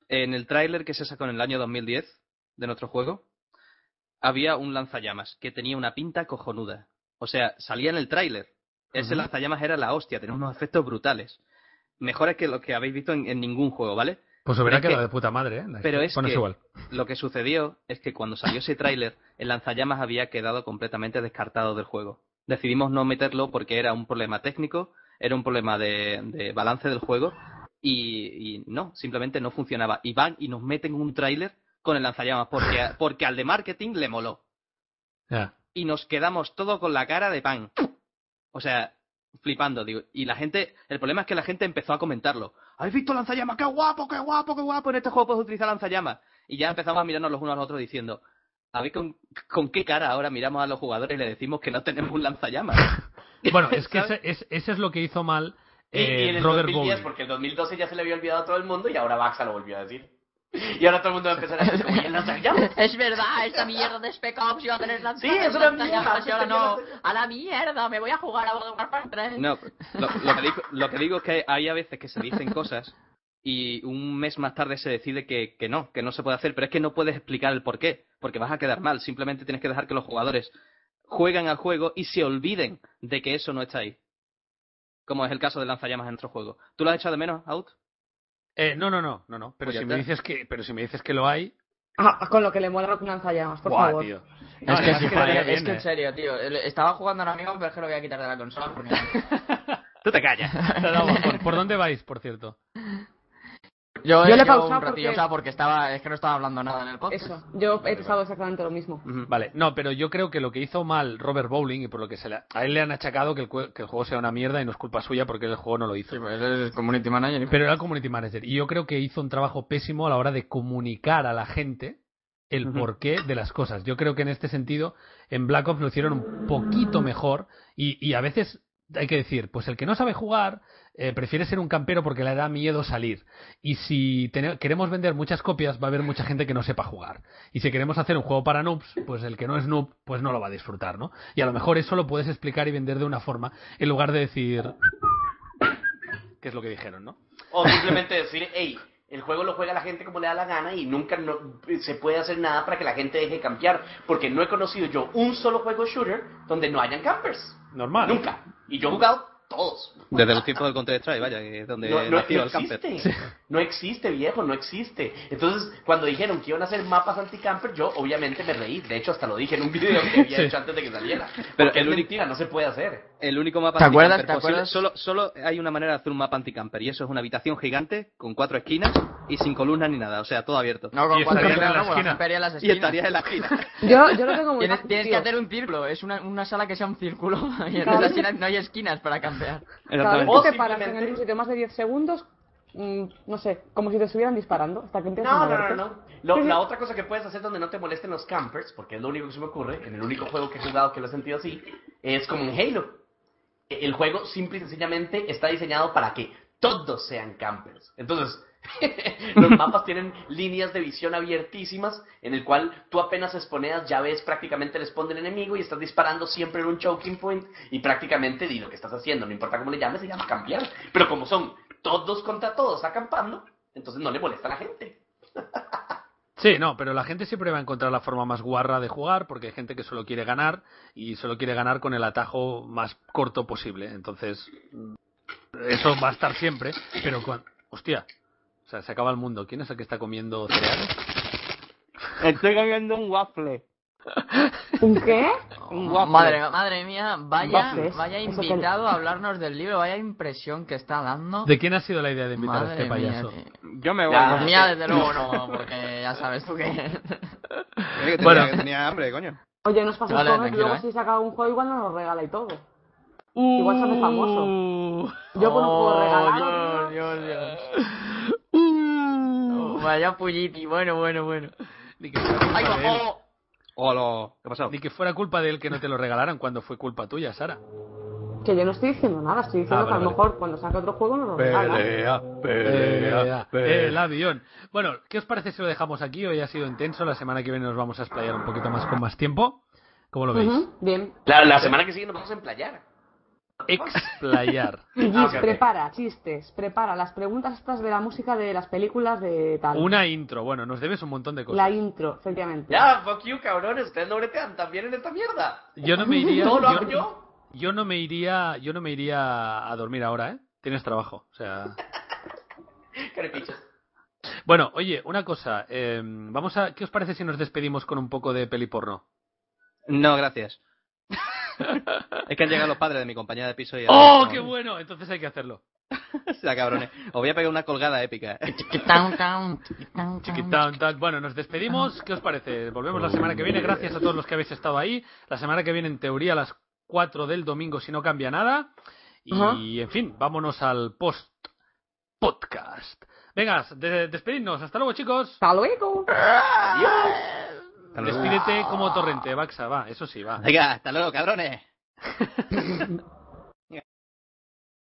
Speaker 2: En el tráiler que se sacó en el año 2010 de nuestro juego, había un lanzallamas que tenía una pinta cojonuda. O sea, salía en el tráiler. Ese
Speaker 4: Ujú.
Speaker 2: lanzallamas era la hostia, tenía unos efectos brutales. Mejores que lo que habéis visto en, en ningún juego, ¿vale?
Speaker 4: Pues se
Speaker 2: Pero
Speaker 4: verá
Speaker 2: es
Speaker 4: quedado
Speaker 2: que-
Speaker 4: de puta madre, ¿eh? La-
Speaker 2: pero es
Speaker 4: bueno,
Speaker 2: que-
Speaker 4: igual.
Speaker 2: Lo que sucedió es que cuando salió ese tráiler, el lanzallamas había quedado completamente descartado del juego. Decidimos no meterlo porque era un problema técnico, era un problema de, de balance del juego y, y no, simplemente no funcionaba. Y van y nos meten un tráiler con el lanzallamas porque, porque al de marketing le moló.
Speaker 4: Ya.
Speaker 2: Y nos quedamos todo con la cara de pan. O sea, flipando, digo. Y la gente, el problema es que la gente empezó a comentarlo. ¿Habéis visto lanzallamas? ¡Qué guapo, qué guapo, qué guapo! En este juego puedes utilizar lanzallamas. Y ya empezamos a mirarnos los unos a los otros diciendo, a ver con, con qué cara ahora miramos a los jugadores y le decimos que no tenemos un lanzallamas.
Speaker 4: Bueno, es que
Speaker 2: ¿Sabes?
Speaker 4: ese, es, ese es lo que hizo mal
Speaker 6: Y, y en
Speaker 4: eh,
Speaker 6: el
Speaker 4: Robert
Speaker 6: 2010,
Speaker 4: Bowling.
Speaker 6: porque el 2012 ya se le había olvidado a todo el mundo y ahora Baxa lo volvió a decir. Y ahora todo el mundo va a empezar a decir, como, "¿Y el lanzallamas?".
Speaker 5: Es verdad, esta mierda de Spec Ops iba a tener lanzas-
Speaker 6: Sí, es una
Speaker 5: lanzallamas,
Speaker 6: mierda,
Speaker 5: y ahora no.
Speaker 6: tenía-
Speaker 5: A la mierda, me voy a jugar a Modern Warfare 3.
Speaker 2: No, lo, lo que digo, lo que digo es que hay a veces que se dicen cosas y un mes más tarde se decide que, que no, que no se puede hacer, pero es que no puedes explicar el por qué, porque vas a quedar mal, simplemente tienes que dejar que los jugadores juegan al juego y se olviden de que eso no está ahí. Como es el caso de lanzallamas en nuestro juego. ¿Tú lo has echado de menos, Out?
Speaker 4: Eh, no, no, no, no, no. Pero
Speaker 2: Pues ya
Speaker 4: si me
Speaker 2: está.
Speaker 4: dices que, pero si me dices que lo hay,
Speaker 3: Ah, con lo que le mola Rock lanzallamas, por
Speaker 4: ¡buah,
Speaker 3: favor.
Speaker 4: tío! No,
Speaker 5: Es que,
Speaker 4: además
Speaker 5: sí,
Speaker 4: quedaría
Speaker 5: joder, es
Speaker 4: bien,
Speaker 5: que
Speaker 4: eh.
Speaker 5: en serio, tío. el- Estaba jugando ahora mismo, pero es que lo voy a quitar de la consola. porque-
Speaker 2: Tú te callas.
Speaker 4: Te ha dado bajón. ¿Por dónde vais, por cierto?
Speaker 3: Yo
Speaker 5: Yo, he
Speaker 3: le he
Speaker 5: llevado un
Speaker 3: pausado porque-
Speaker 5: ratillo, o sea, porque estaba, es que no estaba hablando nada en el podcast.
Speaker 3: Eso, yo he pensado exactamente lo mismo.
Speaker 2: Ujú.
Speaker 4: Vale, no, pero yo creo que lo que hizo mal Robert Bowling y por lo que se le, a él le han achacado que el, cue- que el juego sea una mierda y no es culpa suya porque el juego no lo hizo.
Speaker 5: Sí, pues él es community manager. y-
Speaker 4: Pero era el community manager y yo creo que hizo un trabajo pésimo a la hora de comunicar a la gente el
Speaker 2: Ujú.
Speaker 4: porqué de las cosas. Yo creo que en este sentido en Black Ops lo hicieron un poquito mejor y, y a veces hay que decir, pues el que no sabe jugar eh, prefiere ser un campero porque le da miedo salir. Y si tene- queremos vender muchas copias va a haber mucha gente que no sepa jugar. Y si queremos hacer un juego para noobs, pues el que no es noob pues no lo va a disfrutar, ¿no? Y a lo mejor eso lo puedes explicar y vender de una forma en lugar de decir... ¿Qué es lo que dijeron, no?
Speaker 6: O simplemente decir, hey, el juego lo juega la gente como le da la gana y nunca no- se puede hacer nada para que la gente deje de campear. Porque no he conocido yo un solo juego shooter donde no hayan campers.
Speaker 4: Normal.
Speaker 6: Nunca. Y yo he jugado todos.
Speaker 2: Desde los tiempos del Counter-Strike, vaya, que es donde
Speaker 6: no, no-
Speaker 2: nació
Speaker 6: no
Speaker 2: el camper.
Speaker 6: existe. No existe, viejo, no existe. Entonces, cuando dijeron que iban a hacer mapas anti-camper, yo obviamente me reí. De hecho, hasta lo dije en un video que había
Speaker 4: Sí.
Speaker 6: hecho antes de que saliera.
Speaker 2: Pero
Speaker 6: Pero es
Speaker 2: el único-
Speaker 6: mentira, no se puede hacer.
Speaker 2: El único mapa
Speaker 5: ¿Te acuerdas?
Speaker 2: anticamper
Speaker 5: ¿Te
Speaker 2: posible-
Speaker 5: acuerdas?
Speaker 2: Solo, solo hay una manera de hacer un mapa anticamper y eso es una habitación gigante con cuatro esquinas y sin columnas ni nada, o sea, todo abierto.
Speaker 5: No, con
Speaker 4: Y
Speaker 5: cuatro
Speaker 4: estaría en la
Speaker 5: kilogramos,
Speaker 4: esquina.
Speaker 5: estaría en las
Speaker 2: y
Speaker 5: esquinas.
Speaker 2: estaría en la esquina.
Speaker 3: Yo, yo lo tengo muy
Speaker 5: Tienes,
Speaker 3: fácil,
Speaker 5: tienes que
Speaker 3: tío.
Speaker 5: hacer un círculo, es una, una sala que sea un círculo. Y en
Speaker 3: Claro.
Speaker 5: las esquinas no hay esquinas para campear.
Speaker 3: Cada vez
Speaker 2: Exactamente.
Speaker 6: O
Speaker 3: que te paras en
Speaker 6: simplemente-
Speaker 3: el sitio más de 10 segundos, mm, no sé, como si te estuvieran disparando. Hasta que empiezas
Speaker 6: No,
Speaker 3: a
Speaker 6: no, no,
Speaker 3: moverte.
Speaker 6: no. Lo- la otra cosa que puedes hacer donde no te molesten los campers, porque es lo único que se me ocurre, en el único juego que he jugado que lo he sentido así, es como en Halo. E, El juego simple y sencillamente está diseñado para que todos sean campers. Entonces, los mapas tienen líneas de visión abiertísimas, en el cual tú apenas exponeas, ya ves prácticamente el spawn del enemigo y estás disparando siempre en un choking point y prácticamente di lo que estás haciendo, no importa cómo le llames, se llama campear. Pero como son todos contra todos acampando, entonces no le molesta a la gente.
Speaker 4: Sí, no, pero la gente siempre va a encontrar la forma más guarra de jugar porque hay gente que solo quiere ganar y solo quiere ganar con el atajo más corto posible. Entonces, mm, eso va a estar siempre, pero cuando... Hostia, o sea, se acaba el mundo. ¿Quién es el que está comiendo cereales?
Speaker 7: Estoy comiendo un waffle.
Speaker 3: ¿Un qué?
Speaker 7: Un waffle.
Speaker 5: Madre, madre mía, vaya,
Speaker 3: Waffles.
Speaker 5: vaya
Speaker 3: Eso que-
Speaker 5: invitado a hablarnos del libro, vaya impresión que está dando.
Speaker 4: ¿De quién ha sido la idea de invitar a
Speaker 5: Madre
Speaker 4: este
Speaker 5: mía,
Speaker 4: payaso?
Speaker 5: tío.
Speaker 7: Yo me voy.
Speaker 6: Ya.
Speaker 5: Pues mía, desde luego no, porque ya sabes tú que...
Speaker 2: Oye, que tenía-
Speaker 4: Bueno.
Speaker 2: que tenía hambre, coño.
Speaker 3: Oye, nos pasa
Speaker 5: Vale,
Speaker 3: el juego,
Speaker 5: tranquilo,
Speaker 3: luego
Speaker 5: eh.
Speaker 3: si saca un juego igual nos lo regala y todo. Igual se hace famoso. Yo con un juego
Speaker 5: Mm. Oh,
Speaker 3: regalado...
Speaker 5: Dios,
Speaker 3: tío,
Speaker 5: Dios, Dios.
Speaker 4: Uh.
Speaker 5: Oh, Vaya pulliti, bueno, bueno, bueno.
Speaker 4: Ni que fuera culpa de él.
Speaker 2: Hola, ¿qué ha pasado?
Speaker 4: Ni que fuera culpa de él que no te lo regalaran cuando fue culpa tuya, Sara.
Speaker 3: Que yo no estoy diciendo nada, estoy diciendo
Speaker 4: Ah,
Speaker 3: que a
Speaker 4: vale,
Speaker 3: lo
Speaker 4: vale.
Speaker 3: mejor cuando saque otro juego nos lo regala.
Speaker 4: Pelea, Eh, El avión. Bueno, ¿qué os parece si lo dejamos aquí? Hoy ha sido intenso. La semana que viene nos vamos a explayar un poquito más con más tiempo. ¿Cómo lo veis?
Speaker 3: Ujú, Bien.
Speaker 6: La, la semana que sigue nos vamos a emplayar.
Speaker 4: Explayar.
Speaker 3: Gis,
Speaker 6: Ah, ok, ok.
Speaker 3: prepara chistes, prepara las preguntas estas de la música de las películas de tal.
Speaker 4: Una intro. Bueno, nos debes un montón de cosas.
Speaker 3: La intro, efectivamente.
Speaker 6: Ya, fuck you, cabrones. Ustedes no bretean también en esta mierda.
Speaker 4: Yo no me iría.
Speaker 6: Todo lo hago
Speaker 4: yo-
Speaker 6: yo.
Speaker 4: yo no me iría. Yo no me iría a dormir ahora, ¿eh? Tienes trabajo. O sea.
Speaker 6: Carepichas.
Speaker 4: Bueno, oye, una cosa. eh, vamos a. ¿Qué os parece si nos despedimos con un poco de peli porno?
Speaker 2: No, gracias. es que han llegado los padres de mi compañera de piso y...
Speaker 4: ¡Oh, qué bueno! Entonces hay que hacerlo.
Speaker 2: O sea, cabrones. Os voy a pegar una colgada épica.
Speaker 5: Chiquitán, tan, chiquitán, tan.
Speaker 3: Ah,
Speaker 4: Chiquitán, tan. Bueno, nos despedimos. ¿Qué os parece? Volvemos la semana que viene. Gracias a todos los que habéis estado ahí. La semana que viene, en teoría, a las 4 del domingo, si no cambia nada. Y,
Speaker 3: Ajá.
Speaker 4: en fin, vámonos al post-podcast. Venga, de- despedidnos. Hasta luego, chicos.
Speaker 3: Hasta luego.
Speaker 2: Hasta luego.
Speaker 4: Despídete como torrente, Baxa. Va, eso sí, va.
Speaker 2: Venga, hasta luego, cabrones.